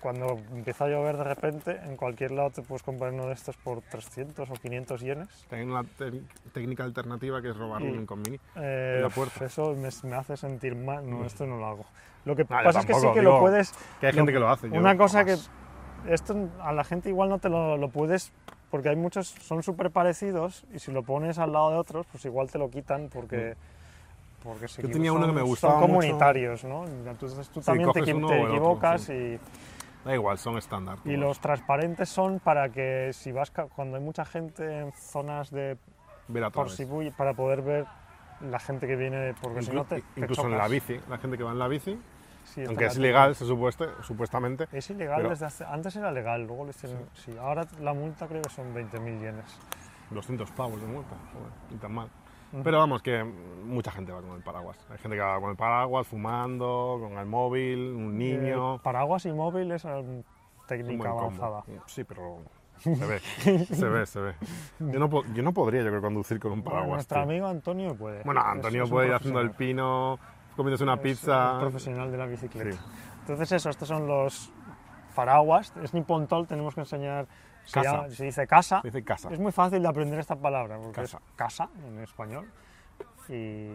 Speaker 3: Cuando empieza a llover de repente, en cualquier lado te puedes comprar uno de estos por 300 o 500 yenes.
Speaker 1: Tienen una te- técnica alternativa que es robar
Speaker 3: Y-
Speaker 1: un conmini.
Speaker 3: Eh,
Speaker 1: En la puerta.
Speaker 3: Eso me, me hace sentir mal. No, esto no lo hago. Lo que
Speaker 1: Vale,
Speaker 3: pasa es que sí
Speaker 1: tampoco,
Speaker 3: que
Speaker 1: digo,
Speaker 3: lo puedes.
Speaker 1: Que hay
Speaker 3: lo-
Speaker 1: gente que lo hace. yo
Speaker 3: Una cosa
Speaker 1: jamás.
Speaker 3: que. Esto a la gente igual no te lo, lo puedes. Porque hay muchos. Son súper parecidos. Y si lo pones al lado de otros, pues igual te lo quitan. Porque. Porque
Speaker 1: Mm.
Speaker 3: se
Speaker 1: Yo
Speaker 3: equivo-
Speaker 1: tenía uno
Speaker 3: son-
Speaker 1: que me
Speaker 3: Son
Speaker 1: gustaba mucho.
Speaker 3: comunitarios, ¿no? Entonces tú
Speaker 1: Sí,
Speaker 3: también te,
Speaker 1: coges
Speaker 3: equi-
Speaker 1: uno
Speaker 3: te
Speaker 1: o el otro,
Speaker 3: equivocas
Speaker 1: sí.
Speaker 3: y...
Speaker 1: Da igual, son estándar.
Speaker 3: Y
Speaker 1: todos.
Speaker 3: los transparentes son para que si vas ca- cuando hay mucha gente en zonas de
Speaker 1: Ver a
Speaker 3: por
Speaker 1: través.
Speaker 3: si voy- para poder ver la gente que viene porque si
Speaker 1: Inclu-
Speaker 3: no te, te
Speaker 1: incluso en la
Speaker 3: chocas.
Speaker 1: bici, la gente que va en la bici,
Speaker 3: Sí, está
Speaker 1: aunque es
Speaker 3: la-
Speaker 1: legal, se supueste, supuestamente,
Speaker 3: Es ilegal
Speaker 1: pero-
Speaker 3: desde hace- antes era legal, luego lo hicieron sí. Ahora la multa creo que son 20.000 yenes.
Speaker 1: 200 pavos de multa, joder, ni tan mal. Pero vamos, que mucha gente va con el paraguas. Hay gente que va con el paraguas, fumando, con el móvil, un niño.
Speaker 3: Eh, paraguas y móviles um,
Speaker 1: es un
Speaker 3: técnica
Speaker 1: buen combo.
Speaker 3: avanzada.
Speaker 1: Sí, pero se ve, se ve, se ve. Yo no, po- yo no podría, yo creo, conducir con un
Speaker 3: Bueno,
Speaker 1: paraguas.
Speaker 3: nuestro
Speaker 1: tío.
Speaker 3: amigo Antonio puede.
Speaker 1: Bueno,
Speaker 3: Es-
Speaker 1: Antonio
Speaker 3: es un
Speaker 1: puede ir haciendo el
Speaker 3: profesional.
Speaker 1: pino, comiéndose una
Speaker 3: Es
Speaker 1: pizza.
Speaker 3: un profesional de la bicicleta.
Speaker 1: Sí.
Speaker 3: Entonces eso, estos son los paraguas. Es Nippon Tol, tenemos que enseñar. Se,
Speaker 1: Casa.
Speaker 3: llama- se dice casa.
Speaker 1: Se dice casa.
Speaker 3: Es muy fácil de aprender esta palabra, porque
Speaker 1: Casa.
Speaker 3: es casa en español. Y,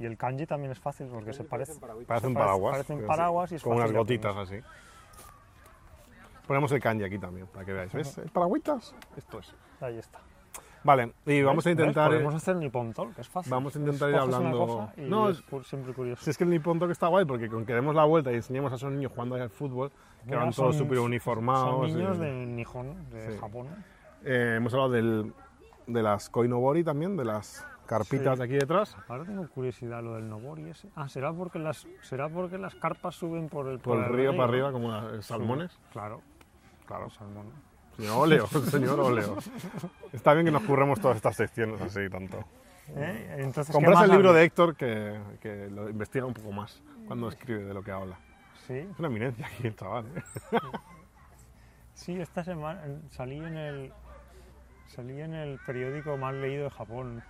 Speaker 3: y el kanji también es fácil porque se parece.
Speaker 1: Parece un
Speaker 3: parece-
Speaker 1: paraguas.
Speaker 3: parece un
Speaker 1: pero
Speaker 3: paraguas y es
Speaker 1: Con
Speaker 3: fácil
Speaker 1: unas
Speaker 3: de
Speaker 1: gotitas así. Ponemos el kanji aquí también, para que veáis. ¿Ves? Paraguitas. Esto es.
Speaker 3: Ahí está.
Speaker 1: Vale, y vamos a
Speaker 3: ¿Ves?
Speaker 1: intentar... eh,
Speaker 3: Podemos hacer Nippon Tol, que es fácil.
Speaker 1: Vamos a intentar ir
Speaker 3: Escoges una
Speaker 1: hablando-
Speaker 3: cosa y
Speaker 1: No,
Speaker 3: es
Speaker 1: es-
Speaker 3: cu- siempre curioso.
Speaker 1: Si es que el Nippon que está guay, porque con que demos la vuelta y enseñemos a esos niños jugando al fútbol, que
Speaker 3: Mira,
Speaker 1: van todos
Speaker 3: son-
Speaker 1: súper uniformados.
Speaker 3: Son niños
Speaker 1: y-
Speaker 3: de Nihon, de
Speaker 1: Sí.
Speaker 3: Japón.
Speaker 1: Eh, hemos hablado del- de las Koinobori también, de las carpitas
Speaker 3: Sí.
Speaker 1: de aquí detrás.
Speaker 3: Ahora tengo curiosidad lo del Nobori ese. Ah, ¿será porque las, será porque las carpas suben por el,
Speaker 1: Por el río para arriba,
Speaker 3: ¿no?
Speaker 1: como las- eh, salmones.
Speaker 3: Claro,
Speaker 1: Claro.
Speaker 3: los salmones.
Speaker 1: Señor Oleo, señor Oleo. Está bien que nos curramos todas estas secciones así, tanto.
Speaker 3: ¿Eh? Entonces, ¿qué
Speaker 1: Compras
Speaker 3: más
Speaker 1: el libro
Speaker 3: habla?
Speaker 1: de Héctor que, que lo investiga un poco más cuando escribe de lo que habla.
Speaker 3: Sí,
Speaker 1: Es una eminencia aquí el chaval. ¿eh?
Speaker 3: sí, esta semana eh, salí en el salí en el periódico más leído de Japón.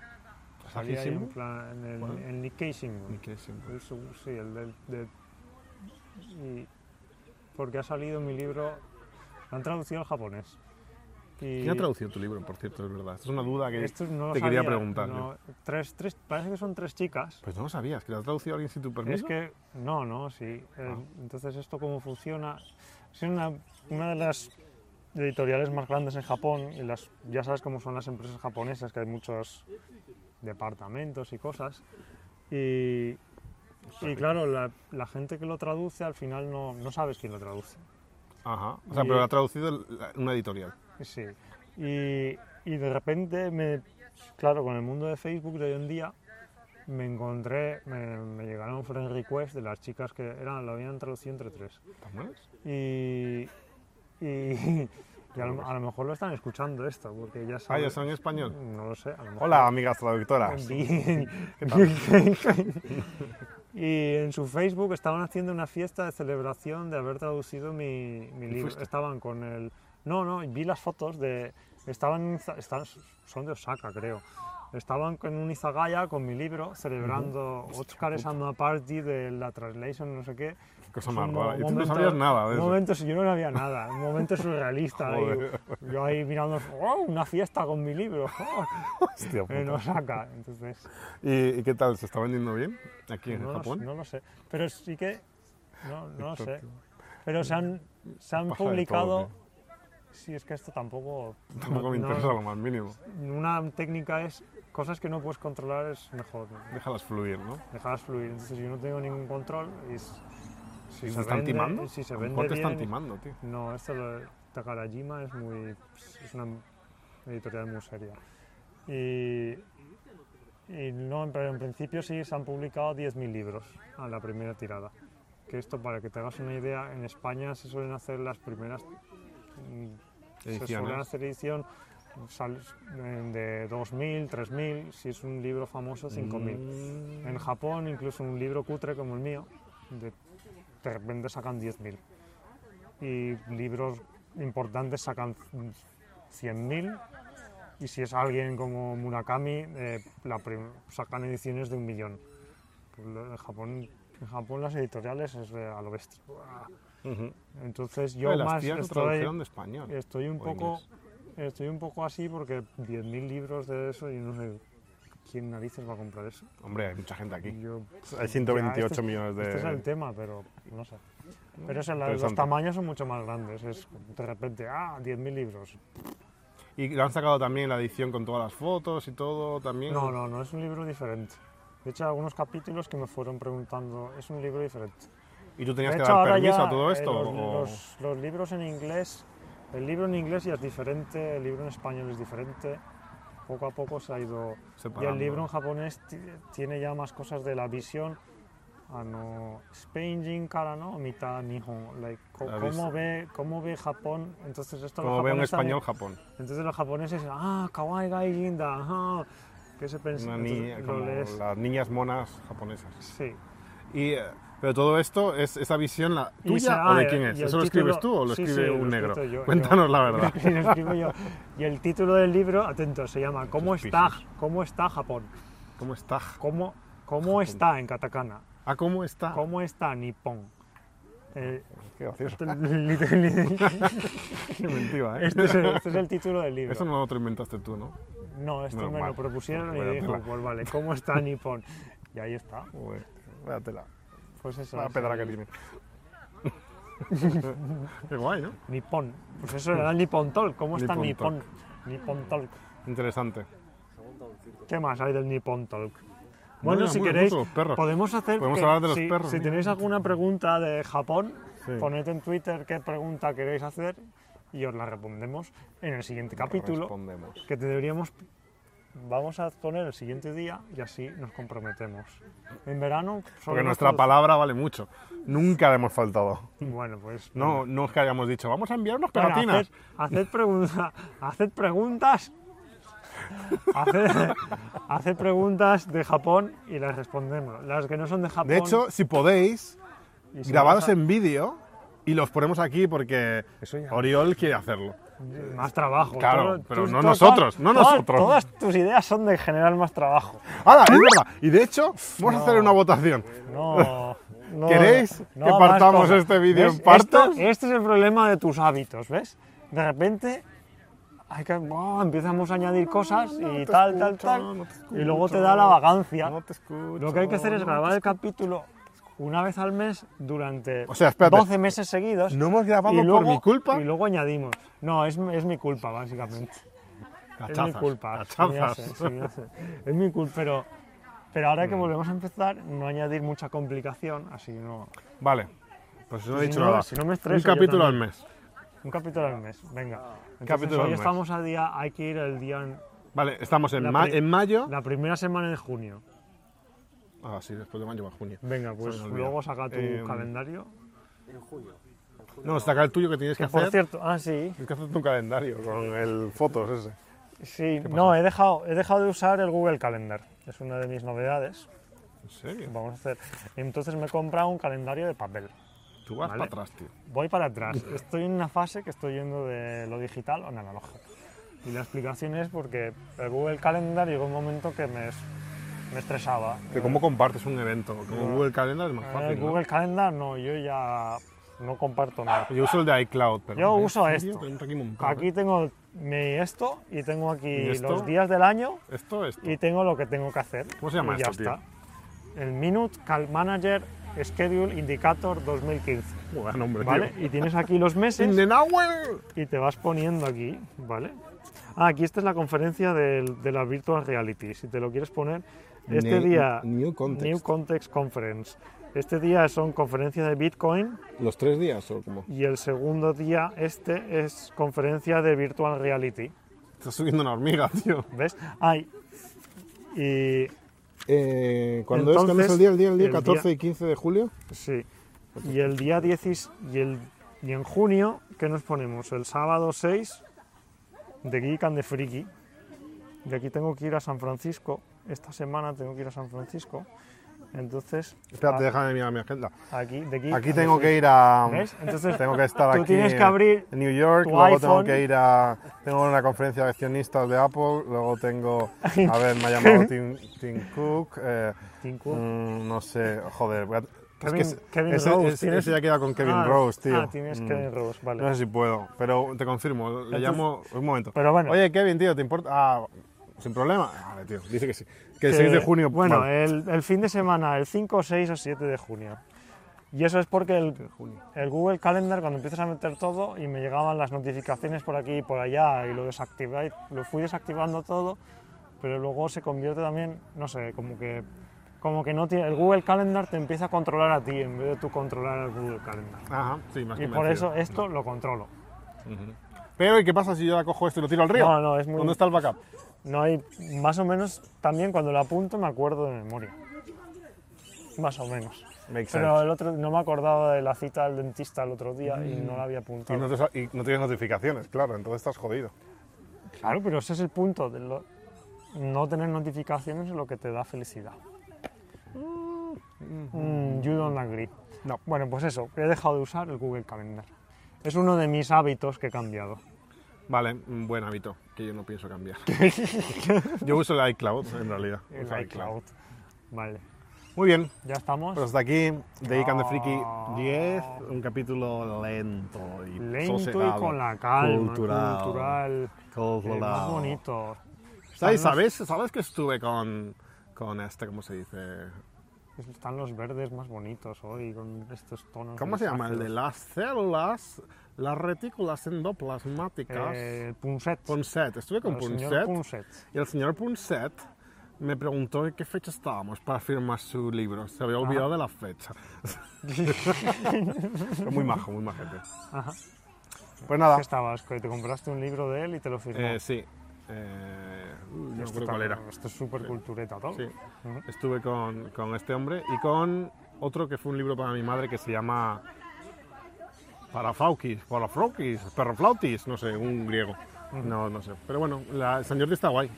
Speaker 3: Salí ahí en,
Speaker 1: Shimbun?
Speaker 3: plan, en el
Speaker 1: ¿Cuál?
Speaker 3: en Nikkei Shimbun.
Speaker 1: Ni que siempre.
Speaker 3: El seg- sí, el del... de- y- porque ha salido mi libro... Lo han traducido al japonés. Y
Speaker 1: ¿Quién ha traducido tu libro, por cierto? Es verdad. Esta es una duda que.
Speaker 3: esto no lo
Speaker 1: te quería
Speaker 3: sabía,
Speaker 1: preguntar, ¿eh?
Speaker 3: no, tres, tres, parece que son tres chicas.
Speaker 1: Pues no lo sabías, que lo Ah. ha traducido alguien sin tu permiso.
Speaker 3: Es que... No, no, sí. eh, Entonces, ¿esto cómo funciona? Es una, una de las editoriales más grandes en Japón y las, ya sabes cómo son las empresas japonesas, que hay muchos departamentos y cosas. Y, y claro, la, la gente que lo traduce al final no, no sabes quién lo traduce.
Speaker 1: Ajá. O sea,
Speaker 3: Y-
Speaker 1: pero lo ha traducido la- una editorial.
Speaker 3: Sí. Y, y de repente, me, claro, con el mundo de Facebook de hoy en día, me encontré, me, me llegaron friend requests de las chicas que eran, lo habían traducido entre tres.
Speaker 1: ¿Salmones?
Speaker 3: Y, y, y a, lo, a lo mejor lo están escuchando esto, porque ya
Speaker 1: Ah,
Speaker 3: saben.
Speaker 1: ya está en español.
Speaker 3: No lo sé. a lo mejor-
Speaker 1: Hola, amigas traductoras.
Speaker 3: Vi- y en su Facebook estaban haciendo una fiesta de celebración de haber traducido mi, mi libro.
Speaker 1: fuiste?
Speaker 3: Estaban con el... No, no, vi las fotos de... Estaban, en Iza- estaban- son de Osaka, creo. Estaban en un Izagaya con mi libro celebrando Oscar is and a Party de la translation, no sé qué.
Speaker 1: Qué cosa
Speaker 3: Es
Speaker 1: más
Speaker 3: un
Speaker 1: rara. Y tú no
Speaker 3: momento-
Speaker 1: sabías nada de
Speaker 3: un
Speaker 1: eso.
Speaker 3: momento, sí, yo no sabía nada. Un momento surrealista. ahí.
Speaker 1: Joder.
Speaker 3: yo ahí mirando, ¡oh, una fiesta con mi libro!
Speaker 1: Hostia puta.
Speaker 3: en Osaka. Entonces,
Speaker 1: ¿Y, y qué tal? ¿Se está vendiendo bien aquí en
Speaker 3: no, lo,
Speaker 1: Japón?
Speaker 3: no lo sé. Pero sí que. No, no lo sé.
Speaker 1: Exacto.
Speaker 3: Pero se han, se han
Speaker 1: Pasa de
Speaker 3: publicado.
Speaker 1: todo,
Speaker 3: sí, es que esto tampoco.
Speaker 1: Tampoco me
Speaker 3: no-
Speaker 1: interesa lo más mínimo.
Speaker 3: Una técnica es. Cosas que no puedes controlar es mejor.
Speaker 1: Déjalas fluir, ¿no?
Speaker 3: Dejarlas fluir. Entonces, yo no tengo ningún control. Y s- si
Speaker 1: ¿Se, están
Speaker 3: vende-
Speaker 1: timando?
Speaker 3: Si se
Speaker 1: A lo
Speaker 3: vende.
Speaker 1: mejor te están
Speaker 3: bien-
Speaker 1: timando, tío.
Speaker 3: No, esto lo, Takarajima es muy. Es una editorial muy seria. Y. Y no, pero en principio sí se han publicado 10.000 libros a la primera tirada. Que esto, para que te hagas una idea, en España se suelen hacer las primeras. mm, Se suelen
Speaker 1: Ediciones.
Speaker 3: hacer edición sal- en de 2.000, 3.000, si es un libro famoso, 5.000.
Speaker 1: Mm.
Speaker 3: En Japón, incluso un libro cutre como el mío, de, de repente sacan 10.000. Y libros importantes sacan 100.000. Y si es alguien como Murakami, eh, la prim- sacan ediciones de un millón. Pues lo- En Japón, en Japón las editoriales es de a lo bestia.
Speaker 1: Ujú.
Speaker 3: Entonces yo
Speaker 1: Oye, Las
Speaker 3: más
Speaker 1: tías de
Speaker 3: estoy,
Speaker 1: traducción de español.
Speaker 3: estoy un
Speaker 1: o
Speaker 3: poco estoy un poco así porque 10.000 libros de eso y no sé quién narices va a comprar eso.
Speaker 1: Hombre, hay mucha gente aquí.
Speaker 3: Yo
Speaker 1: Pues, Hay 128
Speaker 3: mm, este-
Speaker 1: millones de...
Speaker 3: este es el tema, pero no sé. Pero eso, la- los
Speaker 1: interesante.
Speaker 3: tamaños son mucho más grandes. Es de repente, ah, 10.000 libros.
Speaker 1: Y lo han sacado también la edición con todas las fotos y todo también.
Speaker 3: No, no, no, es un libro diferente. De hecho, hay algunos capítulos que me fueron preguntando, es un libro diferente.
Speaker 1: ¿Y tú tenías
Speaker 3: de
Speaker 1: que
Speaker 3: hecho,
Speaker 1: dar
Speaker 3: ahora
Speaker 1: permiso
Speaker 3: ya
Speaker 1: a todo
Speaker 3: eh,
Speaker 1: esto?
Speaker 3: los,
Speaker 1: o-
Speaker 3: los- los libros en inglés, el libro en inglés ya es diferente, el libro en español es diferente. Poco a poco se ha ido. Y
Speaker 1: separando?
Speaker 3: el libro en japonés ti- tiene ya más cosas de la visión. Ah, no. Spainjin cara, ¿no? Mitad Nihon. Like, co-
Speaker 1: La
Speaker 3: ¿cómo,
Speaker 1: vis-
Speaker 3: ve, ¿Cómo ve Japón? Entonces, esto los
Speaker 1: Como veo en
Speaker 3: japoneses también-
Speaker 1: español, Japón.
Speaker 3: entonces los japoneses, ah, kawaii gaijin da, ajá. ¿Qué se piensa?
Speaker 1: Una
Speaker 3: Entonces,
Speaker 1: niña,
Speaker 3: lo
Speaker 1: como
Speaker 3: lees.
Speaker 1: las niñas monas japonesas.
Speaker 3: Sí.
Speaker 1: Y, eh, pero todo esto, es esa visión la
Speaker 3: Y se-
Speaker 1: tuya
Speaker 3: ah,
Speaker 1: o de
Speaker 3: eh,
Speaker 1: quién es?
Speaker 3: y el
Speaker 1: ¿Eso lo
Speaker 3: título-
Speaker 1: escribes tú o lo
Speaker 3: sí,
Speaker 1: escribe
Speaker 3: sí, lo
Speaker 1: un negro?
Speaker 3: escrito yo- yo.
Speaker 1: Cuéntanos la verdad.
Speaker 3: Y lo escribo yo. Y el título del libro, atento, se llama ¿Cómo está,
Speaker 1: Suspicious.
Speaker 3: ¿Cómo está Japón?
Speaker 1: ¿Cómo está?
Speaker 3: ¿Cómo, cómo está en katakana?
Speaker 1: Ah, ¿cómo está?
Speaker 3: ¿Cómo está Nippon? Eh,
Speaker 1: Qué gracioso. Qué mentira, ¿eh?
Speaker 3: este, es el, este es el título del libro.
Speaker 1: Eso no lo te inventaste tú, ¿no?
Speaker 3: No, esto
Speaker 1: Menos
Speaker 3: me
Speaker 1: mal.
Speaker 3: lo propusieron y
Speaker 1: Vaya
Speaker 3: dijo,
Speaker 1: tela.
Speaker 3: pues vale, ¿cómo está Nippon? Y ahí está.
Speaker 1: Joder, vaya tela.
Speaker 3: Pues eso.
Speaker 1: Vaya
Speaker 3: es
Speaker 1: pedra
Speaker 3: el-
Speaker 1: que tiene. Qué guay, ¿no?
Speaker 3: Nippon. Pues eso era el Nippon Talk. ¿Cómo está
Speaker 1: Nippon
Speaker 3: Nippon? Nippon Talk.
Speaker 1: Interesante.
Speaker 3: ¿Qué más hay del Nippon Talk? Bueno,
Speaker 1: Mira,
Speaker 3: si
Speaker 1: muy a
Speaker 3: queréis,
Speaker 1: gusto los perros.
Speaker 3: podemos hacer.
Speaker 1: Podemos
Speaker 3: que
Speaker 1: hablar de los
Speaker 3: si,
Speaker 1: perros,
Speaker 3: Si
Speaker 1: mira.
Speaker 3: tenéis alguna pregunta de Japón,
Speaker 1: Sí.
Speaker 3: poned en Twitter qué pregunta queréis hacer y os la respondemos en el siguiente capítulo.
Speaker 1: Respondemos.
Speaker 3: Que te deberíamos. Vamos a poner el siguiente día y así nos comprometemos. En verano. solo
Speaker 1: Porque
Speaker 3: nos
Speaker 1: nuestra
Speaker 3: produ-
Speaker 1: palabra vale mucho. Nunca le hemos faltado.
Speaker 3: Bueno, pues.
Speaker 1: No, no es que hayamos dicho, vamos a enviar unas
Speaker 3: Bueno,
Speaker 1: pegatinas.
Speaker 3: haced, haced pregunta- haced preguntas. Haced, haced preguntas de Japón y las respondemos. Las que no son de Japón.
Speaker 1: De hecho, si podéis,
Speaker 3: y si
Speaker 1: grabados
Speaker 3: vas a-
Speaker 1: en vídeo y los ponemos aquí porque Oriol quiere hacerlo.
Speaker 3: Más trabajo.
Speaker 1: Claro,
Speaker 3: Todo-
Speaker 1: pero
Speaker 3: tus-
Speaker 1: no
Speaker 3: todas-
Speaker 1: nosotros, no
Speaker 3: todas-
Speaker 1: nosotros.
Speaker 3: Todas tus ideas son de generar más trabajo.
Speaker 1: ¡Hala! Es verdad. Y de hecho, vamos a hacer una votación.
Speaker 3: No. no-
Speaker 1: ¿Queréis
Speaker 3: no
Speaker 1: que
Speaker 3: más
Speaker 1: partamos
Speaker 3: cosas.
Speaker 1: este vídeo en
Speaker 3: ¿Ves?
Speaker 1: partes?
Speaker 3: Esto- este es el problema de tus hábitos, ¿ves? De repente. hay que- oh, empezamos a añadir cosas
Speaker 1: no, no
Speaker 3: y
Speaker 1: te
Speaker 3: tal, tal,
Speaker 1: escucho,
Speaker 3: tal.
Speaker 1: no te
Speaker 3: y luego te
Speaker 1: escucho,
Speaker 3: da la vagancia.
Speaker 1: No te escucho.
Speaker 3: Lo que hay que hacer es
Speaker 1: no
Speaker 3: grabar
Speaker 1: te
Speaker 3: el capítulo una vez al mes durante
Speaker 1: O sea, espérate.
Speaker 3: 12 meses seguidos.
Speaker 1: No hemos grabado
Speaker 3: y
Speaker 1: por
Speaker 3: luego-
Speaker 1: mi culpa.
Speaker 3: Y luego añadimos. No, es, es mi culpa, básicamente.
Speaker 1: Cachazas,
Speaker 3: es mi culpa. sí, ya
Speaker 1: cachazas.
Speaker 3: sé, sí, ya sé. Es mi culpa, pero, pero ahora que
Speaker 1: Mm.
Speaker 3: volvemos a empezar, no añadir mucha complicación, así no.
Speaker 1: Vale. Pues no he
Speaker 3: Si
Speaker 1: dicho
Speaker 3: no-
Speaker 1: nada.
Speaker 3: si no me
Speaker 1: Un
Speaker 3: estreso, yo
Speaker 1: capítulo al
Speaker 3: también.
Speaker 1: mes.
Speaker 3: Un capítulo al mes, venga. Entonces,
Speaker 1: Ah, Capítulo
Speaker 3: hoy
Speaker 1: al mes.
Speaker 3: estamos a día, hay que ir el día, en-
Speaker 1: Vale, estamos en,
Speaker 3: La
Speaker 1: ma-
Speaker 3: pri-
Speaker 1: en mayo.
Speaker 3: la primera semana de junio.
Speaker 1: Ah, sí, después de mayo va junio.
Speaker 3: Venga, pues
Speaker 1: me olvida.
Speaker 3: luego saca tu
Speaker 1: Eh,
Speaker 3: calendario.
Speaker 1: No, saca el tuyo que tienes que
Speaker 3: Por
Speaker 1: hacer.
Speaker 3: cierto, ah, sí,
Speaker 1: Tienes que hacerte un calendario con el fotos ese.
Speaker 3: Sí, no, he dejado, he dejado de usar el Google Calendar. Es una de mis novedades.
Speaker 1: ¿En serio?
Speaker 3: Vamos a hacer. Entonces me he comprado un calendario de papel.
Speaker 1: Tú vas
Speaker 3: Vale.
Speaker 1: para atrás, tío.
Speaker 3: Voy para atrás. Estoy en una fase que estoy yendo de lo digital a lo analógico. Y la explicación es porque el Google Calendar llegó un momento que me, es- me estresaba.
Speaker 1: Que cómo compartes un evento. Como Google Calendar es más
Speaker 3: Eh,
Speaker 1: fácil.
Speaker 3: el
Speaker 1: ¿no?
Speaker 3: Google Calendar no, yo ya no comparto nada.
Speaker 1: Yo uso el de iCloud, pero.
Speaker 3: Yo
Speaker 1: ¿en
Speaker 3: uso
Speaker 1: serio?
Speaker 3: esto.
Speaker 1: Tengo aquí un montón,
Speaker 3: Aquí tengo mi esto y tengo
Speaker 1: Ah, ¿Y
Speaker 3: aquí
Speaker 1: esto?
Speaker 3: los días del año
Speaker 1: ¿eh? Esto, esto.
Speaker 3: y tengo lo que tengo que hacer.
Speaker 1: ¿Cómo se llama
Speaker 3: y ya
Speaker 1: esto, tío?
Speaker 3: está. El Minute Cal Manager Schedule Indicator 2015,
Speaker 1: Joder, nombre,
Speaker 3: ¿vale?
Speaker 1: tío.
Speaker 3: Y tienes aquí los
Speaker 1: In
Speaker 3: meses
Speaker 1: the hour.
Speaker 3: y te vas poniendo aquí, ¿vale? Ah, aquí esta es la conferencia del- de la Virtual Reality, si te lo quieres poner. Este
Speaker 1: Ne-
Speaker 3: día,
Speaker 1: New Context.
Speaker 3: New Context Conference. Este día son conferencias de Bitcoin
Speaker 1: ¿Los tres días o cómo?
Speaker 3: y el segundo día este es conferencia de Virtual Reality,
Speaker 1: Estás subiendo una hormiga, tío.
Speaker 3: ¿ves? Ay, y
Speaker 1: Eh, ¿cuándo, es,
Speaker 3: Entonces,
Speaker 1: ¿Cuándo es el día? ¿El día, el día
Speaker 3: el
Speaker 1: 14
Speaker 3: día-
Speaker 1: y 15 de julio?
Speaker 3: Pues Sí. Y el día 10 y, el, y en junio, ¿qué nos ponemos? El sábado 6 de Geek and the Freaky. De aquí tengo que ir a San Francisco. Esta semana tengo que ir a San Francisco. Entonces,
Speaker 1: Espérate,
Speaker 3: Ah.
Speaker 1: déjame mirar mi agenda.
Speaker 3: aquí, de Geek
Speaker 1: Aquí
Speaker 3: and
Speaker 1: tengo
Speaker 3: the
Speaker 1: que ir a.
Speaker 3: ¿Ves? Entonces,
Speaker 1: tengo que estar
Speaker 3: tú
Speaker 1: aquí
Speaker 3: tienes que
Speaker 1: en-
Speaker 3: abrir
Speaker 1: en New York,
Speaker 3: tu
Speaker 1: luego tengo
Speaker 3: iPhone.
Speaker 1: que ir a. Tengo una conferencia de accionistas de Apple, luego tengo. A ver, me ha llamado Tim, Tim Cook. eh,
Speaker 3: Freaky.
Speaker 1: mm, no sé, joder. voy a-
Speaker 3: Uh. Kevin-
Speaker 1: es que ese-
Speaker 3: Kevin
Speaker 1: ese,
Speaker 3: Rose,
Speaker 1: ese-
Speaker 3: ¿tienes?
Speaker 1: ese ya queda con Kevin
Speaker 3: Ah,
Speaker 1: Rose, tío.
Speaker 3: Ah, tienes
Speaker 1: Mm,
Speaker 3: Kevin Rose, vale.
Speaker 1: No sé si puedo, pero te confirmo. Le
Speaker 3: Entonces-
Speaker 1: llamo. Un momento.
Speaker 3: Pero bueno.
Speaker 1: Oye, Kevin, tío, ¿te importa? Ah, sin problema. Vale, tío, dice que sí. Que el
Speaker 3: Que-
Speaker 1: 6 de junio.
Speaker 3: Bueno,
Speaker 1: vale.
Speaker 3: eh, el, el fin de semana, el 5, 6 o 7 de junio. Y eso es porque el, el Google Calendar, cuando empiezas a meter todo y me llegaban las notificaciones por aquí y por allá y lo desactivé, lo fui desactivando todo, pero luego se convierte también, no sé, como que como que no tiene, el Google Calendar te empieza a controlar a ti en vez de tú controlar al Google Calendar.
Speaker 1: Ajá, sí, más
Speaker 3: Y por eso esto lo controlo.
Speaker 1: Pero, ¿y qué pasa si yo la cojo esto y lo tiro al río?
Speaker 3: No, no, es muy-
Speaker 1: ¿Dónde está el backup?
Speaker 3: No hay, más o menos, también cuando lo apunto me acuerdo de memoria. Más o menos.
Speaker 1: Make
Speaker 3: Pero el otro, no me acordaba de la cita del dentista el otro día y no la había
Speaker 1: Y
Speaker 3: apuntado.
Speaker 1: no, te sa- y no tienes notificaciones, claro, entonces estás jodido.
Speaker 3: Claro, pero ese es el punto. De lo- no tener notificaciones es lo que te da felicidad. Mm, you don't agree.
Speaker 1: No.
Speaker 3: Bueno, pues eso, he dejado de usar el Google Calendar. Es uno de mis hábitos que he cambiado.
Speaker 1: Vale, un
Speaker 3: mm,
Speaker 1: buen hábito que yo no pienso cambiar. yo uso el iCloud en realidad.
Speaker 3: El
Speaker 1: Uso
Speaker 3: iCloud. Vale,
Speaker 1: Muy bien,
Speaker 3: ya estamos.
Speaker 1: pues hasta aquí de Ican de Friki
Speaker 3: Ah.
Speaker 1: 10, un capítulo lento y
Speaker 3: Lento
Speaker 1: sosegado,
Speaker 3: y con la calma,
Speaker 1: cultural,
Speaker 3: cultural, eh,
Speaker 1: cultural.
Speaker 3: más bonito.
Speaker 1: ¿Sabes,
Speaker 3: Están
Speaker 1: sabes, sabes que estuve con, con este, cómo se dice?
Speaker 3: los- Están los verdes más bonitos hoy con estos tonos.
Speaker 1: ¿Cómo se llama? El de
Speaker 3: grisáceos.
Speaker 1: las células, las retículas endoplasmáticas.
Speaker 3: Eh, el Punset.
Speaker 1: Punset, estuve con
Speaker 3: El
Speaker 1: Punset.
Speaker 3: señor Punset.
Speaker 1: Y el señor Punset me preguntó en qué fecha estábamos para firmar su libro. Se había olvidado de la fecha. Pero muy majo, muy majete.
Speaker 3: Ajá.
Speaker 1: Pues
Speaker 3: ¿Qué
Speaker 1: nada,
Speaker 3: estabas? Que te compraste un libro de él y te lo firmó.
Speaker 1: eh, sí. Eh, uy, no
Speaker 3: Esto
Speaker 1: recuerdo cuál era.
Speaker 3: también- Esto es súper cultureta todo.
Speaker 1: Sí.
Speaker 3: Ujú.
Speaker 1: Estuve con, con este hombre y con otro que fue un libro para mi madre que se llama Parafaukis, Parafraukis, Perroflautis, no sé, un griego. No, no sé. Pero bueno, la, San Jordi está guay.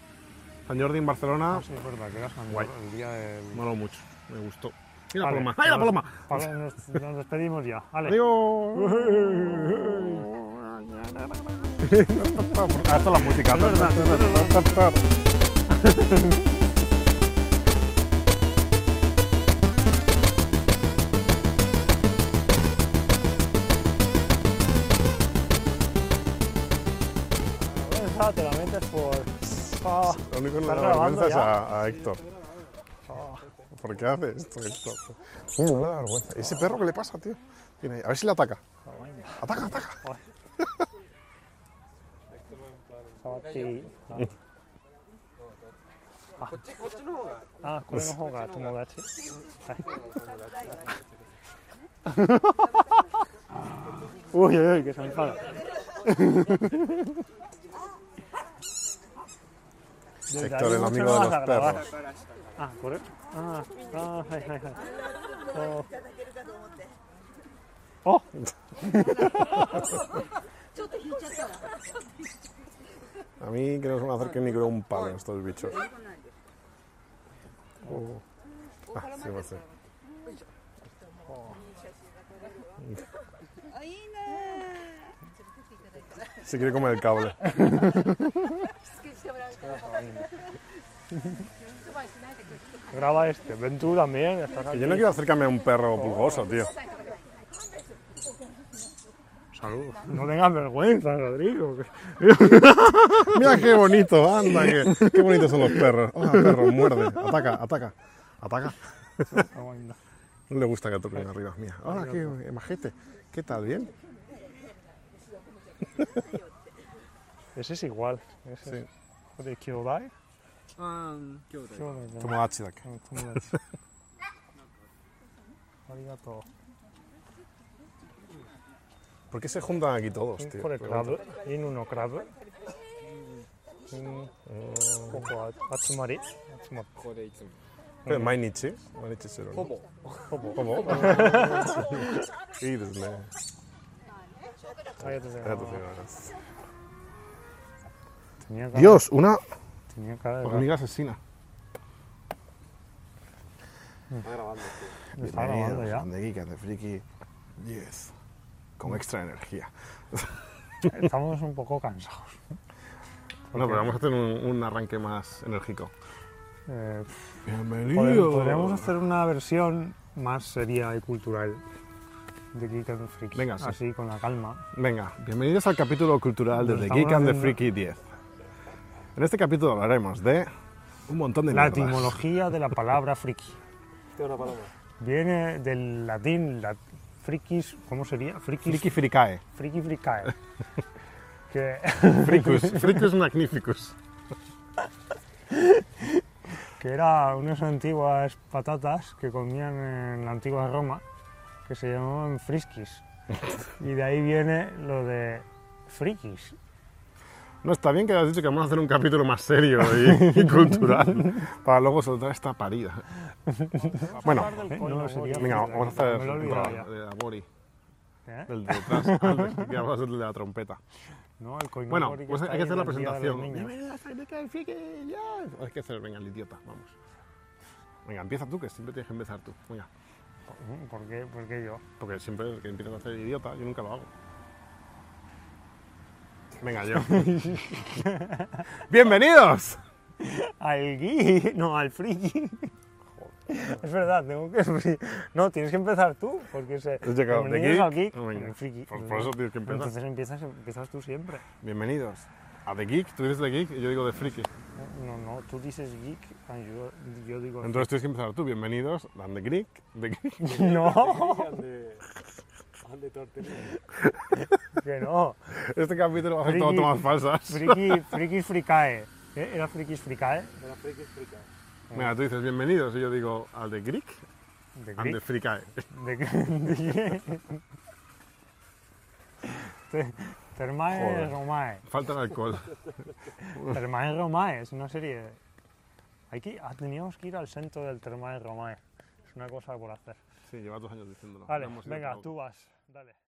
Speaker 1: San Jordi en Barcelona
Speaker 3: Ah, sí, es verdad, que era San
Speaker 1: Guay.
Speaker 3: Jordi, el día del...
Speaker 1: Moló mucho, me gustó. ¡Y la
Speaker 3: Vale,
Speaker 1: paloma! ¡Ay, la
Speaker 3: nos-
Speaker 1: paloma!
Speaker 3: Pal- Nos, nos despedimos ya. Vale.
Speaker 1: Adiós. Hasta la música.
Speaker 3: vergüenza te la metes por. Ah,
Speaker 1: Lo único que no
Speaker 3: ¿Estás
Speaker 1: le da
Speaker 3: grabando
Speaker 1: vergüenza es
Speaker 3: ya?
Speaker 1: a, a Héctor. Ah, ¿Por qué hace esto, Héctor? Sí, no le da vergüenza. ¿Ese perro qué le pasa, tío? Tiene ahí- A ver si le ataca. ¡Ataca, ataca!
Speaker 3: Sabati. Ah. Ah, ¿これの方が友達? Uy, uy, uy, que se enfada. Desde
Speaker 1: Héctor,
Speaker 3: aquí
Speaker 1: el
Speaker 3: mucho
Speaker 1: amigo
Speaker 3: no
Speaker 1: de
Speaker 3: vas
Speaker 1: los
Speaker 3: a grabar.
Speaker 1: perros.
Speaker 3: Ah, ¿por eso? Ah, ah, ay, ay, ay. Oh.
Speaker 4: るかと思って。
Speaker 3: Oh.
Speaker 4: ちょっと引いちゃったわ。
Speaker 1: A mí que no se me acerquen ni con un palo estos bichos. Oh. Ah, sí, va a ser.
Speaker 4: あ、いいね
Speaker 1: Se quiere comer el cable.
Speaker 4: ー。つけしてもらうから。 そばにしないでくれ。
Speaker 3: Graba este. Ven tú también. estás
Speaker 1: Que
Speaker 3: aquí.
Speaker 1: Yo no quiero acercarme a un perro pulgoso, tío. Salud.
Speaker 3: No tengas vergüenza, Rodrigo.
Speaker 1: Mira qué bonito, anda, qué, qué bonitos son los perros. Hola, perro, muerde, ataca, ataca, ataca. No le gusta que toquen arriba, mira. Hola, qué eh, majete. ¿Qué tal, bien?
Speaker 3: Ese es igual. Ese es. Joder, Kyodai.
Speaker 5: あん兄弟
Speaker 3: Kyodai, ¿no?
Speaker 1: Tomodachi da que.
Speaker 3: No, tomodachi. Arigato.
Speaker 1: ¿Por qué se juntan aquí todos, tío?
Speaker 3: Por el
Speaker 1: Pregunto.
Speaker 3: crab. In uno crab. In- Koko eh, a- atsumari. Atsumari.
Speaker 5: ここでいつも
Speaker 1: Eh, Mainichi. Mainichi cero.
Speaker 5: ほぼ
Speaker 1: Como. Como. Sí, desde.
Speaker 3: Arigato
Speaker 1: Ya
Speaker 3: gozaimasu.
Speaker 1: te digo.
Speaker 3: Tenía cara-
Speaker 1: Dios, una
Speaker 3: Tenía cara de
Speaker 1: hormiga asesina.
Speaker 3: Me está grabando ya.
Speaker 1: De Geek and the Freaky 10. Con extra energía.
Speaker 3: Estamos un poco cansados.
Speaker 1: No, pero vamos a hacer un, un arranque más enérgico.
Speaker 3: Eh,
Speaker 1: Bienvenido.
Speaker 3: Podríamos, podríamos hacer una versión más seria y cultural de Geek and the Freaks.
Speaker 1: Venga, sí.
Speaker 3: Así, con la calma.
Speaker 1: Venga, bienvenidos al capítulo cultural de
Speaker 3: Nos
Speaker 1: The
Speaker 3: estamos
Speaker 1: Geek and the
Speaker 3: haciendo-
Speaker 1: Freaky 10. En este capítulo hablaremos de un montón de
Speaker 3: La
Speaker 1: mierdas.
Speaker 3: etimología de la palabra friki.
Speaker 5: 手のパラマ
Speaker 3: Viene del latín la, frikis, ¿cómo sería? Frikis,
Speaker 1: Friki fricae.
Speaker 3: friki fricae. que,
Speaker 1: Fricus. Fricus magnificus.
Speaker 3: que era unas antiguas patatas que comían en la antigua Roma, que se llamaban friskis. Y de ahí viene lo de ¿eh? frikis.
Speaker 1: No, está bien que hayas dicho que vamos a hacer un capítulo más serio y, y cultural para luego soltar esta parida. Bueno,
Speaker 3: ¿eh? No, sería
Speaker 1: venga, vamos a hacer
Speaker 3: Me lo he olvidado ya.
Speaker 1: de la Bori,
Speaker 3: ¿Eh?
Speaker 1: del de atrás, antes, que vamos a hacer el de la trompeta.
Speaker 3: No, el coinobori
Speaker 1: Bueno,
Speaker 3: que
Speaker 1: pues hay
Speaker 3: está
Speaker 1: que
Speaker 3: ahí
Speaker 1: hacer la
Speaker 3: en el Día de los
Speaker 1: presentación.
Speaker 3: Niños.
Speaker 1: Bienvenidos al Friki del Friki, ya. Hay que hacer, venga, el idiota, vamos. Venga, empieza tú, que siempre tienes que empezar tú. Venga,
Speaker 3: ¿Por qué, por qué yo?
Speaker 1: porque siempre el que empiezas a hacer el idiota, yo nunca lo hago. Venga, yo. ¡Bienvenidos!
Speaker 3: Al gui, no, al friki. Es verdad, tengo que. No, tienes que empezar tú, porque se.
Speaker 1: Has llegado de
Speaker 3: bienvenidos
Speaker 1: geek,
Speaker 3: al geek,
Speaker 1: venga.
Speaker 3: el friki.
Speaker 1: Por- Pues por eso tienes que empezar.
Speaker 3: Entonces empiezas, empiezas tú siempre.
Speaker 1: Bienvenidos a The Geek. Tú dices The Geek y yo digo The Friki.
Speaker 3: No, no, tú dices geek, ah, yo, yo digo.
Speaker 1: Entonces tienes que empezar tú. Bienvenidos a The Geek. The Geek.
Speaker 3: No,
Speaker 5: de, al de tortellini.
Speaker 3: que no.
Speaker 1: Este capítulo va a ser
Speaker 3: Friki.
Speaker 1: todo tomas falsas.
Speaker 3: Friki, frikis fricae. ¿Eh? ¿Era frikis fricae?
Speaker 5: De la friki frica.
Speaker 1: Mira, tú dices bienvenidos y yo digo al The Geek
Speaker 3: De
Speaker 1: and The
Speaker 3: geek.
Speaker 1: Frikae.
Speaker 3: De, de, Te- Termae
Speaker 1: Joder.
Speaker 3: Romae.
Speaker 1: Falta el alcohol.
Speaker 3: Termae Romae es una serie. Hay que, ah, teníamos que ir al centro del Termae Romae. Es una cosa por hacer.
Speaker 1: Sí, lleva dos años diciéndolo.
Speaker 3: Vale,
Speaker 1: No hemos ido
Speaker 3: venga,
Speaker 1: tampoco.
Speaker 3: tú vas. Dale.